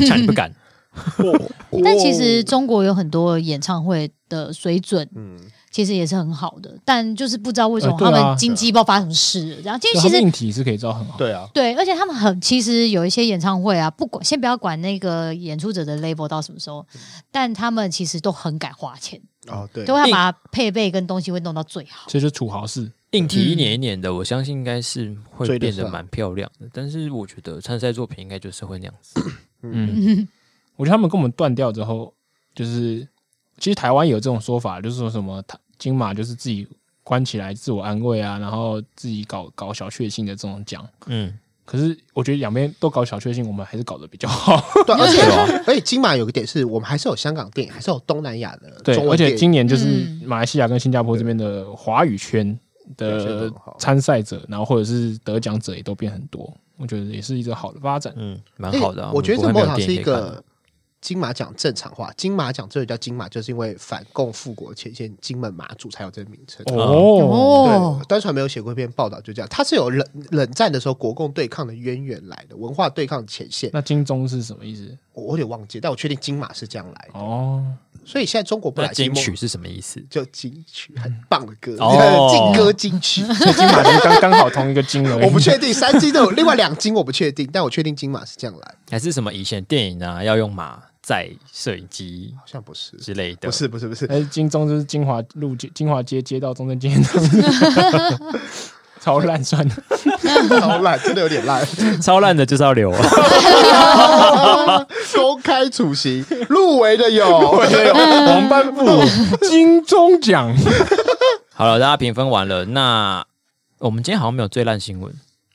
Speaker 1: 抢你不敢，啊
Speaker 3: 哦
Speaker 4: 但其实中国有很多演唱会的水准，
Speaker 3: 嗯，
Speaker 4: 其实也是很好的，但就是不知道为什么
Speaker 2: 呃对
Speaker 4: 他
Speaker 2: 啊
Speaker 4: 们金鸡不知道发生什么事了，这样。因为
Speaker 2: 对啊
Speaker 4: 其
Speaker 2: 他
Speaker 4: 实
Speaker 2: 命题是可以造很好。
Speaker 3: 对啊，
Speaker 4: 对，而且他们很其实有一些演唱会啊，不管先不要管那个演出者的 label 到什么时候，但他们其实都很敢花钱，
Speaker 3: 哦嗯对，
Speaker 4: 都会把配备跟东西会弄到最好。
Speaker 2: 所以就土豪式，
Speaker 1: 硬体一年一年的，我相信应该是
Speaker 3: 嗯
Speaker 1: 会
Speaker 3: 追得
Speaker 1: 变
Speaker 3: 上
Speaker 1: 得蛮漂亮的。但是我觉得参赛作品应该就是会那样子。
Speaker 2: 嗯 我觉得他们跟我们断掉之后，就是其实台湾有这种说法，就是说什么他金马就是自己关起来自我安慰啊，然后自己搞搞小确幸的这种奖。
Speaker 1: 嗯，
Speaker 2: 可是我觉得两边都搞小确幸，我们还是搞得比较好。
Speaker 3: 对，而
Speaker 1: 啊
Speaker 3: 且而且金马有个点是我们还是有香港电影，还是有东南亚的
Speaker 2: 对
Speaker 3: 中，
Speaker 2: 而
Speaker 3: 文电
Speaker 2: 且
Speaker 3: 影，
Speaker 2: 今年就是
Speaker 4: 嗯
Speaker 2: 马来西亚跟新加坡这边的华语圈
Speaker 3: 表现得
Speaker 2: 的
Speaker 3: 很好
Speaker 2: 参赛者，然后或者是得奖者也都变很多，我觉得也是一个好的发展。
Speaker 1: 嗯，蛮
Speaker 3: 哎
Speaker 1: 好的、啊。
Speaker 3: 我觉得这
Speaker 1: 们国外
Speaker 3: 某场
Speaker 1: 没有
Speaker 3: 是
Speaker 1: 电
Speaker 3: 一
Speaker 1: 影可以看啊
Speaker 3: 个金马奖正常化，金马奖之所以叫金马，就是因为反共复国前线金门马祖才有这个名称。
Speaker 2: 哦，
Speaker 3: 对，，单传没有写过一篇报道，就这样。它是有冷冷战的时候国共对抗的渊源来的，文化对抗前线。
Speaker 2: 那金钟是什么意思？
Speaker 3: 我我有点忘记，但我确定金马是这样来的。
Speaker 2: 哦，
Speaker 3: 所以现在中国本
Speaker 1: 那
Speaker 3: 来
Speaker 1: 金
Speaker 3: 梦
Speaker 1: 曲是什么意思？
Speaker 3: 就金曲，很棒的歌，
Speaker 1: 哦
Speaker 3: 劲歌 金曲。
Speaker 2: 所以金马就是刚刚好同一个金额，
Speaker 3: 我不确定三金都有，另外两金我不确定，但我确定金马是这样来，
Speaker 1: 还是什么以前电影啊，要用马载摄影机
Speaker 3: 好像不是，
Speaker 1: 之类的？
Speaker 3: 不是不是 不是，
Speaker 2: 但是哎金钟就是金华路街、金华街街道中正纪念堂， 超烂算的。
Speaker 3: 好烂，真的有点烂。
Speaker 1: 超烂的，就是要留、啊。
Speaker 3: 公开处刑，入围的有，
Speaker 2: 黄斑部金钟奖，
Speaker 1: 好了，大家评分完了，那我们今天好像没有最烂新闻。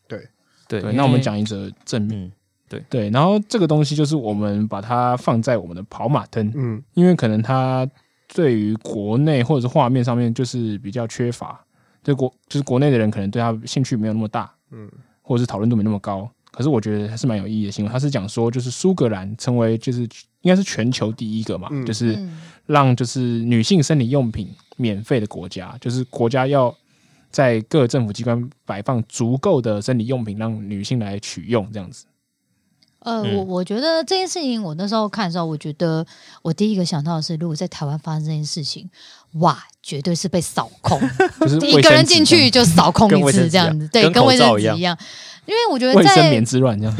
Speaker 3: 对
Speaker 1: 对，因
Speaker 2: 对，
Speaker 1: 为
Speaker 2: 那我们，讲一则正面。
Speaker 1: 嗯，
Speaker 2: 对，然后这个东西就是我们把它放在我们的跑马灯，
Speaker 3: 嗯，
Speaker 2: 因为可能它对于国内或者是画面上面就是比较缺乏，对国就是国内的人可能对它兴趣没有那么大，嗯
Speaker 3: 嗯，
Speaker 2: 或者是讨论度没那么高。可是我觉得还是蛮有意义的新闻，它是讲说就是苏格兰成为就是应该是全球第一个嘛，
Speaker 3: 嗯
Speaker 2: 就是
Speaker 4: 嗯，
Speaker 2: 让就是女性生理用品免费的国家，就是国家要在各政府机关摆放足够的生理用品让女性来取用这样 子。
Speaker 4: 呃，
Speaker 2: 嗯
Speaker 4: 我我觉得这件事情，我那时候看的时候，我觉得我第一个想到的是，如果在台湾发生这件事情，哇，绝对是被扫空，
Speaker 2: 就是
Speaker 4: 一
Speaker 2: 卫
Speaker 4: 个
Speaker 2: 生
Speaker 4: 人
Speaker 2: 纸
Speaker 4: 进
Speaker 2: 这样
Speaker 4: 去就扫空
Speaker 1: 跟
Speaker 4: 一
Speaker 1: 卫生
Speaker 4: 次
Speaker 1: 纸
Speaker 4: 这
Speaker 1: 一
Speaker 4: 样
Speaker 1: 样
Speaker 4: 子，对，
Speaker 1: 跟
Speaker 4: 跟
Speaker 1: 口
Speaker 4: 卫
Speaker 1: 罩
Speaker 4: 生
Speaker 1: 一
Speaker 4: 纸
Speaker 1: 样
Speaker 4: 一样。因为我觉得
Speaker 2: 卫生
Speaker 4: 在
Speaker 2: 棉之乱这样。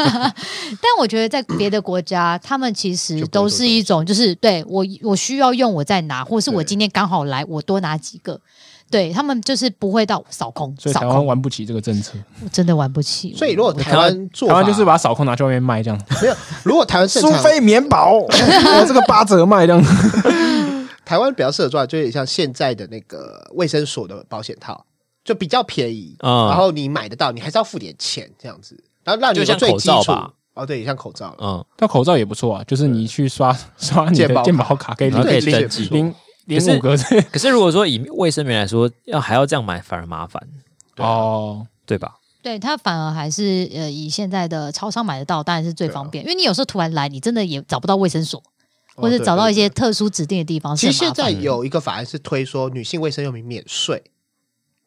Speaker 4: 但我觉得在别的国家，他们其实
Speaker 3: 就不会做
Speaker 4: 都
Speaker 3: 这
Speaker 4: 是
Speaker 3: 种
Speaker 4: 一种，就是对我我需要用我再拿，或是我
Speaker 3: 对
Speaker 4: 今天刚好来，我多拿几个。对他们就是不会到扫空，
Speaker 2: 所以
Speaker 4: 扫
Speaker 2: 台湾
Speaker 4: 空
Speaker 2: 玩不起这个政策，
Speaker 4: 我真的玩不起。
Speaker 3: 所以如果台湾做
Speaker 2: 台
Speaker 3: 法，
Speaker 2: 湾就是把扫控拿去外面卖这样。
Speaker 3: 没有，如果台湾正
Speaker 2: 苏
Speaker 3: 常，
Speaker 2: 菲棉 宝，我这个八折卖这样。
Speaker 3: 台湾比较适合做法，就有点像现在的那个卫生所的保险套，就比较便宜，
Speaker 1: 嗯
Speaker 3: 然后你买得到，你还是要付点钱这样子，然后让你有
Speaker 1: 就像
Speaker 3: 最基
Speaker 1: 口罩
Speaker 3: 础
Speaker 1: 吧。
Speaker 3: 哦，对，像口罩了，
Speaker 1: 嗯，
Speaker 2: 但口罩也不错啊，就是你去刷刷你
Speaker 3: 健
Speaker 2: 的
Speaker 3: 保卡
Speaker 2: 嗯健保卡，可以
Speaker 1: 然后
Speaker 2: 领
Speaker 1: 可以
Speaker 3: 对
Speaker 1: 登记
Speaker 3: 对
Speaker 2: 领连
Speaker 1: 可是
Speaker 2: 五个字
Speaker 1: 可是如果说以卫生棉来说，要还要这样买反而麻烦，
Speaker 2: 哦，
Speaker 1: 对吧？
Speaker 4: 对它反而还是呃以现在的超商买得到，当然是最方便，因为你有时候突然来，你真的也找不到卫生所，
Speaker 3: 哦
Speaker 4: 或者
Speaker 3: 对
Speaker 4: 找到
Speaker 3: 对
Speaker 4: 一些
Speaker 3: 对
Speaker 4: 特殊指定的地方。
Speaker 3: 其实
Speaker 4: 是很
Speaker 3: 现
Speaker 4: 麻烦
Speaker 3: 在有一个法案是推说女性卫生用品免税，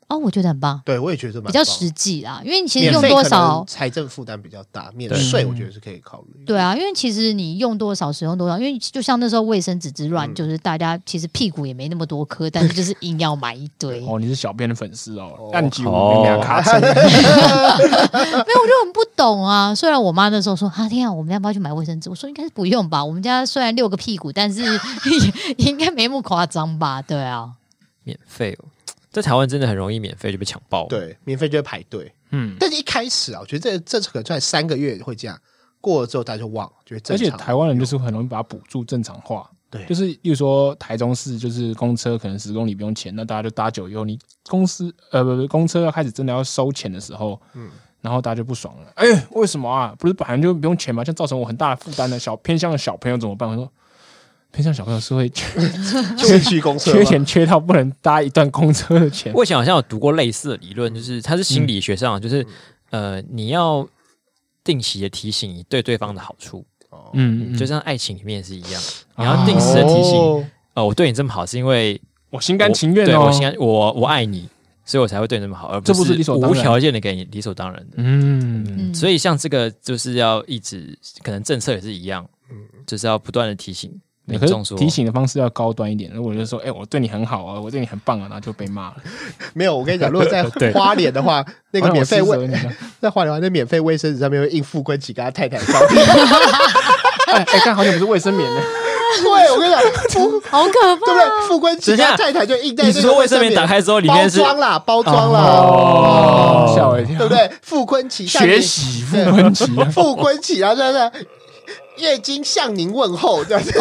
Speaker 4: 哦，我觉得很棒，
Speaker 3: 对我也觉得蛮
Speaker 4: 比较
Speaker 3: 棒
Speaker 4: 实际啦，因为你其实
Speaker 3: 免
Speaker 4: 用
Speaker 3: 费
Speaker 4: 多
Speaker 3: 可
Speaker 4: 少
Speaker 3: 能财政负担比较大，免
Speaker 1: 对
Speaker 3: 税
Speaker 2: 嗯
Speaker 3: 我觉得是可以考虑。
Speaker 4: 对，啊，因为其实你用多少使用多少，因为就像那时候卫生纸之乱，
Speaker 3: 嗯
Speaker 4: 就是大家其实屁股也没那么多颗，但是就是硬要买一堆。没有，
Speaker 2: 哦，你是小编的粉丝哦
Speaker 3: 哦，
Speaker 2: 按几五两卡车，
Speaker 4: 我就很不懂啊。虽然我妈那时候说：“啊，天啊，我们要不要去买卫生纸？”我说：“应该是不用吧。我们家虽然六个屁股，但是 也应该没那么夸张吧？”对啊，
Speaker 1: 免费哦，在台湾真的很容易免费就被抢爆。，
Speaker 3: 对，免费就会排队。
Speaker 2: 嗯，
Speaker 3: 但是一开始啊，我觉得这这可能算三个月会这样，过了之后大家就忘了，觉得
Speaker 2: 而
Speaker 3: 正
Speaker 2: 且
Speaker 3: 常。
Speaker 2: 台湾人就是很容易把补助正常化，
Speaker 3: 对
Speaker 2: 就是例如说台中市就是公车可能十公里不用钱，那大家就搭九优，你公司呃不不公车要开始真的要收钱的时候，嗯。然后大家就不爽了，哎、为什么啊？不是本来就不用钱吗？这样造成我很大的负担呢。小偏向的小朋友怎么办？我说，偏向小朋友是会 缺
Speaker 3: 就是去公 厕
Speaker 2: 缺
Speaker 3: 吗
Speaker 2: 钱缺到不能搭一段公车的钱。
Speaker 1: 我以前好像有读过类似的理论，就是它是
Speaker 2: 嗯
Speaker 1: 心理学上，就是呃，你要定期的提醒你对对方的好处，
Speaker 3: 哦
Speaker 2: 嗯，嗯哦
Speaker 1: 就像爱情里面也是一样，你要定时的提醒，
Speaker 3: 哦
Speaker 1: 呃，我对你这么好是因为
Speaker 2: 我心
Speaker 1: 我
Speaker 2: 甘情愿
Speaker 1: 对
Speaker 2: 哦，
Speaker 1: 我心甘，我我爱你，所以我才会对你这么好，而
Speaker 2: 这不是
Speaker 1: 是
Speaker 2: 理所当然
Speaker 1: 无条件的给你理所当然的。
Speaker 2: 嗯，
Speaker 1: 嗯，
Speaker 4: 嗯
Speaker 1: 所以像这个就是要一直，可能政策也是一样，
Speaker 3: 嗯
Speaker 1: 就是要不断的提醒
Speaker 2: 你
Speaker 1: 民
Speaker 2: 可
Speaker 1: 众
Speaker 2: 是
Speaker 1: 说，
Speaker 2: 提醒的方式要高端一点。如果就说，哎、我对你很好啊，我对你很棒啊，然后就被骂了。
Speaker 3: 没有，我跟你讲，如果在花莲的话，那
Speaker 2: 那
Speaker 3: 个免费卫
Speaker 2: 问，
Speaker 3: 在花莲的话那免费卫生纸上面会印富贵几跟他啊太太照片。
Speaker 2: 哎哎，看好久不是卫生棉了。
Speaker 3: 对，我跟你讲，富
Speaker 4: 好可怕
Speaker 3: 对不对？富贵几
Speaker 1: 等一
Speaker 3: 跟
Speaker 1: 下
Speaker 3: 太太就印在
Speaker 1: 你
Speaker 3: 那
Speaker 1: 是
Speaker 3: 个
Speaker 1: 说卫生棉
Speaker 3: 棉
Speaker 1: 打开之后里面是
Speaker 3: 包装啦，包装啦，
Speaker 2: 哦，吓我一
Speaker 3: 对
Speaker 2: 跳
Speaker 3: 不。对？傅昆奇向您
Speaker 2: 学习傅文琪 啊，
Speaker 3: 傅昆奇，然后在那月经向您问候这 样子，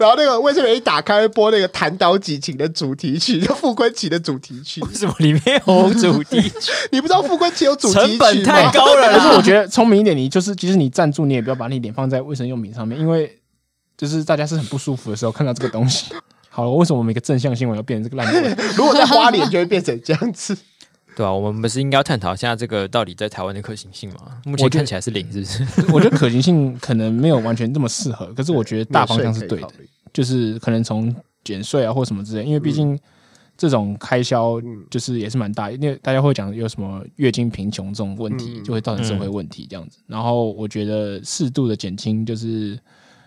Speaker 3: 然后那个卫生棉一打开会播那个弹岛几情的主题曲，就傅昆奇的主题曲。
Speaker 1: 为什么里面有主题 曲？
Speaker 3: 你不知道傅昆奇有主题曲吗
Speaker 1: 成本太高了
Speaker 2: 但是我
Speaker 1: 啦。
Speaker 2: 觉得聪明一点，你就是即使你赞助，你也不要把你脸放在卫生用品上面，因为就是大家是很不舒服的时候看到这个东西。好了，为什么每个正向新闻要变成这个烂 尾？
Speaker 3: 如果在花莲就会变成这 样子。
Speaker 1: 对啊，我们不是应该要探讨一下这个到底在台湾的可行性吗？目前
Speaker 2: 我觉得
Speaker 1: 看起来是零，是不 是？
Speaker 2: 我觉得可行性可能没有完全这么适合，可是我觉得大方向是对的
Speaker 3: 免税可以考。虑。
Speaker 2: 就是可能从减税啊或什么之类，因为毕竟这种开销
Speaker 3: 嗯
Speaker 2: 就是也是蛮大，因为大家会讲有什么月经贫穷这种问题，
Speaker 3: 嗯
Speaker 2: 就会造成社会问题这样子。然后我觉得适度的减轻就是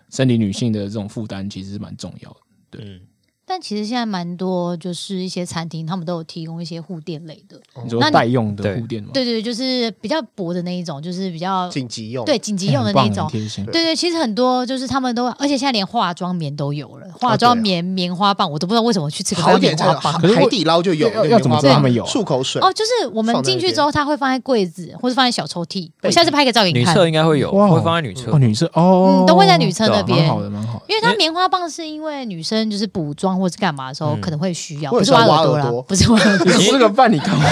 Speaker 2: 生理女性的这种负担，其实是蛮重要的。
Speaker 1: 嗯，
Speaker 4: 但其实现在蛮多就是一些餐厅，他们都有提供一些护垫类的，
Speaker 2: 你说
Speaker 4: 那你
Speaker 2: 代用的
Speaker 1: 对
Speaker 2: 护垫吗？
Speaker 4: 对对，对就是比较薄的那一种，就是比较
Speaker 3: 紧急用
Speaker 4: 对紧急
Speaker 2: 哎
Speaker 4: 用的
Speaker 2: 很
Speaker 4: 那
Speaker 2: 棒，
Speaker 4: 一
Speaker 2: 很
Speaker 4: 种。
Speaker 2: 贴心。
Speaker 4: 对对，其实很多就是他们都，而且现在连化妆棉都有了，化妆棉、棉花棒，我都不知道为什么去吃个
Speaker 3: 哦啊好一
Speaker 4: 棉
Speaker 3: 点才
Speaker 4: 花
Speaker 3: 有，
Speaker 4: 棒。
Speaker 2: 可是我
Speaker 3: 海底捞就有，
Speaker 2: 要
Speaker 3: 那个
Speaker 2: 要怎么知道他们有啊
Speaker 3: 漱口水
Speaker 4: 哦，就是我们进去之后，它会放在柜子或者放在小抽屉。我下次拍个照给你
Speaker 1: 女
Speaker 4: 看，
Speaker 1: 厕应该会有，
Speaker 2: 哇
Speaker 1: 会放在女厕
Speaker 2: 哦，。女生哦
Speaker 4: 嗯，，都会在女厕
Speaker 3: 啊
Speaker 4: 那
Speaker 2: 蛮
Speaker 4: 边。
Speaker 2: 好的，蛮好的。
Speaker 4: 因为它棉花棒是因为女生就是补妆或是干嘛的时候
Speaker 1: 嗯
Speaker 4: 可能会需要，
Speaker 3: 或
Speaker 4: 不
Speaker 3: 者
Speaker 4: 是
Speaker 3: 是
Speaker 4: 挖
Speaker 3: 要挖
Speaker 4: 耳朵
Speaker 3: 耳
Speaker 4: 啦
Speaker 3: 朵，
Speaker 4: 不是挖耳朵。
Speaker 2: 你吃个饭，你干嘛？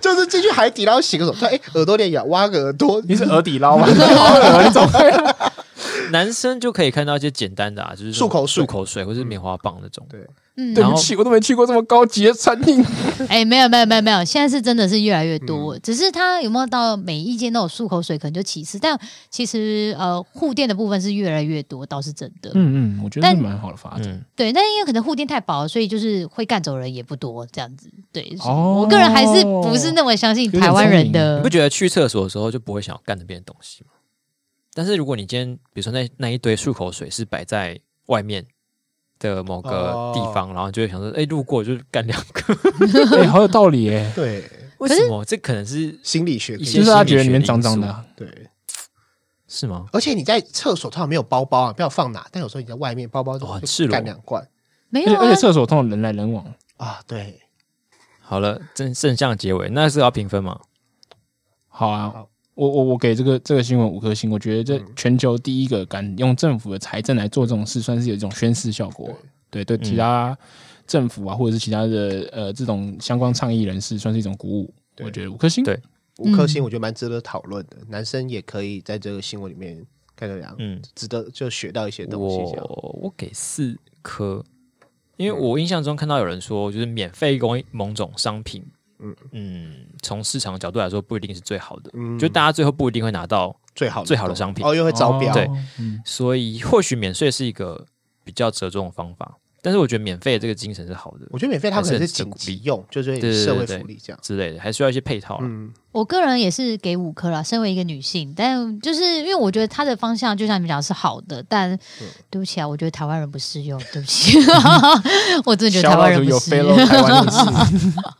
Speaker 3: 就是进去海底捞洗个手，他哎耳朵脸痒，挖个耳朵，
Speaker 2: 你是耳底捞吗？好 恶啊你怎么会？
Speaker 1: 男生就可以看到一些简单的啊，就是
Speaker 3: 漱口水
Speaker 1: 漱口水或是棉花棒那种。
Speaker 4: 嗯，
Speaker 2: 对
Speaker 1: 然
Speaker 2: 不
Speaker 1: 后
Speaker 2: 起，我都没去过这么高级的餐厅。
Speaker 4: 哎，没有没有没有没有，现在是真的是越来越
Speaker 3: 嗯
Speaker 4: 多，只是它有没有到每一间都有漱口水，可能就其次。但其实呃，护垫的部分是越来越多，倒是真的。
Speaker 2: 嗯嗯，我觉得
Speaker 4: 但
Speaker 2: 是蛮好的发展。
Speaker 1: 嗯，
Speaker 4: 对，但因为可能护垫太薄，所以就是会干走人也不多，这样子。对，
Speaker 2: 哦
Speaker 4: 我个人还是不是那么相信台湾人
Speaker 2: 有点聪欸
Speaker 4: 的。
Speaker 1: 你不觉得去厕所的时候就不会想要干那边的东西吗？但是如果你今天，比如说那那一堆漱口水是摆在外面的某个
Speaker 3: 哦
Speaker 1: 地方，然后你就会想说，哎、路过就干两个，
Speaker 2: 哎、好有道理耶！
Speaker 3: 对
Speaker 1: 为 什么？这可能是
Speaker 3: 心理学可以
Speaker 1: 一些
Speaker 2: 就是他觉得里面脏脏的啊、
Speaker 3: 对，
Speaker 1: 是吗？
Speaker 3: 而且你在厕所通常没有包包啊，不要放哪，但有时候你在外面包包就
Speaker 1: 哦很
Speaker 3: 就
Speaker 1: 赤裸
Speaker 3: 干两罐
Speaker 4: 没
Speaker 2: 而且
Speaker 4: 有
Speaker 2: 而
Speaker 4: 啊
Speaker 2: 且？厕所通常人来人往，
Speaker 3: 啊，对，
Speaker 1: 好了，正正向结尾，那是要评分吗？
Speaker 2: 好嗯啊，
Speaker 3: 好
Speaker 2: 我我我给这个这个新闻五颗星，我觉得这全球第一个敢用政府的财政来做这种事，算是有一种宣示效果。对嗯对，其他政府啊，或者是其他的呃这种相关倡议人士，算是一种鼓舞。
Speaker 3: 对
Speaker 2: 我觉得五颗星。
Speaker 1: 对
Speaker 3: 五颗星我觉得蛮值得讨论的，男生也可以在这个新闻里面看到两，
Speaker 1: 嗯，
Speaker 3: 值得就学到一些东西这样。
Speaker 1: 我我给四颗，
Speaker 3: 嗯
Speaker 1: 因为我印象中看到有人说，就是免费供应某种商品，
Speaker 3: 嗯
Speaker 1: 嗯嗯，从市场角度来说不一定是最好的，
Speaker 3: 嗯
Speaker 1: 就大家最后不一定会拿到，
Speaker 3: 最好
Speaker 1: 最好的商品
Speaker 3: 哦，又会招标，
Speaker 1: 对，
Speaker 2: 嗯，
Speaker 1: 所以或许免税是一个比较折中的方法。但是我觉得免费的这个精神是好的
Speaker 3: 我觉得免费它可能是紧
Speaker 1: 还是很
Speaker 3: 急用，就是
Speaker 1: 对对
Speaker 3: 社会
Speaker 1: 对
Speaker 3: 福利这样。
Speaker 1: 之类的，还需要一些配套啦。
Speaker 3: 嗯，
Speaker 4: 我个人也是给五颗啦，身为一个女性，但就是因为我觉得她的方向就像你们讲的是好的，但
Speaker 2: 嗯
Speaker 4: 对不起啊，我觉得台湾人不适用，对不起， 我真的觉得台湾人不
Speaker 2: 有
Speaker 4: 适用。
Speaker 2: fellow 台湾人 士，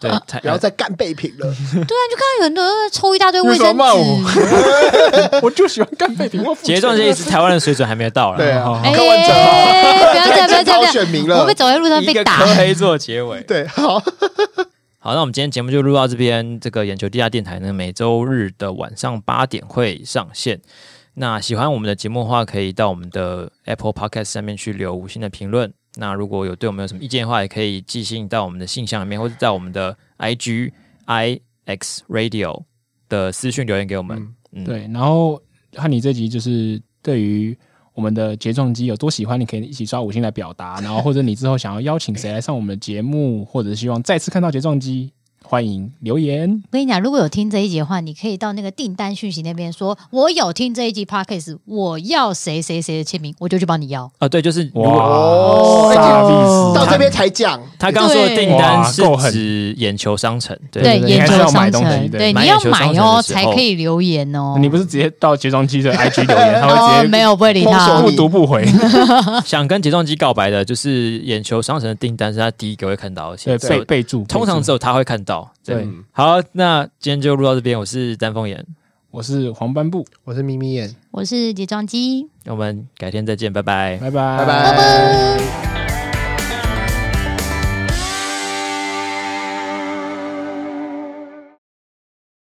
Speaker 1: 对， 台
Speaker 3: 不要再干备品了。
Speaker 4: 那很多人抽一大堆卫
Speaker 2: 为什
Speaker 4: 生
Speaker 2: 么骂我
Speaker 4: 纸，
Speaker 2: 我就喜欢干废品，我
Speaker 1: 呃结论这一次台湾的水准还没有到
Speaker 3: 对
Speaker 1: 啦，
Speaker 3: 啊，
Speaker 2: 好
Speaker 4: 哎，
Speaker 3: 柯文哲啊，
Speaker 4: 不要这样，不要这
Speaker 3: 征
Speaker 4: 样，不
Speaker 3: 召
Speaker 4: 要这
Speaker 3: 选民
Speaker 4: 样，我
Speaker 3: 了
Speaker 4: 会。走在路上
Speaker 1: 一
Speaker 4: 被
Speaker 1: 个
Speaker 4: 打。
Speaker 1: 科黑做结尾。
Speaker 3: 对，好，
Speaker 1: 好，那我们今天节目就录到这边。这个眼球地下电台呢，每周日的晚上八点会上线。那喜欢我们的节目的话，可以到我们的 Apple Podcast 上面去留五星的评论。那如果有对我们有什么意见的话，也可以寄信到我们的信箱里面，或者在我们的 IG I X Radio 的私讯留言给我们。嗯，
Speaker 2: 对，然后看你这集就是对于我们的睫状肌有多喜欢，你可以一起刷五星来表达，然后或者你之后想要邀请谁来上我们的节目，或者是希望再次看到睫状肌，欢迎留言。
Speaker 4: 我跟你讲，如果有听这一集的话，你可以到那个订单讯息那边说，我有听这一集 podcast，我要谁谁谁的签名，我就去帮你要。
Speaker 1: 啊，对，就是如果
Speaker 2: 哇，萨利斯
Speaker 3: 到这边才讲，
Speaker 1: 他刚刚说的
Speaker 4: 对
Speaker 1: 订单
Speaker 2: 哇
Speaker 1: 是
Speaker 2: 够狠
Speaker 1: 指眼球商城，对
Speaker 2: 对对
Speaker 4: 眼球
Speaker 2: 你还是要买
Speaker 4: 商
Speaker 2: 东西
Speaker 4: 城，
Speaker 2: 对
Speaker 4: 对，
Speaker 1: 买
Speaker 4: 你要
Speaker 1: 眼球商
Speaker 4: 买
Speaker 1: 城的
Speaker 4: 哦，
Speaker 1: 时
Speaker 4: 才
Speaker 1: 候
Speaker 4: 可以留言哦。
Speaker 2: 你不是直接到睫状肌的 IG 留言，他会
Speaker 4: 哦，
Speaker 2: 直
Speaker 4: 没
Speaker 2: 接
Speaker 4: 有不会理
Speaker 3: 封锁
Speaker 4: 他
Speaker 2: 不
Speaker 3: 你。
Speaker 2: 读不回，
Speaker 1: 想跟睫状肌告白的，就是眼球商城的订单是他第一个会看到的，
Speaker 2: 对
Speaker 1: 所以
Speaker 2: 备备注。
Speaker 1: 通常
Speaker 2: 备注
Speaker 1: 只有他会看到。
Speaker 2: 对，
Speaker 1: 好，那今天就录到这边，我是丹凤眼，
Speaker 2: 我是黄斑布，
Speaker 3: 我是眯眯眼，
Speaker 4: 我是睫状肌，
Speaker 1: 我们改天再见，拜拜。
Speaker 2: 拜拜
Speaker 3: 拜拜。
Speaker 4: 拜。